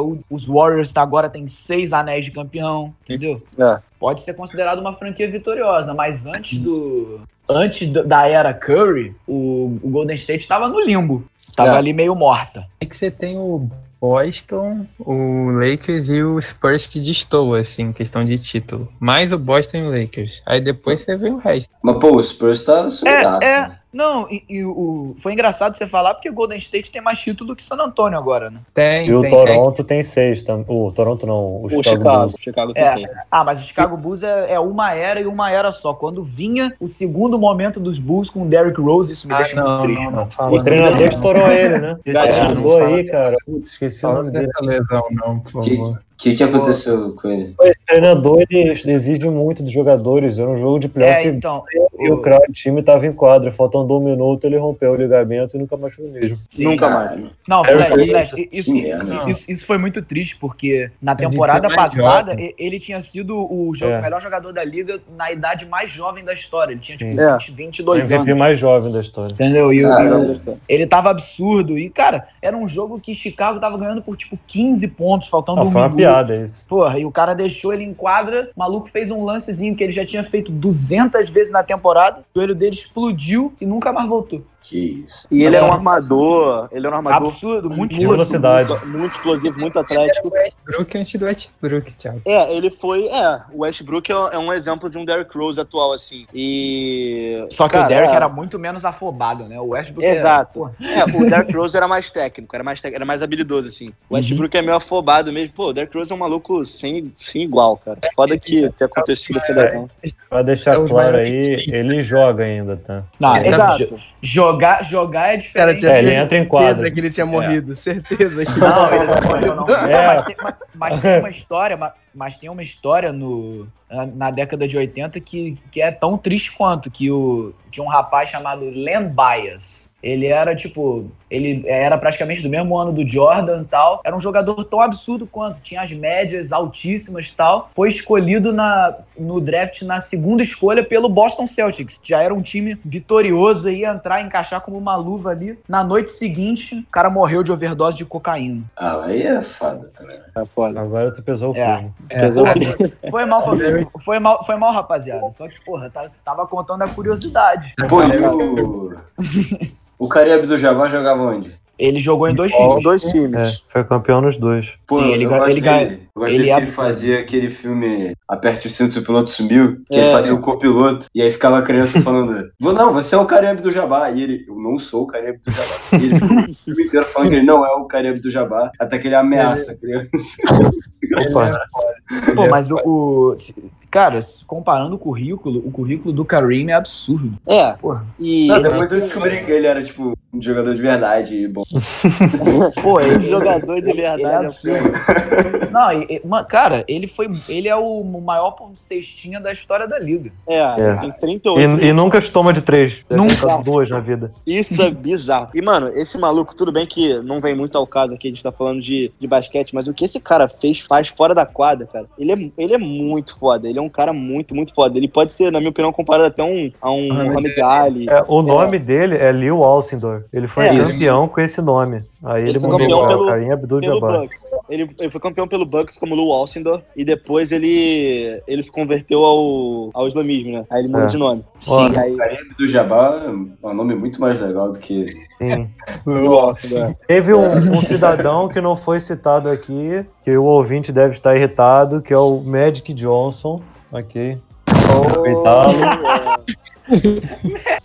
[SPEAKER 6] o- os Warriors agora têm seis anéis de campeão, entendeu?
[SPEAKER 4] É.
[SPEAKER 6] Pode ser considerado uma franquia vitoriosa, mas antes do. Antes do- da era Curry, o, o Golden State tava no limbo. Tava
[SPEAKER 4] É.
[SPEAKER 6] ali meio morta.
[SPEAKER 3] É que você tem o Boston, o Lakers e o Spurs que destoa, assim, em questão de título. Mais o Boston e o Lakers. Aí depois você vê o resto.
[SPEAKER 1] Mas, pô, o Spurs tá solidaço.
[SPEAKER 6] é.
[SPEAKER 1] né?
[SPEAKER 6] Não, e, e o, foi engraçado você falar porque o Golden State tem mais título que San Antônio agora, né?
[SPEAKER 3] Tem,
[SPEAKER 7] e o
[SPEAKER 3] tem.
[SPEAKER 7] Toronto tem seis também. O Toronto não, o
[SPEAKER 4] O
[SPEAKER 7] Chicago,
[SPEAKER 4] Chicago.
[SPEAKER 7] Bulls.
[SPEAKER 4] Chicago
[SPEAKER 6] É.
[SPEAKER 4] tem seis.
[SPEAKER 6] Ah, mas o Chicago Bulls é, é uma era e uma era só. Quando vinha o segundo momento dos Bulls com o Derrick Rose, isso me
[SPEAKER 3] Ah,
[SPEAKER 6] deixa
[SPEAKER 3] não,
[SPEAKER 6] muito triste.
[SPEAKER 3] não, não fala.
[SPEAKER 7] O treinador estourou ele, né?
[SPEAKER 4] Já tinha,
[SPEAKER 7] Estourou
[SPEAKER 3] não
[SPEAKER 7] aí, cara. né? Putz, esqueci o
[SPEAKER 3] Fala
[SPEAKER 7] nome dele.
[SPEAKER 3] dessa lesão, não, por
[SPEAKER 1] Que-
[SPEAKER 3] favor.
[SPEAKER 1] O que que aconteceu com ele?
[SPEAKER 7] O treinador ele exige muito dos jogadores. Era um jogo de
[SPEAKER 6] É,
[SPEAKER 7] playoff
[SPEAKER 6] então.
[SPEAKER 7] e o
[SPEAKER 6] o-
[SPEAKER 7] crowd time tava em quadra. Faltando um minuto, ele rompeu o ligamento e nunca mais foi o mesmo.
[SPEAKER 6] sim.
[SPEAKER 4] Nunca mais.
[SPEAKER 1] Caralho,
[SPEAKER 6] Não,
[SPEAKER 7] Derrick tá
[SPEAKER 6] Flash, Flash, isso,
[SPEAKER 1] Que
[SPEAKER 7] é,
[SPEAKER 1] merda.
[SPEAKER 3] Não.
[SPEAKER 6] isso, isso foi muito triste, porque na
[SPEAKER 3] devia
[SPEAKER 6] temporada
[SPEAKER 3] ser mais
[SPEAKER 6] passada
[SPEAKER 3] jovem.
[SPEAKER 6] e- ele tinha sido o jo-
[SPEAKER 7] É.
[SPEAKER 6] melhor jogador da liga na idade mais jovem da história. Ele tinha, tipo,
[SPEAKER 7] Sim. É,
[SPEAKER 6] 20, 22
[SPEAKER 7] O MVP
[SPEAKER 6] anos.
[SPEAKER 7] mais jovem da história.
[SPEAKER 6] Entendeu? E, o-
[SPEAKER 4] é um
[SPEAKER 6] e o-
[SPEAKER 1] Caralho.
[SPEAKER 6] ele tava absurdo. E, cara, era um jogo que Chicago tava ganhando por, tipo, 15 pontos, faltando
[SPEAKER 7] Não,
[SPEAKER 6] um
[SPEAKER 7] Ah, foi uma
[SPEAKER 6] minuto.
[SPEAKER 7] piada isso.
[SPEAKER 6] Porra, e o cara deixou ele em quadra, o maluco fez um lancezinho que ele já tinha feito 200 vezes na temporada, o joelho dele explodiu e nunca mais voltou.
[SPEAKER 1] Que isso.
[SPEAKER 4] E ele é um armador. Ele é um armador.
[SPEAKER 6] Absurdo, muito
[SPEAKER 7] De
[SPEAKER 6] explosivo.
[SPEAKER 7] velocidade.
[SPEAKER 4] Muito, muito explosivo, muito atlético.
[SPEAKER 3] Brook antes do Westbrook, Thiago.
[SPEAKER 4] É, ele foi. É, o Westbrook é, é um exemplo de um Derrick Rose atual, assim. E.
[SPEAKER 6] Só que
[SPEAKER 4] Cara,
[SPEAKER 6] o Derrick
[SPEAKER 4] é.
[SPEAKER 6] era muito menos afobado, né? O Westbrook
[SPEAKER 4] Exato.
[SPEAKER 6] Era, porra,
[SPEAKER 4] É, o Derrick Rose era mais técnico, era mais, tec- era mais habilidoso, assim. O Westbrook é meio afobado mesmo. Pô, o Derrick Rose é um maluco sem, sem igual, cara. É Foda que ter acontecido essa lesão.
[SPEAKER 7] Pra
[SPEAKER 3] É
[SPEAKER 7] deixar
[SPEAKER 3] os
[SPEAKER 7] claro
[SPEAKER 3] Miami
[SPEAKER 7] aí,
[SPEAKER 3] Heat.
[SPEAKER 7] ele joga ainda, tá?
[SPEAKER 6] não,
[SPEAKER 3] É,
[SPEAKER 6] ele- jo- jogar, jogar é
[SPEAKER 5] Cara,
[SPEAKER 6] diferente.
[SPEAKER 5] tinha
[SPEAKER 7] É, ele
[SPEAKER 5] certeza
[SPEAKER 7] entra em quadra.
[SPEAKER 5] que ele tinha morrido. Certeza que
[SPEAKER 6] Não, ele não morreu, não.
[SPEAKER 7] É.
[SPEAKER 6] Mas, tem, mas- mas tem uma história, mas, mas tem uma história no, na- na década de 80 que, que é tão triste quanto que o de um rapaz chamado Len Bias. Ele era, tipo, ele era praticamente do mesmo ano do Jordan e tal. Era um jogador tão absurdo quanto. Tinha as médias altíssimas e tal. Foi escolhido na, no draft na segunda escolha pelo Boston Celtics. que Já era um time vitorioso e ia entrar, encaixar como uma luva ali. Na noite seguinte, o cara morreu de overdose de cocaína.
[SPEAKER 1] Ah, aí é fada também.
[SPEAKER 4] É foda.
[SPEAKER 7] Agora tu pesou o
[SPEAKER 6] É.
[SPEAKER 7] filme.
[SPEAKER 6] É,
[SPEAKER 4] Pesou
[SPEAKER 6] ah, foi, foi mal, foi, foi mal, foi mal, rapaziada. Só que, porra, tá- tava contando a curiosidade.
[SPEAKER 1] Pô, e o... O Caribe do Jabá jogava onde?
[SPEAKER 6] Ele jogou em dois
[SPEAKER 4] São
[SPEAKER 6] times.
[SPEAKER 4] dois
[SPEAKER 2] É,
[SPEAKER 4] times.
[SPEAKER 2] foi campeão nos dois.
[SPEAKER 1] Pô,
[SPEAKER 6] Sim, ele
[SPEAKER 1] eu
[SPEAKER 6] ga-
[SPEAKER 1] gosto
[SPEAKER 6] ele ga-
[SPEAKER 1] dele. Eu gosto
[SPEAKER 6] ele
[SPEAKER 1] dele
[SPEAKER 6] é
[SPEAKER 1] que ele
[SPEAKER 6] absurdo.
[SPEAKER 1] fazia aquele filme Aperte o cinto se o piloto sumiu, que ele
[SPEAKER 4] É.
[SPEAKER 1] fazia o copiloto, e aí ficava a criança falando, "Vô, não, você é o Caribe do Jabá. E ele, eu não sou o Caribe do Jabá. E ele ficou o filme inteiro falando que ele não é o Caribe do Jabá, até que ele ameaça tá a criança.
[SPEAKER 2] Opa,
[SPEAKER 6] Pô, mas o. o- se- cara, se- comparando o currículo, o currículo do Kareem é absurdo.
[SPEAKER 4] É.
[SPEAKER 6] Porra.
[SPEAKER 4] E.
[SPEAKER 1] Não, depois eu descobri que ele era, tipo, um jogador de verdade e bom.
[SPEAKER 6] Pô, ele
[SPEAKER 4] é um Jogador de
[SPEAKER 6] Ele é
[SPEAKER 4] verdade. um
[SPEAKER 6] absurdo. Não, e- e- mano, cara, ele foi. Ele é o maior ponto cestinha da história da liga.
[SPEAKER 4] É,
[SPEAKER 2] É.
[SPEAKER 4] tem
[SPEAKER 2] E,
[SPEAKER 4] 38.
[SPEAKER 2] e nunca se toma de três. Deve
[SPEAKER 6] Nunca.
[SPEAKER 2] ficar Duas na vida.
[SPEAKER 4] Isso é bizarro. E, mano, esse maluco, tudo bem que não vem muito ao caso aqui, a gente tá falando de, de basquete, mas o que esse cara fez, faz fora da quadra, cara, ele é, ele é muito foda. Ele é um cara muito, muito foda. Ele pode ser, na minha opinião, comparado até um, a um
[SPEAKER 3] Muhammad
[SPEAKER 4] Muhammad Ali.
[SPEAKER 2] É, o nome dele é Lil Alcindor. Ele foi
[SPEAKER 4] É,
[SPEAKER 2] campeão com esse nome. Aí
[SPEAKER 4] Ele
[SPEAKER 2] ele,
[SPEAKER 4] foi
[SPEAKER 2] mudou
[SPEAKER 4] campeão
[SPEAKER 2] para
[SPEAKER 4] pelo-
[SPEAKER 2] Karim
[SPEAKER 4] Pelo
[SPEAKER 2] Abdul-Jabbar.
[SPEAKER 4] Bucks. Ele, ele foi campeão pelo Bucks como Lou Alcindor e depois ele, ele se converteu ao, ao islamismo, né? Aí ele muda
[SPEAKER 2] É.
[SPEAKER 4] de nome.
[SPEAKER 2] Ó,
[SPEAKER 6] Sim, aí-
[SPEAKER 1] Caribe do Jabá é um nome muito mais legal do que
[SPEAKER 2] Sim.
[SPEAKER 4] Lou Alcindor. é.
[SPEAKER 2] Teve um, um cidadão que não foi citado aqui, que o ouvinte deve estar
[SPEAKER 4] Oh.
[SPEAKER 2] irritado, que Ah, é o Magic Johnson. Ok. Respeitá-lo.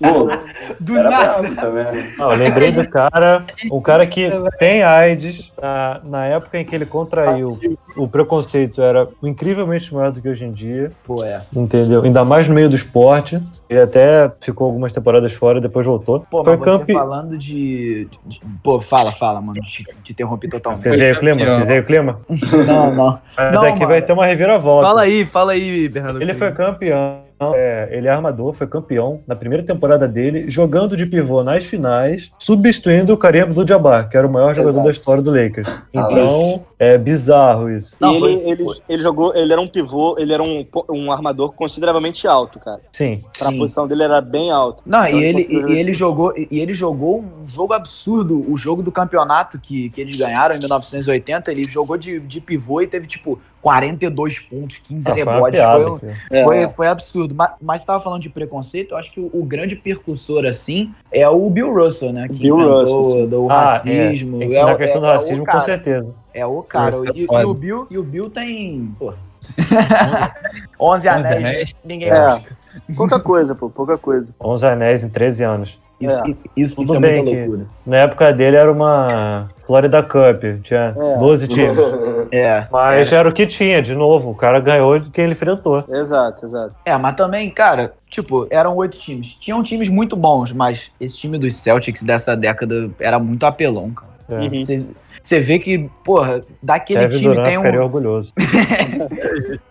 [SPEAKER 1] Pô,
[SPEAKER 6] Do
[SPEAKER 1] era
[SPEAKER 6] nada.
[SPEAKER 1] brabo também. né?
[SPEAKER 2] Não, eu lembrei do cara, um cara que tem AIDS, na, na época em que ele contraiu, o preconceito era incrivelmente maior do que hoje em dia,
[SPEAKER 6] Pô, é.
[SPEAKER 2] entendeu? Ainda mais no meio do esporte. Ele até ficou algumas temporadas fora, depois voltou.
[SPEAKER 6] Pô,
[SPEAKER 2] Foi
[SPEAKER 6] mas você
[SPEAKER 2] campeão.
[SPEAKER 6] falando de, de- Pô, fala, fala, mano. Te, te interrompi totalmente.
[SPEAKER 2] Fizei o clima?
[SPEAKER 3] campeão.
[SPEAKER 2] Fizei o clima?
[SPEAKER 6] Não, não.
[SPEAKER 2] Mas
[SPEAKER 6] Não,
[SPEAKER 2] aqui
[SPEAKER 6] mano.
[SPEAKER 2] vai ter uma reviravolta.
[SPEAKER 5] Fala aí, fala aí, Bernardo.
[SPEAKER 2] Ele foi campeão, é, ele é armador, foi campeão na primeira temporada dele, jogando de pivô nas finais, substituindo o Kareem Abdul-Jabbar, que era o maior jogador da história do Lakers.
[SPEAKER 6] Ah,
[SPEAKER 2] Então, é bizarro isso.
[SPEAKER 6] Não,
[SPEAKER 4] E ele,
[SPEAKER 6] foi-
[SPEAKER 4] ele,
[SPEAKER 6] foi.
[SPEAKER 4] ele jogou, ele era um pivô, ele era um, po- um armador consideravelmente alto, cara.
[SPEAKER 2] Sim.
[SPEAKER 4] Pra
[SPEAKER 6] Sim.
[SPEAKER 4] posição dele era bem alto.
[SPEAKER 6] Não,
[SPEAKER 4] Então,
[SPEAKER 6] e, ele, e,
[SPEAKER 4] considera-
[SPEAKER 6] e ele jogou, e e ele jogou um jogo absurdo, o jogo do campeonato que, que eles ganharam em 1980, ele jogou de, de pivô e teve, tipo, 42 pontos, 15
[SPEAKER 2] Ah, foi uma
[SPEAKER 6] rebotes.
[SPEAKER 2] piada,
[SPEAKER 6] Foi, um-
[SPEAKER 2] filho.
[SPEAKER 4] É.
[SPEAKER 6] foi, foi absurdo. Ma- Mas você tava falando de preconceito, eu acho que o, o grande percursor, assim, é o Bill Russell, né? Que
[SPEAKER 4] Bill
[SPEAKER 6] inventou
[SPEAKER 4] Russell.
[SPEAKER 6] do
[SPEAKER 2] Ah,
[SPEAKER 6] racismo.
[SPEAKER 2] Tem que- na
[SPEAKER 6] o-
[SPEAKER 2] questão do
[SPEAKER 6] é o
[SPEAKER 2] racismo, com
[SPEAKER 6] cara.
[SPEAKER 2] certeza.
[SPEAKER 6] É o cara. E, e
[SPEAKER 3] foda.
[SPEAKER 6] o Bill, e o Bill tem. Pô, 11 anéis, né? ninguém
[SPEAKER 4] É.
[SPEAKER 6] acha.
[SPEAKER 4] Pouca coisa, pô, pouca coisa.
[SPEAKER 2] 11 anéis em 13 anos.
[SPEAKER 6] Isso,
[SPEAKER 4] É.
[SPEAKER 6] i- isso,
[SPEAKER 2] Tudo
[SPEAKER 6] isso é
[SPEAKER 2] bem
[SPEAKER 6] muita
[SPEAKER 2] que-
[SPEAKER 6] loucura.
[SPEAKER 2] Na época dele era uma Florida Cup, tinha
[SPEAKER 4] É.
[SPEAKER 2] 12 times.
[SPEAKER 6] É.
[SPEAKER 2] Mas era o que tinha, de novo. O cara ganhou de quem ele enfrentou.
[SPEAKER 4] Exato, exato.
[SPEAKER 6] É, mas também, cara, tipo, eram oito times. Tinham times muito bons, mas esse time dos Celtics dessa década era muito apelão, cara.
[SPEAKER 2] É.
[SPEAKER 4] Uhum.
[SPEAKER 6] Você vê que, porra, daquele
[SPEAKER 2] Kevin
[SPEAKER 6] time
[SPEAKER 2] Durant
[SPEAKER 6] tem,
[SPEAKER 2] ficaria
[SPEAKER 6] um,
[SPEAKER 2] orgulhoso.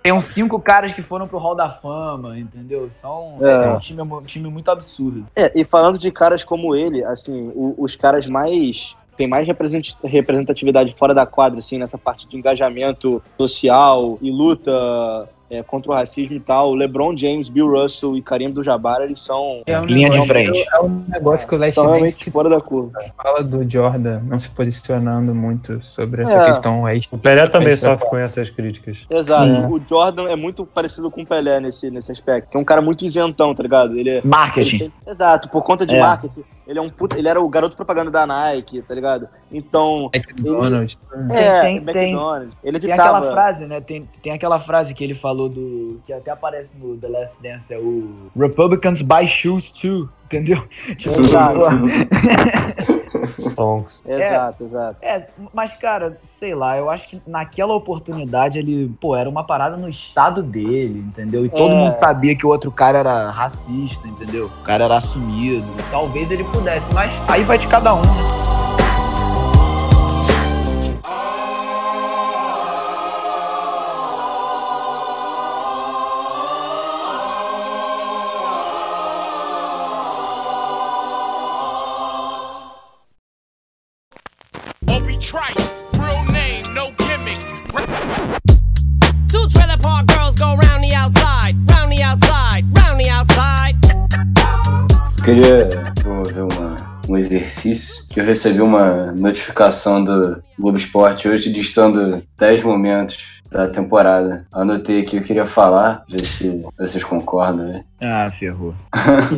[SPEAKER 6] tem uns cinco caras que foram pro Hall da Fama, entendeu? São
[SPEAKER 4] É.
[SPEAKER 6] é. um, time, um time muito absurdo.
[SPEAKER 4] É, e falando de caras como ele, assim, o- os caras mais. Tem mais represent- representatividade fora da quadra, assim, nessa parte de engajamento social e luta é, contra o racismo e tal. LeBron James, Bill Russell e Karim Abdul-Jabbar, eles são
[SPEAKER 3] É um
[SPEAKER 6] Linha de
[SPEAKER 3] negócio-
[SPEAKER 6] frente.
[SPEAKER 3] É um negócio que o Last
[SPEAKER 4] são realmente
[SPEAKER 3] Dance
[SPEAKER 4] fora da curva.
[SPEAKER 3] fala do Jordan não se posicionando muito sobre essa
[SPEAKER 4] É.
[SPEAKER 3] questão West.
[SPEAKER 2] O Pelé também
[SPEAKER 6] é
[SPEAKER 3] Pensa-
[SPEAKER 2] sofre com essas críticas.
[SPEAKER 4] Exato.
[SPEAKER 6] Sim.
[SPEAKER 4] O Jordan é muito parecido com o Pelé nesse, nesse aspecto. É um cara muito isentão, tá ligado? Ele é. Ele
[SPEAKER 6] Marketing.
[SPEAKER 4] tem- Exato, por conta de
[SPEAKER 6] É.
[SPEAKER 4] marketing. Ele é um puta- ele era o garoto propaganda da Nike, tá ligado? Então,
[SPEAKER 3] McDonald's.
[SPEAKER 4] é,
[SPEAKER 6] tem- tem-
[SPEAKER 4] McDonald's. Ele
[SPEAKER 6] Tem
[SPEAKER 4] evitava-
[SPEAKER 6] aquela frase, né? Tem, tem aquela frase que ele falou do. que até aparece no The Last Dance, é o Republicans buy shoes too, entendeu? Tipo,
[SPEAKER 4] Exato.
[SPEAKER 6] porra,
[SPEAKER 2] Stonks.
[SPEAKER 4] Exato, exato.
[SPEAKER 6] É, mas cara, sei lá, eu acho que naquela oportunidade ele, pô, era uma parada no estado dele, entendeu? E todo
[SPEAKER 4] É.
[SPEAKER 6] mundo sabia que o outro cara era racista, entendeu? O cara era assumido. Talvez ele pudesse, mas aí vai de cada um, né?
[SPEAKER 8] Obi Trice, real name, no gimmicks. Two trailer park girls go round the outside, round the outside, round the outside.
[SPEAKER 1] Queria promover uma- um exercício que eu recebi uma notificação do Globo Esporte hoje listando 10 momentos da temporada. Anotei aqui, eu queria falar, ver se vocês concordam, né?
[SPEAKER 6] Ah, ferrou. ah,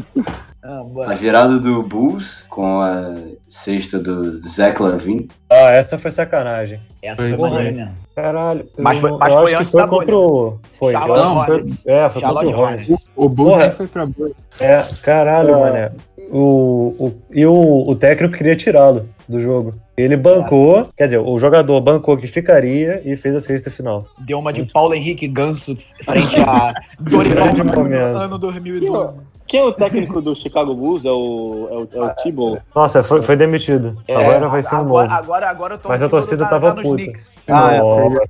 [SPEAKER 1] A
[SPEAKER 6] bora.
[SPEAKER 1] virada do Bulls com a sexta do Zach Lavin.
[SPEAKER 2] Ah, essa foi sacanagem.
[SPEAKER 6] Essa
[SPEAKER 3] Foi
[SPEAKER 6] foi
[SPEAKER 3] bom,
[SPEAKER 6] maneira
[SPEAKER 2] hein?
[SPEAKER 6] mesmo.
[SPEAKER 2] Caralho.
[SPEAKER 6] Mas
[SPEAKER 2] eu-
[SPEAKER 6] foi- mas
[SPEAKER 2] eu
[SPEAKER 6] foi
[SPEAKER 2] acho que
[SPEAKER 6] antes
[SPEAKER 2] foi
[SPEAKER 6] da
[SPEAKER 2] contra
[SPEAKER 6] bolha.
[SPEAKER 2] o... Foi. eu
[SPEAKER 6] Charlotte
[SPEAKER 2] acho que foi-
[SPEAKER 6] Hornets.
[SPEAKER 2] É, foi
[SPEAKER 6] Charlotte
[SPEAKER 2] contra o Hornets.
[SPEAKER 6] Hornets. né?
[SPEAKER 3] O Bulls
[SPEAKER 2] Porra.
[SPEAKER 3] nem foi pra Bulls.
[SPEAKER 2] É, caralho, mané. O, o, e o, o técnico queria tirá-lo do jogo. Ele bancou, quer dizer, o jogador bancou que ficaria e fez a sexta final.
[SPEAKER 6] Deu uma de Paulo Henrique Ganso frente a Dorival
[SPEAKER 2] Grande momento.
[SPEAKER 6] Júnior, ano 2012.
[SPEAKER 4] Quem é o técnico do Chicago Bulls? É o, é o, é o Thibault?
[SPEAKER 2] Nossa, foi, foi demitido.
[SPEAKER 6] É,
[SPEAKER 2] agora vai ser um
[SPEAKER 6] agora,
[SPEAKER 2] novo.
[SPEAKER 6] agora, agora eu tô
[SPEAKER 2] Mas a torcida
[SPEAKER 6] tá,
[SPEAKER 2] tava
[SPEAKER 6] tá nos
[SPEAKER 2] puta.
[SPEAKER 6] Knicks.
[SPEAKER 3] Ah, é,
[SPEAKER 2] Nossa.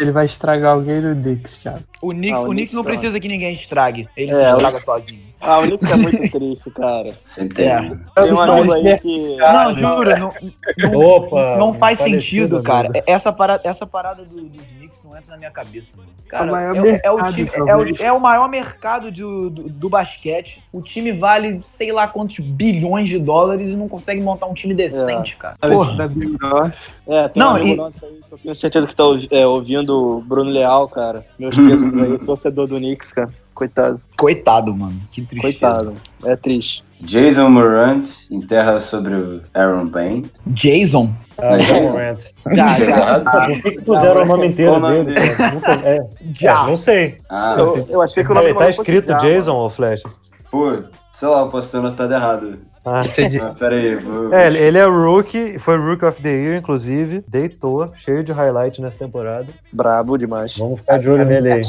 [SPEAKER 3] Ele vai estragar alguém no Dix, Thiago.
[SPEAKER 6] O Knicks,
[SPEAKER 4] Ah, o
[SPEAKER 6] o Knicks não
[SPEAKER 4] Knicks
[SPEAKER 6] precisa que ninguém estrague. Ele
[SPEAKER 4] É,
[SPEAKER 6] se
[SPEAKER 4] o-
[SPEAKER 6] estraga sozinho.
[SPEAKER 4] Ah, o Knicks é muito triste, cara.
[SPEAKER 1] Sempre tem.
[SPEAKER 6] É.
[SPEAKER 1] né?
[SPEAKER 4] Tem um amigo
[SPEAKER 3] Mas, né?
[SPEAKER 4] aí que.
[SPEAKER 6] Não, jura, não, não,
[SPEAKER 2] Opa!
[SPEAKER 6] não faz
[SPEAKER 2] falecido,
[SPEAKER 6] sentido,
[SPEAKER 2] amigo.
[SPEAKER 6] cara. Essa parada, essa parada do- dos Knicks não entra na minha cabeça. mano. Cara,
[SPEAKER 3] É o maior
[SPEAKER 6] é, é o
[SPEAKER 3] mercado,
[SPEAKER 6] time- é o-
[SPEAKER 3] talvez.
[SPEAKER 6] é o maior mercado de- do, do basquete. O time vale sei lá quantos bilhões de dólares e não consegue montar um time decente, cara. Porra.
[SPEAKER 3] Da Big Nossa.
[SPEAKER 4] É, tem um
[SPEAKER 6] Não,
[SPEAKER 4] amigo
[SPEAKER 6] e-
[SPEAKER 4] nosso aí que eu tenho certeza que tá ouvi- é, ouvindo o Bruno Leal, cara. Meus pesos aí, torcedor do Knicks, cara. Coitado,
[SPEAKER 6] Coitado, mano. Que tristeza.
[SPEAKER 4] coitado. É triste.
[SPEAKER 1] Jason Morant enterra sobre o Aaron Bain.
[SPEAKER 6] Jason.
[SPEAKER 2] Ah, John Morant.
[SPEAKER 6] Já, já.
[SPEAKER 2] Por que que puseram o nome inteiro
[SPEAKER 1] Qual o nome
[SPEAKER 2] dele? cara? Nunca- é, é,
[SPEAKER 6] já.
[SPEAKER 2] não sei.
[SPEAKER 1] Ah,
[SPEAKER 4] Eu, eu achei que o nome
[SPEAKER 2] Peraí,
[SPEAKER 4] do
[SPEAKER 2] tá
[SPEAKER 4] maluco fosse
[SPEAKER 2] escrito
[SPEAKER 4] Java.
[SPEAKER 2] Jason ou Flash?
[SPEAKER 1] Pô, sei lá, eu posso ter anotado tá errado.
[SPEAKER 2] Ah.
[SPEAKER 3] Isso é de...
[SPEAKER 1] Ah, pera aí, vou...
[SPEAKER 2] É, ele- ele é rookie, foi rookie of the year, inclusive. Deitou, cheio de highlight nessa temporada.
[SPEAKER 4] Brabo demais.
[SPEAKER 7] Vamos ficar de olho nele aí.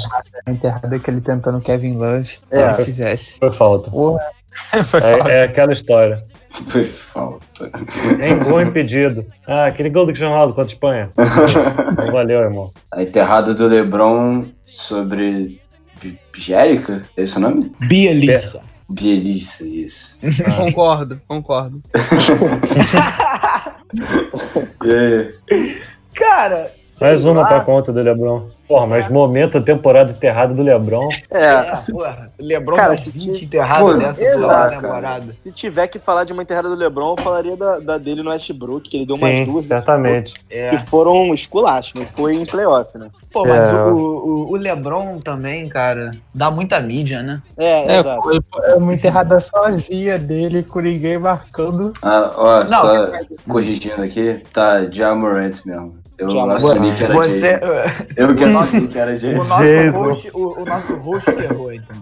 [SPEAKER 3] A enterrada é que ele tentando Kevin Love.
[SPEAKER 4] É.
[SPEAKER 3] É. Que fizesse.
[SPEAKER 7] Foi falta.
[SPEAKER 3] Porra. Foi foda.
[SPEAKER 7] É, é aquela história.
[SPEAKER 1] Foi falta.
[SPEAKER 7] Nem gol impedido. Ah, aquele gol do Cristiano Ronaldo contra a Espanha. Valeu, irmão.
[SPEAKER 1] A enterrada do Lebron sobre. Bi- Biérica? É esse o nome?
[SPEAKER 6] Bielissa.
[SPEAKER 1] Bielissa, isso.
[SPEAKER 5] Concordo, concordo.
[SPEAKER 1] E aí?
[SPEAKER 6] Cara, sei
[SPEAKER 7] Mais uma
[SPEAKER 6] lá.
[SPEAKER 7] pra conta do Lebron. Porra,
[SPEAKER 2] É.
[SPEAKER 7] mas momento da temporada enterrada do Lebron.
[SPEAKER 4] É.
[SPEAKER 6] É, porra. Lebron tá
[SPEAKER 4] Cara,
[SPEAKER 6] cara,
[SPEAKER 4] se
[SPEAKER 6] 20
[SPEAKER 4] ti-
[SPEAKER 1] Pô,
[SPEAKER 6] enterradas dessa
[SPEAKER 1] exato,
[SPEAKER 6] só
[SPEAKER 1] cara.
[SPEAKER 6] temporada.
[SPEAKER 4] Se tiver que falar de uma enterrada do Lebron, eu falaria da, da dele no Westbrook, que ele deu umas
[SPEAKER 2] Sim, tá.
[SPEAKER 4] duas.
[SPEAKER 2] certamente.
[SPEAKER 6] É.
[SPEAKER 4] Que foram um esculacho, mas foi em playoff, né?
[SPEAKER 6] Pô, mas
[SPEAKER 2] É.
[SPEAKER 6] o, o, o Lebron também, cara, dá muita mídia, né?
[SPEAKER 4] É,
[SPEAKER 3] É,
[SPEAKER 4] exato.
[SPEAKER 3] foi- é uma enterrada sozinha dele, com ninguém marcando.
[SPEAKER 1] Ah, ó,
[SPEAKER 6] Não,
[SPEAKER 1] só corrigindo aqui, tá Ja Morant mesmo. Eu
[SPEAKER 4] Ja
[SPEAKER 1] assumi que era
[SPEAKER 6] Você.
[SPEAKER 1] Jay. Eu que assumi que era Jay.
[SPEAKER 6] O
[SPEAKER 2] Jesus.
[SPEAKER 6] nosso, host, o, o nosso host que errou, então.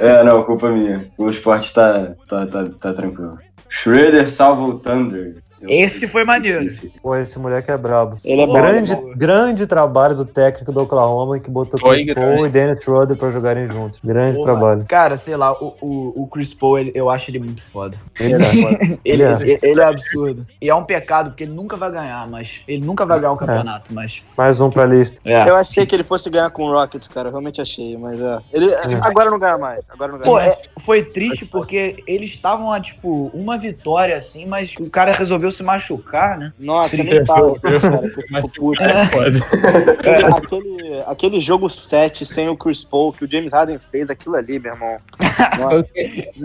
[SPEAKER 1] É, não, culpa minha. O esporte tá, tá, tá, tá tranquilo. Shredder salva o Thunder. Eu-
[SPEAKER 6] Esse foi maneiro.
[SPEAKER 2] Pô, esse moleque é brabo.
[SPEAKER 4] Ele é bom.
[SPEAKER 2] grande,
[SPEAKER 4] ele é bom.
[SPEAKER 2] grande trabalho do técnico do Oklahoma que botou
[SPEAKER 3] Foi
[SPEAKER 2] Chris
[SPEAKER 3] grande.
[SPEAKER 2] Paul e Dennis Schroeder pra jogarem juntos. Grande
[SPEAKER 6] Pô,
[SPEAKER 2] é trabalho.
[SPEAKER 6] Cara, sei lá, o, o, o Chris Paul, ele- eu acho ele muito foda.
[SPEAKER 2] Ele é.
[SPEAKER 6] Ele,
[SPEAKER 2] É.
[SPEAKER 6] ele- ele é absurdo. E é um pecado, porque ele nunca vai ganhar, mas. Ele nunca vai ganhar
[SPEAKER 2] É.
[SPEAKER 6] o campeonato, mas.
[SPEAKER 2] Mais um pra lista.
[SPEAKER 6] É.
[SPEAKER 4] Eu achei que ele fosse ganhar com o Rockets, cara. Eu realmente achei, mas é. Ele agora não ganha mais. Agora não ganha
[SPEAKER 6] Pô,
[SPEAKER 4] mais.
[SPEAKER 6] é- foi triste porque eles estavam a, tipo, uma vitória assim, mas o cara resolveu se machucar, né?
[SPEAKER 4] Nossa,
[SPEAKER 3] Sim,
[SPEAKER 4] nem
[SPEAKER 3] eu
[SPEAKER 4] falo,
[SPEAKER 3] sou- eu sou-
[SPEAKER 4] cara, que eu
[SPEAKER 3] Mas
[SPEAKER 4] fico puto.
[SPEAKER 3] é foda.
[SPEAKER 4] Aquele- aquele, aquele jogo 7 sem o Chris Paul que o James Harden fez, aquilo ali, meu irmão. Nossa, meu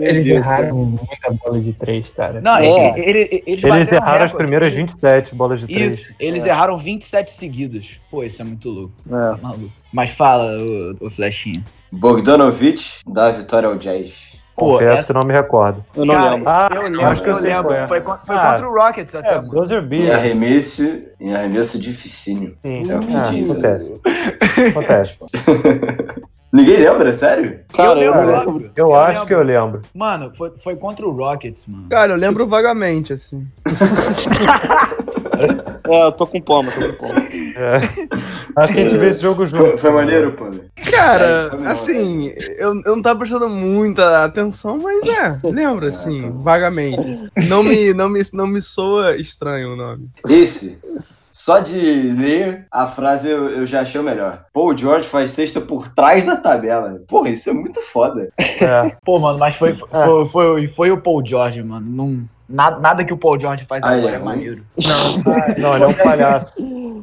[SPEAKER 3] Eles
[SPEAKER 4] Deus,
[SPEAKER 3] erraram muita bola de três, cara.
[SPEAKER 6] Não,
[SPEAKER 4] É.
[SPEAKER 6] ele, ele, eles
[SPEAKER 2] Eles
[SPEAKER 6] bateram
[SPEAKER 2] erraram as
[SPEAKER 6] um recorde.
[SPEAKER 2] primeiras 27 bolas de três.
[SPEAKER 6] Isso, eles
[SPEAKER 4] É.
[SPEAKER 6] erraram 27 seguidas. Pô, isso é muito louco.
[SPEAKER 4] cara.
[SPEAKER 6] Tá maluco. Mas fala, ô, ô Flechinha.
[SPEAKER 1] Bogdanovic dá a vitória ao Jazz.
[SPEAKER 6] Pô,
[SPEAKER 2] Confesso
[SPEAKER 6] essa-
[SPEAKER 2] que não me recordo.
[SPEAKER 4] É, eu não
[SPEAKER 6] Cara,
[SPEAKER 4] lembro.
[SPEAKER 2] Ah,
[SPEAKER 6] eu lembro,
[SPEAKER 1] acho que
[SPEAKER 6] eu
[SPEAKER 1] eu sei
[SPEAKER 6] lembro.
[SPEAKER 1] qual é.
[SPEAKER 6] Foi, con- foi
[SPEAKER 2] Ah,
[SPEAKER 6] contra o Rockets até,
[SPEAKER 7] É,
[SPEAKER 6] mano.
[SPEAKER 7] Gozer B.
[SPEAKER 1] Em arremesso, em arremesso difícil.
[SPEAKER 2] Sim,
[SPEAKER 1] É o que
[SPEAKER 2] Ah,
[SPEAKER 1] diz.
[SPEAKER 2] acontece. acontece.
[SPEAKER 1] Ninguém lembra, sério?
[SPEAKER 4] Cara, eu,
[SPEAKER 6] eu
[SPEAKER 4] não
[SPEAKER 6] lembro.
[SPEAKER 4] lembro.
[SPEAKER 2] Eu,
[SPEAKER 6] Eu
[SPEAKER 2] acho que eu
[SPEAKER 6] lembro.
[SPEAKER 2] lembro.
[SPEAKER 6] Mano, foi, foi contra o Rockets, mano.
[SPEAKER 5] Cara, eu lembro vagamente, assim.
[SPEAKER 4] É, eu tô com palma, tô com palma.
[SPEAKER 2] É. Acho que a gente vê esse jogo junto.
[SPEAKER 1] Foi, foi maneiro, pô. É,
[SPEAKER 5] Cara,
[SPEAKER 1] também não,
[SPEAKER 5] assim, eu, eu não tava prestando muita atenção, mas é, lembro, assim, vagamente. assim. Não me, não, me, não me soa estranho o nome.
[SPEAKER 1] Esse, só de ler a frase eu, eu já achei o melhor. Paul George faz sexta por trás da tabela. Porra, isso é muito foda.
[SPEAKER 2] É.
[SPEAKER 6] Pô, mano, mas foi, foi, foi, foi, o Paul George, mano. Não, nada, nada que o Paul George faz
[SPEAKER 1] Ah,
[SPEAKER 6] agora
[SPEAKER 1] é
[SPEAKER 6] é
[SPEAKER 1] ruim?
[SPEAKER 6] maneiro.
[SPEAKER 2] Não, ele é um palhaço.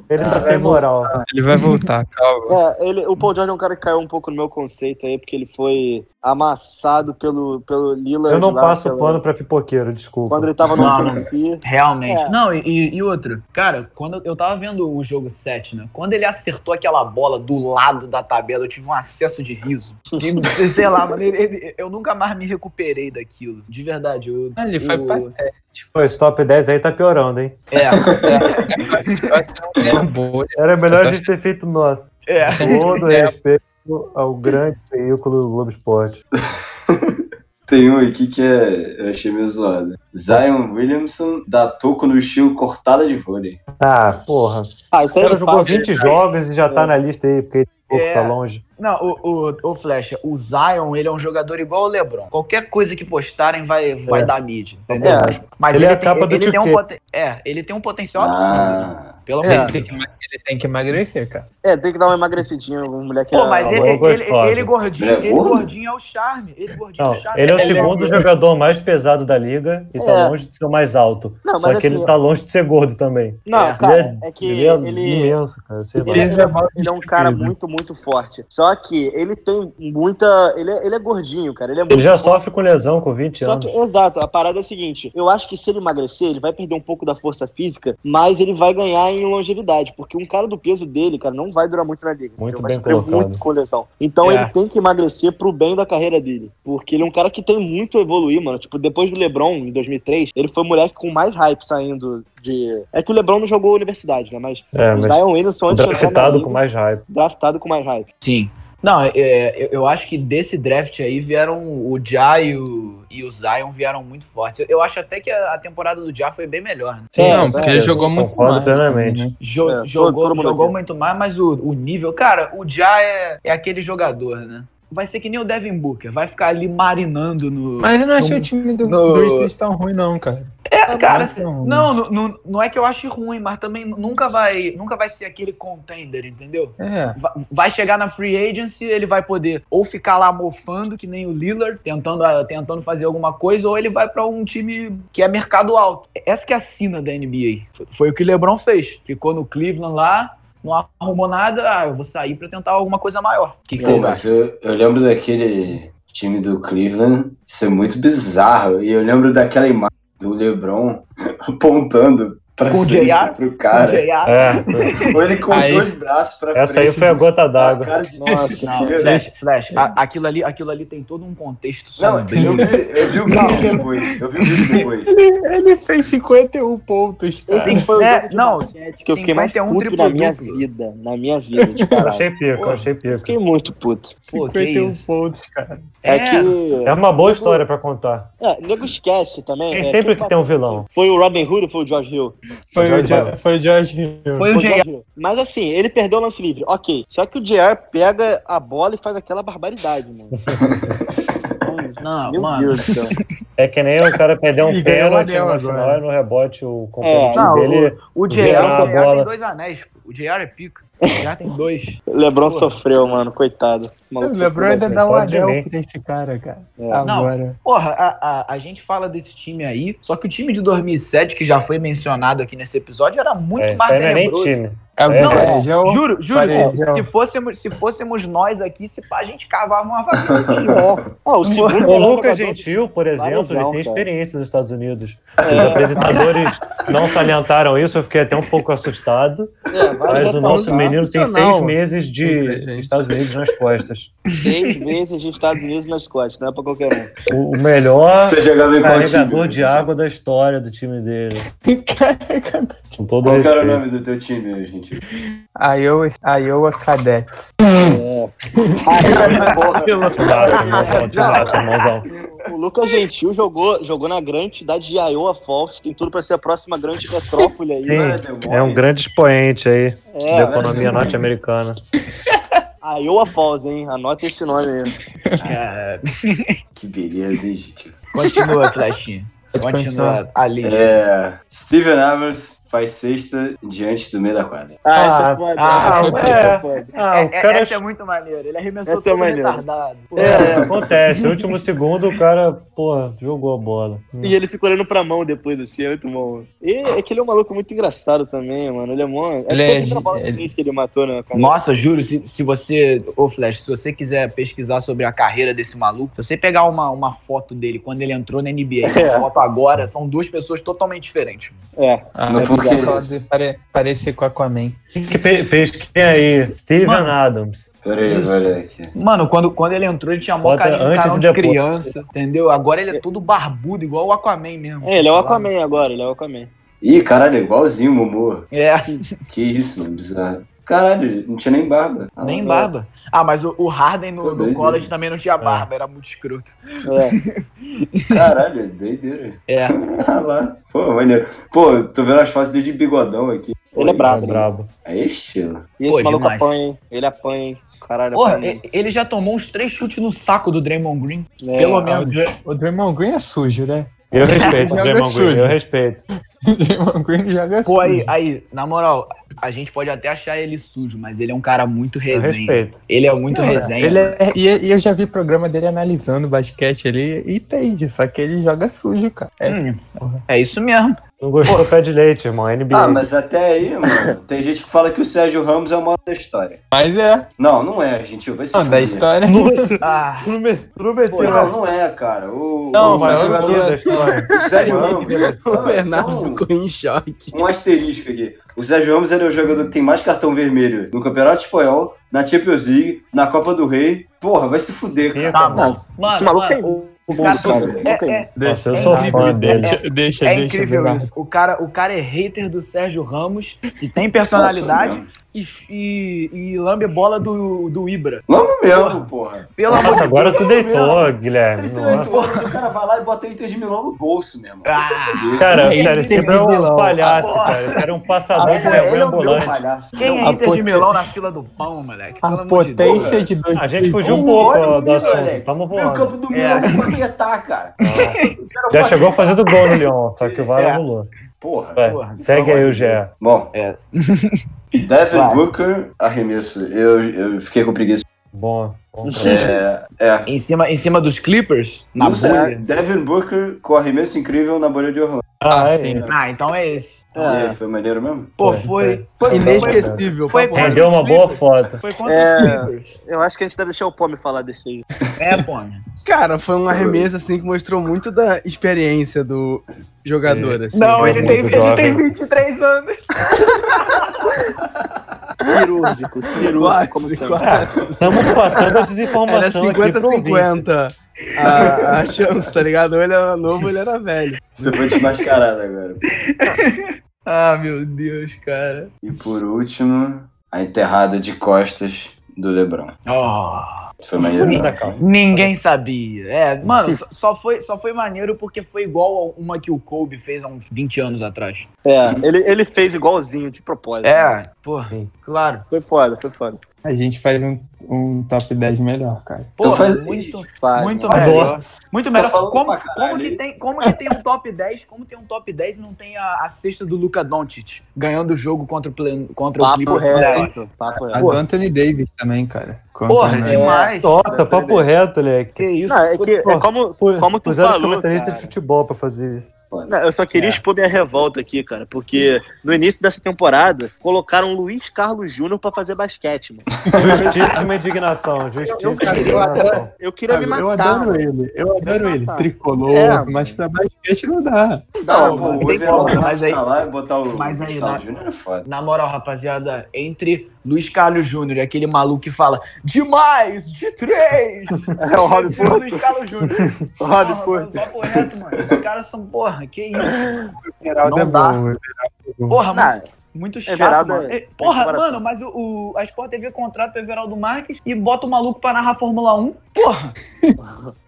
[SPEAKER 2] Ele tá sem moral.
[SPEAKER 3] Ele vai voltar, calma.
[SPEAKER 4] É, ele, o Paul George é um cara que caiu um pouco no meu conceito aí, porque ele foi amassado pelo, pelo Lila.
[SPEAKER 2] Eu não passo pano pra pipoqueiro, desculpa.
[SPEAKER 4] Quando ele tava no
[SPEAKER 6] Não, não.
[SPEAKER 4] OKC.
[SPEAKER 6] Realmente.
[SPEAKER 4] É.
[SPEAKER 6] Não, e- e, e outro, cara, quando eu tava vendo o jogo 7, né? Quando ele acertou aquela bola do lado da tabela, eu tive um acesso de riso. Que, sei- sei lá, mano, ele- ele- eu nunca mais me recuperei daquilo. De verdade. Eu,
[SPEAKER 3] Ah, Ele foi
[SPEAKER 6] eu-
[SPEAKER 3] patético.
[SPEAKER 2] Pô, esse top 10 aí tá piorando, hein?
[SPEAKER 6] É,
[SPEAKER 3] É uma bolha.
[SPEAKER 2] Era melhor a gente ter feito o nosso.
[SPEAKER 6] é.
[SPEAKER 2] Todo respeito ao grande veículo do Globo Esporte.
[SPEAKER 1] Tem um aqui que é, eu achei meio zoado. Zion Williamson dá toco no estilo cortada de vôlei.
[SPEAKER 2] Ah, porra.
[SPEAKER 4] Ah, isso
[SPEAKER 2] O
[SPEAKER 4] aí
[SPEAKER 2] cara
[SPEAKER 4] é
[SPEAKER 2] jogou
[SPEAKER 4] fácil.
[SPEAKER 2] 20 jogos e já tá na lista aí, porque ele
[SPEAKER 6] É.
[SPEAKER 2] tá longe.
[SPEAKER 6] Não, o, o, o Flecha, o Zion, ele é um jogador igual o LeBron. Qualquer coisa que postarem vai, vai dar mídia, entendeu?
[SPEAKER 4] É.
[SPEAKER 6] Mas
[SPEAKER 2] Ele
[SPEAKER 6] ele,
[SPEAKER 2] é a
[SPEAKER 6] tem,
[SPEAKER 2] capa do
[SPEAKER 6] ele tem um
[SPEAKER 2] 2K.
[SPEAKER 6] poten- É, ele tem um potencial absurdo.
[SPEAKER 1] Ah,
[SPEAKER 6] Pelo
[SPEAKER 4] É.
[SPEAKER 6] menos.
[SPEAKER 3] Ele, tem que, ma- ele tem que emagrecer, cara.
[SPEAKER 4] É, tem que dar uma emagrecidinha, um moleque.
[SPEAKER 6] Pô, mas
[SPEAKER 7] Ah, agora
[SPEAKER 6] ele,
[SPEAKER 7] eu
[SPEAKER 6] ele,
[SPEAKER 7] vou
[SPEAKER 6] ele,
[SPEAKER 7] falar.
[SPEAKER 6] ele gordinho,
[SPEAKER 1] Ele é
[SPEAKER 6] ele
[SPEAKER 1] gordo?
[SPEAKER 6] gordinho é o charme. Ele gordinho
[SPEAKER 7] Não,
[SPEAKER 6] é o
[SPEAKER 4] Tipo,
[SPEAKER 6] charme.
[SPEAKER 7] ele é o
[SPEAKER 6] Ele
[SPEAKER 7] segundo jogador mais pesado da liga e
[SPEAKER 4] um- É.
[SPEAKER 7] tá longe de ser o mais alto.
[SPEAKER 4] Não,
[SPEAKER 7] Só
[SPEAKER 4] mas
[SPEAKER 7] que
[SPEAKER 4] assim,
[SPEAKER 7] ele tá longe de ser gordo também.
[SPEAKER 4] Não,
[SPEAKER 6] É.
[SPEAKER 4] cara, é que
[SPEAKER 7] Ele
[SPEAKER 4] ele.
[SPEAKER 7] é
[SPEAKER 4] ele...
[SPEAKER 2] Imenso, cara. Sei lá.
[SPEAKER 4] Ele,
[SPEAKER 3] Ele é mal
[SPEAKER 4] ele é um cara
[SPEAKER 3] distribuído.
[SPEAKER 4] muito, muito forte. Só que ele tem muita. Ele é, ele é gordinho, cara. Ele é
[SPEAKER 7] Ele
[SPEAKER 4] muito
[SPEAKER 7] já sofre com lesão com 20
[SPEAKER 4] Só
[SPEAKER 7] anos.
[SPEAKER 4] que, exato, a parada é a seguinte: eu acho que se ele emagrecer, ele vai perder um pouco da força física, mas ele vai ganhar em longevidade, porque um cara do peso dele, cara, não vai durar muito na liga.
[SPEAKER 7] Muito bem
[SPEAKER 4] entendeu? vai sofrer
[SPEAKER 7] colocado.
[SPEAKER 4] muito com lesão. Então
[SPEAKER 6] É.
[SPEAKER 4] ele tem que emagrecer pro bem da carreira dele, porque ele é um cara que tem muito a evoluir, mano. Tipo, depois do LeBron, em 2003, ele foi o moleque com mais hype saindo de. É que o LeBron não jogou universidade, né? Mas
[SPEAKER 7] É,
[SPEAKER 4] o
[SPEAKER 7] mas
[SPEAKER 4] Zion Williamson antes de entrar na
[SPEAKER 7] draftado
[SPEAKER 4] liga,
[SPEAKER 7] com mais hype.
[SPEAKER 4] draftado com mais hype.
[SPEAKER 6] Sim. Não, é, eu, eu acho que desse draft aí vieram o Ja e o, e o Zion vieram muito fortes. Eu, eu acho até que a, a temporada do Ja foi bem melhor. Né?
[SPEAKER 3] Sim, não, porque ele jogou muito
[SPEAKER 2] Concordo
[SPEAKER 3] mais
[SPEAKER 2] plenamente.
[SPEAKER 3] também, né?
[SPEAKER 6] Jo-
[SPEAKER 4] É, todo-
[SPEAKER 6] jogou
[SPEAKER 4] todo mundo
[SPEAKER 6] jogou
[SPEAKER 4] aqui.
[SPEAKER 6] muito mais, mas o, o nível. Cara, o Ja é, é aquele jogador, né? Vai ser que nem o Devin Booker, vai ficar ali marinando no.
[SPEAKER 3] Mas eu não achei
[SPEAKER 6] No-
[SPEAKER 3] o time do
[SPEAKER 6] no-
[SPEAKER 3] Grizzlies tão ruim, não, cara.
[SPEAKER 4] tá
[SPEAKER 6] É, cara, assim,
[SPEAKER 3] não.
[SPEAKER 6] não, não, não, não é que eu ache ruim, mas também nunca vai, nunca vai ser aquele contender, entendeu?
[SPEAKER 3] É.
[SPEAKER 6] Va- Vai chegar na free agency, ele vai poder ou ficar lá mofando, que nem o Lillard, tentando, ah, tentando fazer alguma coisa, ou ele vai pra um time que é mercado alto. Essa que é a sina da NBA. Foi, foi o que o LeBron fez. Ficou no Cleveland lá, não arrumou nada, ah, eu vou sair pra tentar alguma coisa maior. O que, que
[SPEAKER 1] Pô,
[SPEAKER 6] vocês acham?
[SPEAKER 1] mas eu, eu lembro daquele time do Cleveland, isso é muito bizarro. E eu lembro daquela imagem do LeBron apontando pra
[SPEAKER 6] Com o
[SPEAKER 1] cesta
[SPEAKER 6] JR?
[SPEAKER 1] pro cara.
[SPEAKER 6] J.R.
[SPEAKER 7] É, foi-
[SPEAKER 1] Ou ele com
[SPEAKER 3] Aí-
[SPEAKER 1] os dois braços pra
[SPEAKER 7] essa
[SPEAKER 1] frente.
[SPEAKER 7] aí foi a gota
[SPEAKER 1] com a
[SPEAKER 7] d'água.
[SPEAKER 1] cara de
[SPEAKER 6] Não,
[SPEAKER 1] desespero. né?
[SPEAKER 6] Flash, Flash, a- aquilo, ali, aquilo ali tem todo um contexto
[SPEAKER 1] Não, eu
[SPEAKER 6] sombrio.
[SPEAKER 1] vi, eu vi o vídeo depois. Eu vi o vídeo depois.
[SPEAKER 3] Ele fez 51 pontos, cara.
[SPEAKER 6] Sim,
[SPEAKER 4] foi o
[SPEAKER 6] é,
[SPEAKER 4] jogo de
[SPEAKER 6] não,
[SPEAKER 4] basquete que eu fiquei mais
[SPEAKER 6] 51
[SPEAKER 4] puto na minha
[SPEAKER 6] triplo-duplo.
[SPEAKER 4] vida. Na minha vida, de
[SPEAKER 7] Eu
[SPEAKER 4] caralho.
[SPEAKER 7] achei pico, eu achei pico.
[SPEAKER 4] Fiquei muito puto.
[SPEAKER 6] Pô, que
[SPEAKER 3] 51
[SPEAKER 6] isso.
[SPEAKER 3] pontos, cara.
[SPEAKER 4] É,
[SPEAKER 6] É.
[SPEAKER 4] que.
[SPEAKER 7] É uma boa história pra contar.
[SPEAKER 4] É, nego esquece também.
[SPEAKER 7] Tem
[SPEAKER 4] é,
[SPEAKER 7] sempre
[SPEAKER 4] quem-
[SPEAKER 7] que tem um vilão.
[SPEAKER 4] Foi o Robin Hood ou foi o George Hill?
[SPEAKER 3] Foi o,
[SPEAKER 7] Jorge
[SPEAKER 3] Jo-
[SPEAKER 7] Hill.
[SPEAKER 3] foi o George Hill.
[SPEAKER 7] um
[SPEAKER 6] Foi o
[SPEAKER 4] Foi o
[SPEAKER 6] J.R.
[SPEAKER 4] Jorginho. Mas assim, ele perdeu o lance livre. Ok. Só que o JR pega a bola e faz aquela barbaridade, mano.
[SPEAKER 6] Não,
[SPEAKER 4] Meu
[SPEAKER 6] Ah, mano.
[SPEAKER 4] Deus do céu.
[SPEAKER 7] É que nem o cara perder um
[SPEAKER 3] E ganhou o
[SPEAKER 7] pênalti
[SPEAKER 3] anel
[SPEAKER 7] na
[SPEAKER 3] agora.
[SPEAKER 7] final e no rebote o
[SPEAKER 4] É,
[SPEAKER 7] companheiro
[SPEAKER 6] não,
[SPEAKER 7] dele.
[SPEAKER 6] O JR,
[SPEAKER 7] Zerar a
[SPEAKER 6] o JR
[SPEAKER 7] bola.
[SPEAKER 6] tem dois anéis. pô. O JR é pica. O JR tem dois.
[SPEAKER 4] Lebron
[SPEAKER 6] Porra.
[SPEAKER 4] sofreu, mano. Coitado. Esse
[SPEAKER 3] O
[SPEAKER 4] maluco
[SPEAKER 3] LeBron
[SPEAKER 4] sofreu,
[SPEAKER 3] ainda
[SPEAKER 4] velho.
[SPEAKER 3] dá um
[SPEAKER 7] Pode
[SPEAKER 3] anel
[SPEAKER 7] ver.
[SPEAKER 3] pra esse cara, cara.
[SPEAKER 4] É.
[SPEAKER 3] Agora.
[SPEAKER 6] Porra, a, a, a gente fala desse time aí, só que o time de 2007, que já foi mencionado aqui nesse episódio, era muito
[SPEAKER 7] É, isso
[SPEAKER 6] mais
[SPEAKER 7] aí não é nem
[SPEAKER 6] tenebroso.
[SPEAKER 7] time. Então,
[SPEAKER 3] Agora,
[SPEAKER 6] é.
[SPEAKER 3] já é o-
[SPEAKER 6] Juro, juro,
[SPEAKER 3] Parei,
[SPEAKER 6] se,
[SPEAKER 3] já.
[SPEAKER 6] se fôssemos, se fôssemos nós aqui, se pá, a gente cavava uma vaga.
[SPEAKER 4] Ah, o segundo
[SPEAKER 7] O
[SPEAKER 4] melhor
[SPEAKER 7] Lucas
[SPEAKER 4] jogador-
[SPEAKER 7] Gentil, por exemplo, ele
[SPEAKER 4] Valeuzão,
[SPEAKER 7] tem
[SPEAKER 4] cara.
[SPEAKER 7] experiência nos Estados Unidos.
[SPEAKER 4] É.
[SPEAKER 7] Os apresentadores não salientaram isso, eu fiquei até um pouco assustado.
[SPEAKER 4] É, vale
[SPEAKER 7] Mas o
[SPEAKER 4] ressaltar.
[SPEAKER 7] nosso menino tem seis
[SPEAKER 5] Sensacional.
[SPEAKER 7] meses
[SPEAKER 5] Lucas
[SPEAKER 7] de
[SPEAKER 5] Gentil.
[SPEAKER 7] Estados Unidos nas costas.
[SPEAKER 4] Seis vezes nos Estados Unidos nas costas, não é pra qualquer um.
[SPEAKER 7] O o melhor
[SPEAKER 1] Você jogava em qual
[SPEAKER 7] carregador
[SPEAKER 1] time? né,
[SPEAKER 7] de água da história do time dele. Com todo
[SPEAKER 1] Qual que era o
[SPEAKER 7] respeito.
[SPEAKER 1] nome do teu time, gente?
[SPEAKER 3] Iowa, Iowa Cadets.
[SPEAKER 7] Te mato, irmãozão, te mato, irmãozão.
[SPEAKER 4] O Lucas Gentil jogou, jogou na grande cidade de Iowa Falls, tem tudo pra ser a próxima grande metrópole aí.
[SPEAKER 7] Sim,
[SPEAKER 4] né?
[SPEAKER 7] É um grande expoente aí
[SPEAKER 4] É,
[SPEAKER 7] da economia norte-americana.
[SPEAKER 4] Iowa Falls, hein? Anota esse nome aí.
[SPEAKER 6] Cara,
[SPEAKER 1] Que beleza, hein, gente?
[SPEAKER 6] É, continua, Flechinha. Continua ali.
[SPEAKER 1] É. Steven Adams faz sexta diante do meio da quadra.
[SPEAKER 4] Ah,
[SPEAKER 7] Ah,
[SPEAKER 4] essa foi
[SPEAKER 6] ah,
[SPEAKER 4] essa foi
[SPEAKER 7] é.
[SPEAKER 4] foda.
[SPEAKER 7] Ah, o
[SPEAKER 6] É- é-
[SPEAKER 7] cara
[SPEAKER 6] essa é muito maneira. Ele arremessou
[SPEAKER 4] Essa é
[SPEAKER 6] todo
[SPEAKER 4] maneira.
[SPEAKER 6] retardado. Pô,
[SPEAKER 4] É,
[SPEAKER 7] acontece. No último segundo, o cara, porra, jogou a bola. Hum.
[SPEAKER 4] E ele fica olhando pra mão depois, assim, é muito bom. E é que ele é um maluco muito engraçado também, mano. Ele é mó. Acho que
[SPEAKER 3] Ele
[SPEAKER 4] foi
[SPEAKER 3] é-
[SPEAKER 4] a primeira bola
[SPEAKER 3] ele-
[SPEAKER 4] triste que ele matou, né, cara?
[SPEAKER 6] Nossa, juro, se, se você. Ô, Flash, se você quiser pesquisar sobre a carreira desse maluco, se você pegar uma, uma foto dele quando ele entrou na NBA e uma foto agora, são duas pessoas totalmente diferentes.
[SPEAKER 4] É.
[SPEAKER 3] Ah,
[SPEAKER 1] Não,
[SPEAKER 3] é
[SPEAKER 1] por que
[SPEAKER 3] porque
[SPEAKER 1] isso?
[SPEAKER 3] pode pare- parecer com Aquaman.
[SPEAKER 7] Que pe- Pesquisem aí. Steven
[SPEAKER 6] Mano.
[SPEAKER 7] Adams.
[SPEAKER 1] Pera aí,
[SPEAKER 6] Isso.
[SPEAKER 1] pera aí. aqui.
[SPEAKER 6] Mano, quando, quando ele entrou, ele tinha mó
[SPEAKER 4] é
[SPEAKER 7] Bota
[SPEAKER 6] carinho,
[SPEAKER 7] antes
[SPEAKER 6] carão
[SPEAKER 7] e
[SPEAKER 6] de
[SPEAKER 7] depois.
[SPEAKER 6] criança, entendeu? Agora ele é todo barbudo, igual o Aquaman mesmo. Tipo,
[SPEAKER 4] É, ele é o Aquaman agora, ele é o Aquaman.
[SPEAKER 1] Ih, caralho, é igualzinho o Momoa.
[SPEAKER 6] É,
[SPEAKER 1] Que isso, mano, bizarro. Caralho, não tinha nem barba. Ah,
[SPEAKER 6] nem barba. Ah, mas o, o Harden no, no
[SPEAKER 1] Doideira.
[SPEAKER 6] college também não tinha barba, era muito escroto.
[SPEAKER 4] É.
[SPEAKER 1] Caralho, doideira.
[SPEAKER 6] É.
[SPEAKER 1] Ah lá. Pô, maneiro. Pô, tô vendo as fotos dele de bigodão aqui.
[SPEAKER 4] Ele é brabo.
[SPEAKER 7] É brabo.
[SPEAKER 1] Aí é estilo.
[SPEAKER 4] E esse
[SPEAKER 6] Pô,
[SPEAKER 4] maluco
[SPEAKER 6] demais.
[SPEAKER 4] apanha, hein? Ele apanha, hein? Caralho,
[SPEAKER 6] Porra,
[SPEAKER 4] apanha.
[SPEAKER 6] e- ele já tomou uns três chutes no saco do Draymond Green,
[SPEAKER 4] É.
[SPEAKER 6] pelo
[SPEAKER 3] Ah, o
[SPEAKER 6] menos.
[SPEAKER 3] Dra- O Draymond Green é sujo, né?
[SPEAKER 7] Eu respeito o Draymond Green, eu respeito.
[SPEAKER 3] O Draymond Green joga
[SPEAKER 6] Pô, aí,
[SPEAKER 3] sujo.
[SPEAKER 6] aí, na moral, a gente pode até achar ele sujo, mas ele é um cara muito
[SPEAKER 7] Eu
[SPEAKER 6] resenha.
[SPEAKER 7] respeito.
[SPEAKER 6] Ele é muito
[SPEAKER 3] Não,
[SPEAKER 6] resenha.
[SPEAKER 3] Ele é- e, e eu já vi programa dele analisando basquete ali e entende, só que ele joga sujo, cara. É,
[SPEAKER 6] Hum, é isso mesmo.
[SPEAKER 7] Não gostou pé de leite, irmão. é NBA.
[SPEAKER 1] Ah, mas até aí, mano, tem gente que fala que o Sérgio Ramos é o maior da história.
[SPEAKER 3] mas é,
[SPEAKER 1] Não, não é, gente. Vai se
[SPEAKER 3] não, da
[SPEAKER 1] fuder.
[SPEAKER 3] história.
[SPEAKER 6] Ah,
[SPEAKER 7] Tu não me- tu não meteu
[SPEAKER 6] Pô,
[SPEAKER 1] Não,
[SPEAKER 7] essa.
[SPEAKER 1] não é, cara. O,
[SPEAKER 3] Não,
[SPEAKER 1] o
[SPEAKER 3] mas
[SPEAKER 1] maior
[SPEAKER 3] eu
[SPEAKER 7] Maior
[SPEAKER 1] jogador
[SPEAKER 7] da história.
[SPEAKER 1] O Sérgio Ramos.
[SPEAKER 5] O
[SPEAKER 1] Ah,
[SPEAKER 5] Bernardo
[SPEAKER 1] só um-
[SPEAKER 5] ficou em choque.
[SPEAKER 1] um asterisco aqui. O Sérgio Ramos ele é o jogador que tem mais cartão vermelho no Campeonato Espanhol, na Champions League, na Copa do Rei. Porra, vai se fuder, cara.
[SPEAKER 6] tá
[SPEAKER 4] Não,
[SPEAKER 6] bom.
[SPEAKER 4] esse
[SPEAKER 6] Mano,
[SPEAKER 4] maluco
[SPEAKER 6] mano,
[SPEAKER 4] é
[SPEAKER 6] o- o
[SPEAKER 1] Bolsonaro,
[SPEAKER 6] cara-
[SPEAKER 1] maluco
[SPEAKER 6] é- é-
[SPEAKER 7] Nossa, eu sou
[SPEAKER 6] é
[SPEAKER 7] fã
[SPEAKER 6] incrível isso,
[SPEAKER 7] dele.
[SPEAKER 6] é-
[SPEAKER 3] deixa,
[SPEAKER 6] É
[SPEAKER 3] deixa,
[SPEAKER 6] incrível
[SPEAKER 3] Bernardo.
[SPEAKER 6] isso. O cara, o cara é hater do Sérgio Ramos e tem personalidade.
[SPEAKER 1] Nossa,
[SPEAKER 6] e, e, e lambe a bola do, do Ibra.
[SPEAKER 1] Vamos mesmo, porra.
[SPEAKER 6] Pelo amor
[SPEAKER 7] Nossa,
[SPEAKER 6] de
[SPEAKER 7] agora tu deitou,
[SPEAKER 1] Meu.
[SPEAKER 2] É,
[SPEAKER 7] Guilherme.
[SPEAKER 1] 38
[SPEAKER 7] Nossa.
[SPEAKER 1] anos, o cara vai lá e bota o Inter de Milão no bolso, meu irmão. Vai se fuder.
[SPEAKER 7] Cara,
[SPEAKER 3] Quem é
[SPEAKER 7] sério, esse
[SPEAKER 3] Inter de
[SPEAKER 7] Ibra é um
[SPEAKER 3] Milão?
[SPEAKER 7] palhaço,
[SPEAKER 6] Agora.
[SPEAKER 7] cara. Esse cara é um passador
[SPEAKER 1] Ele
[SPEAKER 7] de
[SPEAKER 1] é- ele
[SPEAKER 7] vergonha
[SPEAKER 1] é o meu
[SPEAKER 7] ambulante.
[SPEAKER 1] palhaço.
[SPEAKER 6] Quem é
[SPEAKER 3] A
[SPEAKER 6] Inter de
[SPEAKER 3] potência-
[SPEAKER 6] Milão na fila do pão, moleque?
[SPEAKER 3] A
[SPEAKER 6] Pelo amor de Deus.
[SPEAKER 3] potência de dois.
[SPEAKER 7] A gente fugiu um
[SPEAKER 1] Olha
[SPEAKER 7] pouco
[SPEAKER 1] o
[SPEAKER 7] ó, do
[SPEAKER 1] Milan,
[SPEAKER 7] assunto.
[SPEAKER 1] moleque.
[SPEAKER 7] Tamo
[SPEAKER 1] Meu, o
[SPEAKER 7] voando.
[SPEAKER 1] campo do Milan é. Paquetá, cara. O cara
[SPEAKER 7] Já
[SPEAKER 1] pode-
[SPEAKER 7] chegou fazendo gol no Lyon, só que o VAR
[SPEAKER 6] É.
[SPEAKER 7] anulou.
[SPEAKER 1] Porra.
[SPEAKER 7] Vai,
[SPEAKER 6] Porra,
[SPEAKER 7] segue
[SPEAKER 6] pelo
[SPEAKER 7] aí
[SPEAKER 6] amor
[SPEAKER 7] o
[SPEAKER 6] de
[SPEAKER 7] Gé.
[SPEAKER 1] Bom.
[SPEAKER 6] É.
[SPEAKER 1] Devin
[SPEAKER 6] Vai.
[SPEAKER 1] Booker, arremesso. Eu, eu fiquei com preguiça.
[SPEAKER 7] Bom. bom pra-
[SPEAKER 1] É. é.
[SPEAKER 6] Em cima, em cima dos Clippers? Na
[SPEAKER 1] Não
[SPEAKER 7] é.
[SPEAKER 1] sei,
[SPEAKER 6] bolha?
[SPEAKER 1] Devin Booker com arremesso incrível na bolha de Orlando.
[SPEAKER 7] Ah, é.
[SPEAKER 3] sim.
[SPEAKER 6] Ah, então é esse.
[SPEAKER 1] E aí, foi maneiro mesmo?
[SPEAKER 6] Pô,
[SPEAKER 7] Foi,
[SPEAKER 1] É.
[SPEAKER 6] foi.
[SPEAKER 5] Foi
[SPEAKER 7] Foi-
[SPEAKER 5] inesquecível.
[SPEAKER 6] foi-
[SPEAKER 5] papo
[SPEAKER 6] foi-
[SPEAKER 5] reto.
[SPEAKER 7] Rendeu uma boa foto.
[SPEAKER 6] Foi contra
[SPEAKER 4] É.
[SPEAKER 6] os Clippers.
[SPEAKER 4] Eu acho que a gente deve deixar o Pome falar desse aí.
[SPEAKER 6] É, pô. né?
[SPEAKER 5] Cara, foi um arremesso assim que mostrou muito da experiência do jogador. assim.
[SPEAKER 6] Não,
[SPEAKER 7] é
[SPEAKER 6] ele
[SPEAKER 7] muito
[SPEAKER 6] tem, ele
[SPEAKER 7] jovem.
[SPEAKER 6] tem 23 anos.
[SPEAKER 4] Cirúrgico, cirúrgico, como
[SPEAKER 5] Quase,
[SPEAKER 4] sempre.
[SPEAKER 5] quase.
[SPEAKER 7] Estamos passando essas
[SPEAKER 5] Era
[SPEAKER 7] informações aqui pro ouvinte.
[SPEAKER 5] 50-50 a, a chance, tá ligado? Ou ele era novo ou ele era velho.
[SPEAKER 1] Você foi desmascarado agora.
[SPEAKER 6] Ah, meu Deus, cara.
[SPEAKER 1] E por último, a enterrada de costas do Lebron. Foi maneiro.
[SPEAKER 7] Bonita,
[SPEAKER 1] né?
[SPEAKER 7] cara.
[SPEAKER 6] ninguém sabia. É, mano, só, só foi, só foi maneiro porque foi igual a uma que o Kobe fez há uns 20 anos atrás.
[SPEAKER 4] É, ele, ele fez igualzinho, de propósito.
[SPEAKER 6] É, pô, claro.
[SPEAKER 4] Foi foda, foi foda.
[SPEAKER 3] A gente faz um, um top 10 melhor, cara.
[SPEAKER 6] Pô,
[SPEAKER 1] Então faz-
[SPEAKER 6] muito,
[SPEAKER 4] Faz,
[SPEAKER 6] muito
[SPEAKER 1] Mas,
[SPEAKER 6] melhor.
[SPEAKER 1] ó,
[SPEAKER 6] Muito melhor.
[SPEAKER 1] falando
[SPEAKER 6] Como,
[SPEAKER 1] pra caralho,
[SPEAKER 6] como, que
[SPEAKER 1] hein?
[SPEAKER 6] tem, como que tem um top 10? Como tem um top 10 e não tem a, a cesta do Luca Doncic ganhando o jogo contra o, Play- contra o
[SPEAKER 4] Papo
[SPEAKER 6] Clippers?
[SPEAKER 4] reto, papo
[SPEAKER 3] A
[SPEAKER 4] reto.
[SPEAKER 3] do
[SPEAKER 6] Porra.
[SPEAKER 3] Anthony Davis também, cara. Quanto
[SPEAKER 6] Porra,
[SPEAKER 3] mais-
[SPEAKER 6] demais.
[SPEAKER 7] Tota, papo reto, moleque.
[SPEAKER 6] Que isso?
[SPEAKER 4] Não, é, que, é como,
[SPEAKER 7] Pô,
[SPEAKER 4] como tu
[SPEAKER 7] usaram os
[SPEAKER 4] falou,
[SPEAKER 7] comentaristas
[SPEAKER 4] cara.
[SPEAKER 7] de futebol pra fazer isso.
[SPEAKER 4] Não, eu só queria
[SPEAKER 6] É.
[SPEAKER 4] expor minha revolta aqui, cara, porque no início dessa temporada colocaram Luiz Carlos Júnior pra fazer basquete, mano.
[SPEAKER 7] Justíssima indignação, justíssima indignação.
[SPEAKER 4] Eu queria
[SPEAKER 3] Cara,
[SPEAKER 4] me
[SPEAKER 3] eu
[SPEAKER 4] matar.
[SPEAKER 3] adoro ele, eu adoro
[SPEAKER 4] me
[SPEAKER 3] ele.
[SPEAKER 4] matar.
[SPEAKER 3] Tricolor,
[SPEAKER 4] É,
[SPEAKER 3] mas pra basquete não dá.
[SPEAKER 1] Cara,
[SPEAKER 6] Não,
[SPEAKER 1] pô,
[SPEAKER 6] não
[SPEAKER 1] o
[SPEAKER 6] tem
[SPEAKER 1] Everaldo
[SPEAKER 6] como, mas aí-
[SPEAKER 1] tá lá e botar o
[SPEAKER 6] mas aí né?
[SPEAKER 1] Gustavo
[SPEAKER 6] dá-
[SPEAKER 1] Júnior é foda.
[SPEAKER 6] Na moral, rapaziada, entre Luiz Carlos Júnior e aquele maluco que fala demais, de três!
[SPEAKER 4] É o Robin
[SPEAKER 6] Entre Luiz Carlos Júnior.
[SPEAKER 4] Robin
[SPEAKER 6] Porra,
[SPEAKER 4] Ford.
[SPEAKER 6] mano, papo reto, mano. Os caras são, porra, que isso?
[SPEAKER 3] O Geraldo
[SPEAKER 6] Não
[SPEAKER 3] é
[SPEAKER 6] dá.
[SPEAKER 3] bom. ele
[SPEAKER 6] Porra, mano.
[SPEAKER 4] Não,
[SPEAKER 6] Muito chato,
[SPEAKER 4] Everaldo
[SPEAKER 6] mano.
[SPEAKER 4] é-
[SPEAKER 6] É, porra,
[SPEAKER 4] sem comparação.
[SPEAKER 6] mano, mas o, o- a Sport TV contrata o Everaldo Marques e bota o maluco pra narrar Fórmula 1. Porra!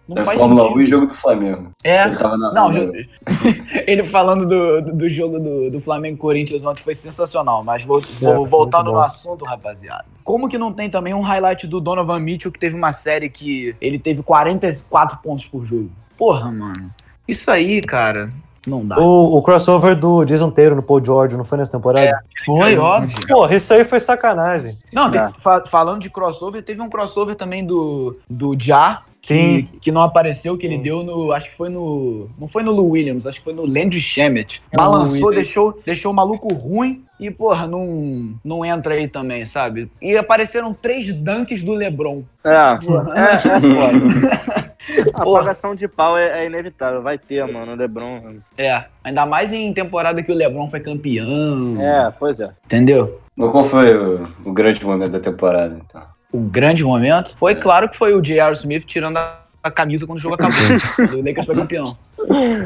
[SPEAKER 6] Não
[SPEAKER 1] É
[SPEAKER 6] faz
[SPEAKER 1] Fórmula
[SPEAKER 6] sentido.
[SPEAKER 1] 1 e jogo do Flamengo.
[SPEAKER 6] É.
[SPEAKER 1] Ele tava na.
[SPEAKER 6] Não,
[SPEAKER 1] na-
[SPEAKER 6] ju- ele falando do, do jogo do, do Flamengo e Corinthians ontem foi sensacional, mas vou, vou
[SPEAKER 7] É,
[SPEAKER 6] voltando
[SPEAKER 7] muito
[SPEAKER 6] no
[SPEAKER 7] bom.
[SPEAKER 6] assunto, rapaziada. Como que não tem também um highlight do Donovan Mitchell que teve uma série que ele teve 44 pontos por jogo? Porra, mano. Isso aí, cara, não dá.
[SPEAKER 7] O, o crossover do Jason Taylor no Paul George não foi nessa
[SPEAKER 4] É,
[SPEAKER 7] temporada?
[SPEAKER 6] Foi óbvio.
[SPEAKER 7] Porra, isso aí foi sacanagem.
[SPEAKER 6] Não, tem-
[SPEAKER 4] Tá.
[SPEAKER 6] fa- falando de crossover, teve um crossover também do, do Ja, que,
[SPEAKER 7] Sim.
[SPEAKER 6] que não apareceu, que ele
[SPEAKER 7] Sim.
[SPEAKER 6] deu no. Acho que foi no. Não foi no Lou Williams, acho que foi no Landry Shemet. Balançou, deixou, deixou o maluco ruim e, porra, não, não entra aí também, sabe? E apareceram três dunks do Lebron.
[SPEAKER 4] É,
[SPEAKER 6] Porra.
[SPEAKER 4] é, é foda. A
[SPEAKER 6] Porra.
[SPEAKER 4] apagação de pau é, é inevitável, vai ter, mano, o Lebron. mano.
[SPEAKER 6] É, ainda mais em temporada que o Lebron foi campeão.
[SPEAKER 4] É, pois é.
[SPEAKER 6] Entendeu?
[SPEAKER 1] Mas qual foi o, o grande momento da temporada, então?
[SPEAKER 6] O grande momento foi, claro, que foi o J.R. Smith tirando a, a camisa quando o jogo acabou. o Lakers foi campeão.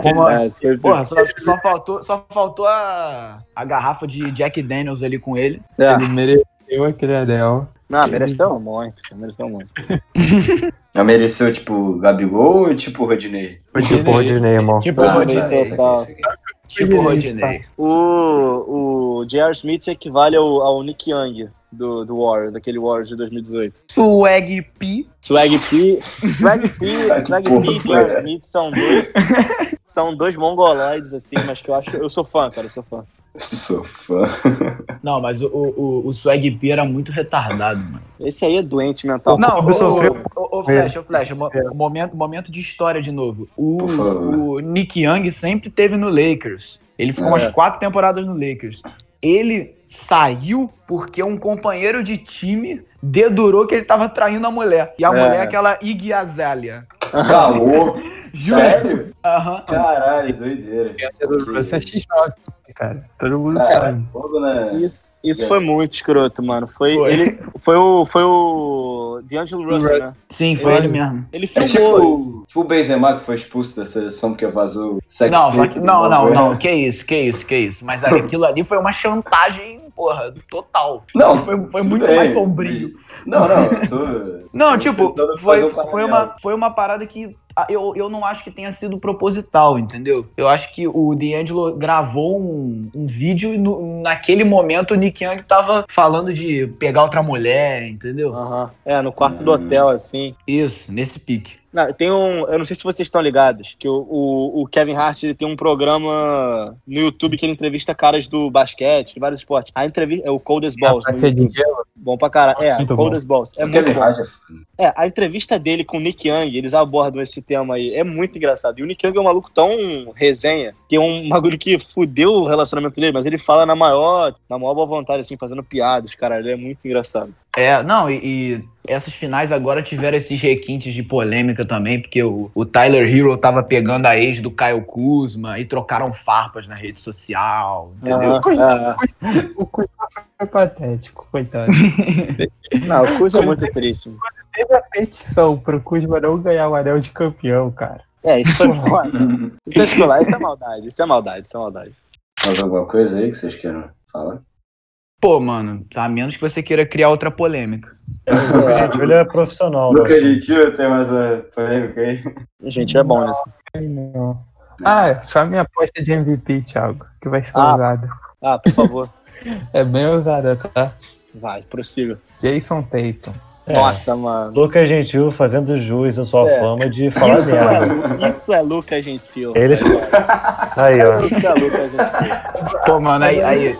[SPEAKER 6] Como,
[SPEAKER 4] É, sempre-
[SPEAKER 6] Porra, só, só faltou, só faltou a, a garrafa de Jack Daniels ali com ele.
[SPEAKER 4] é.
[SPEAKER 3] mereceu aquele anel.
[SPEAKER 4] Não, mereceu um monte, mereceu um monte.
[SPEAKER 1] Ela mereceu, tipo, Gabigol ou tipo Rodinei?
[SPEAKER 7] Tipo, Rodinei, irmão.
[SPEAKER 6] Tipo
[SPEAKER 1] Ah,
[SPEAKER 6] Rodinei.
[SPEAKER 1] tá, isso aqui,
[SPEAKER 4] tá.
[SPEAKER 1] isso aqui.
[SPEAKER 6] Tipo Rodinei.
[SPEAKER 4] O, o J.R. Smith equivale ao, ao Nick Young do, do Warriors, daquele Warriors de 2018.
[SPEAKER 6] Swag P.
[SPEAKER 4] Swag P, Swag P,
[SPEAKER 1] Ah, que
[SPEAKER 4] Swag
[SPEAKER 1] porra
[SPEAKER 4] P e
[SPEAKER 1] foi
[SPEAKER 4] J.R.
[SPEAKER 1] essa?
[SPEAKER 4] Smith são dois, são dois mongoloides, assim, mas que eu acho. Eu sou fã, cara, eu sou fã.
[SPEAKER 1] Sou fã.
[SPEAKER 6] Não, mas o, o, o Swag P era muito retardado, mano.
[SPEAKER 4] Esse aí é doente mental.
[SPEAKER 6] Não,
[SPEAKER 7] Kobe sofreu.
[SPEAKER 6] o, o, o Flash, o Flash, mo- momento, momento de história de novo. O,
[SPEAKER 1] Por favor.
[SPEAKER 6] o Nick Young sempre teve no Lakers. Ele ficou
[SPEAKER 1] É.
[SPEAKER 6] umas quatro temporadas no Lakers. Ele saiu porque um companheiro de time dedurou que ele tava traindo a mulher. E a
[SPEAKER 4] É.
[SPEAKER 6] mulher é aquela Iggy Azalea.
[SPEAKER 1] Caô! Sério?
[SPEAKER 6] Aham.
[SPEAKER 1] Caralho, doideira.
[SPEAKER 3] Vencedor do processo
[SPEAKER 1] Ok.
[SPEAKER 3] X9, cara. Todo mundo
[SPEAKER 1] Cara,
[SPEAKER 3] sabe.
[SPEAKER 1] fogo na...
[SPEAKER 4] Isso, isso
[SPEAKER 1] É.
[SPEAKER 4] foi muito escroto, mano. Foi,
[SPEAKER 6] Foi.
[SPEAKER 4] Ele, foi o. Foi o. D'Angelo Russell, né?
[SPEAKER 6] Sim, foi ele mesmo.
[SPEAKER 4] Ele
[SPEAKER 1] É
[SPEAKER 4] filmou.
[SPEAKER 1] tipo, tipo o Benzema que foi expulso da seleção porque vazou sex
[SPEAKER 6] Não,
[SPEAKER 1] tape
[SPEAKER 6] mas-
[SPEAKER 1] do
[SPEAKER 6] não, não,
[SPEAKER 1] Valverde.
[SPEAKER 6] não. Que isso, que isso, que isso. Mas ali- aquilo ali foi uma chantagem, porra, total.
[SPEAKER 1] Não,
[SPEAKER 6] Foi, foi
[SPEAKER 1] tudo
[SPEAKER 6] muito
[SPEAKER 1] bem.
[SPEAKER 6] mais sombrio.
[SPEAKER 1] Não, não, eu tô...
[SPEAKER 6] Não,
[SPEAKER 1] eu
[SPEAKER 6] tipo,
[SPEAKER 1] tô tentando
[SPEAKER 6] foi,
[SPEAKER 1] fazer um
[SPEAKER 6] foi,
[SPEAKER 1] paralelo.
[SPEAKER 6] uma, foi uma parada que ah, eu, eu não acho que tenha sido proposital, entendeu? Eu acho que o D'Angelo gravou um, um vídeo e no- naquele momento o Nick Young tava falando de pegar outra mulher, entendeu?
[SPEAKER 4] Aham. É, no quarto
[SPEAKER 1] Hum.
[SPEAKER 4] do hotel, assim.
[SPEAKER 6] Isso, nesse pique.
[SPEAKER 4] Não, tem um. Eu não sei se vocês estão ligados, que o, o, o Kevin Hart ele tem um programa no YouTube que ele entrevista caras do basquete, de vários esportes. A entrevista é o Coldest Balls.
[SPEAKER 3] Vai ser
[SPEAKER 4] no YouTube.
[SPEAKER 3] DJ,
[SPEAKER 4] Bom pra caralho. É,
[SPEAKER 3] Muito
[SPEAKER 4] Coldest Balls. É
[SPEAKER 1] O
[SPEAKER 4] muito
[SPEAKER 1] Kevin
[SPEAKER 4] bom.
[SPEAKER 1] Hart é f-
[SPEAKER 4] É, a entrevista dele com o Nick Young, eles abordam esse tema aí. É muito engraçado. E o Nick Young é um maluco tão resenha, que é um bagulho que fudeu o relacionamento dele, mas ele fala na maior, na maior boa vontade, assim, fazendo piadas, cara. Ele é muito engraçado.
[SPEAKER 6] É, não, e, e essas finais agora tiveram esses requintes de polêmica também, porque o, o Tyler Hero tava pegando a ex do Kyle Kuzma e trocaram farpas na rede social, entendeu?
[SPEAKER 4] Ah, ah.
[SPEAKER 3] O Kuzma foi patético, coitado.
[SPEAKER 4] não, o Kuz é muito triste.
[SPEAKER 3] Teve a petição pro Kuzma não ganhar o anel de campeão, cara.
[SPEAKER 4] É, isso foi foda. Isso é escolar, isso é maldade, isso é maldade, isso é maldade.
[SPEAKER 1] Mais alguma coisa aí que vocês queiram falar?
[SPEAKER 6] Pô, mano, a menos que você queira criar outra polêmica.
[SPEAKER 7] Gente, ele é profissional. né?
[SPEAKER 1] Lucas Gentil tem mais uma polêmica aí?
[SPEAKER 4] Gente, é bom isso.
[SPEAKER 3] Ai, não. Ah, só a minha aposta de MVP, Thiago, que vai ser
[SPEAKER 4] Ah.
[SPEAKER 3] ousada.
[SPEAKER 4] Ah, por favor,
[SPEAKER 3] É bem ousada, tá?
[SPEAKER 4] vai, prossiga.
[SPEAKER 3] Jason Tatum.
[SPEAKER 7] É.
[SPEAKER 4] Nossa, mano.
[SPEAKER 7] Lucas Gentil fazendo jus à sua
[SPEAKER 4] É.
[SPEAKER 7] fama de falar
[SPEAKER 4] Isso
[SPEAKER 7] merda.
[SPEAKER 4] é, isso é Lucas Gentil.
[SPEAKER 7] Ele- Aí, ó.
[SPEAKER 4] Isso é Lucas Gentil.
[SPEAKER 6] Pô, mano, aí, aí,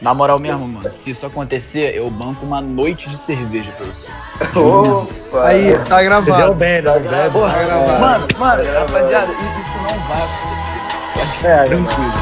[SPEAKER 6] na moral mesmo, mano, se isso acontecer, eu banco uma noite de cerveja pra você.
[SPEAKER 1] Opa!
[SPEAKER 5] Aí, tá
[SPEAKER 7] Você deu
[SPEAKER 5] gravado.
[SPEAKER 7] bem, né? Zé?
[SPEAKER 6] Porra,
[SPEAKER 5] gravado.
[SPEAKER 6] mano, mano, rapaziada, isso não vai acontecer.
[SPEAKER 4] É,
[SPEAKER 6] Tranquilo.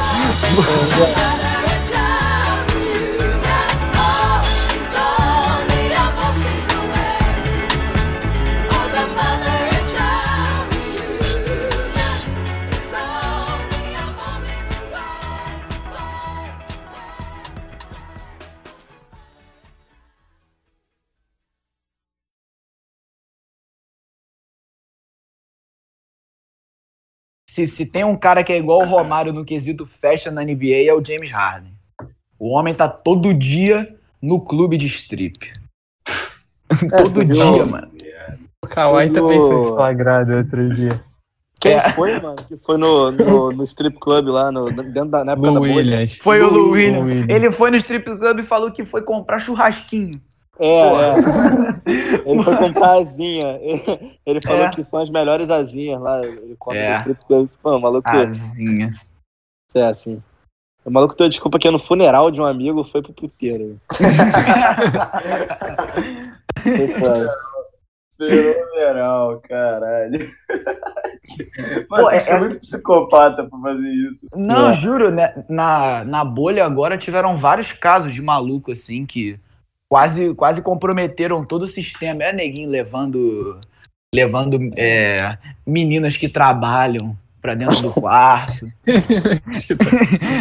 [SPEAKER 6] Se, se tem um cara que é igual o Romário no quesito festa na NBA, é o James Harden. O homem tá todo dia no clube de strip. todo
[SPEAKER 4] É,
[SPEAKER 3] tu viu?
[SPEAKER 6] dia, mano.
[SPEAKER 3] O Kawhi
[SPEAKER 4] Tudo-
[SPEAKER 3] também foi flagrado outro dia.
[SPEAKER 4] Quem
[SPEAKER 6] É.
[SPEAKER 4] foi, mano, que foi no, no, no strip club lá, no, dentro da, na época da
[SPEAKER 3] Lu
[SPEAKER 4] bolha?
[SPEAKER 3] Williams.
[SPEAKER 6] Foi o Lou Williams.
[SPEAKER 3] Williams.
[SPEAKER 6] Ele foi no strip club e falou que foi comprar churrasquinho.
[SPEAKER 4] É, é. Ele foi comprar asinha. Ele, ele falou
[SPEAKER 6] É.
[SPEAKER 4] que são as melhores asinhas lá. Ele compra
[SPEAKER 6] É. Ah,
[SPEAKER 4] no strip club. Mano, o maluco...
[SPEAKER 6] Azinha.
[SPEAKER 4] É, assim. O maluco deu desculpa que no funeral de um amigo foi pro puteiro. né? Foi foda.
[SPEAKER 1] Fenomenal, caralho. Mano,
[SPEAKER 6] Pô,
[SPEAKER 1] tem que ser
[SPEAKER 6] é-
[SPEAKER 1] muito psicopata pra fazer isso.
[SPEAKER 6] Não,
[SPEAKER 4] É.
[SPEAKER 6] juro, né, na, na bolha agora tiveram vários casos de maluco, assim, que quase, quase comprometeram todo o sistema. É neguinho levando, levando é, meninas que trabalham pra dentro do quarto.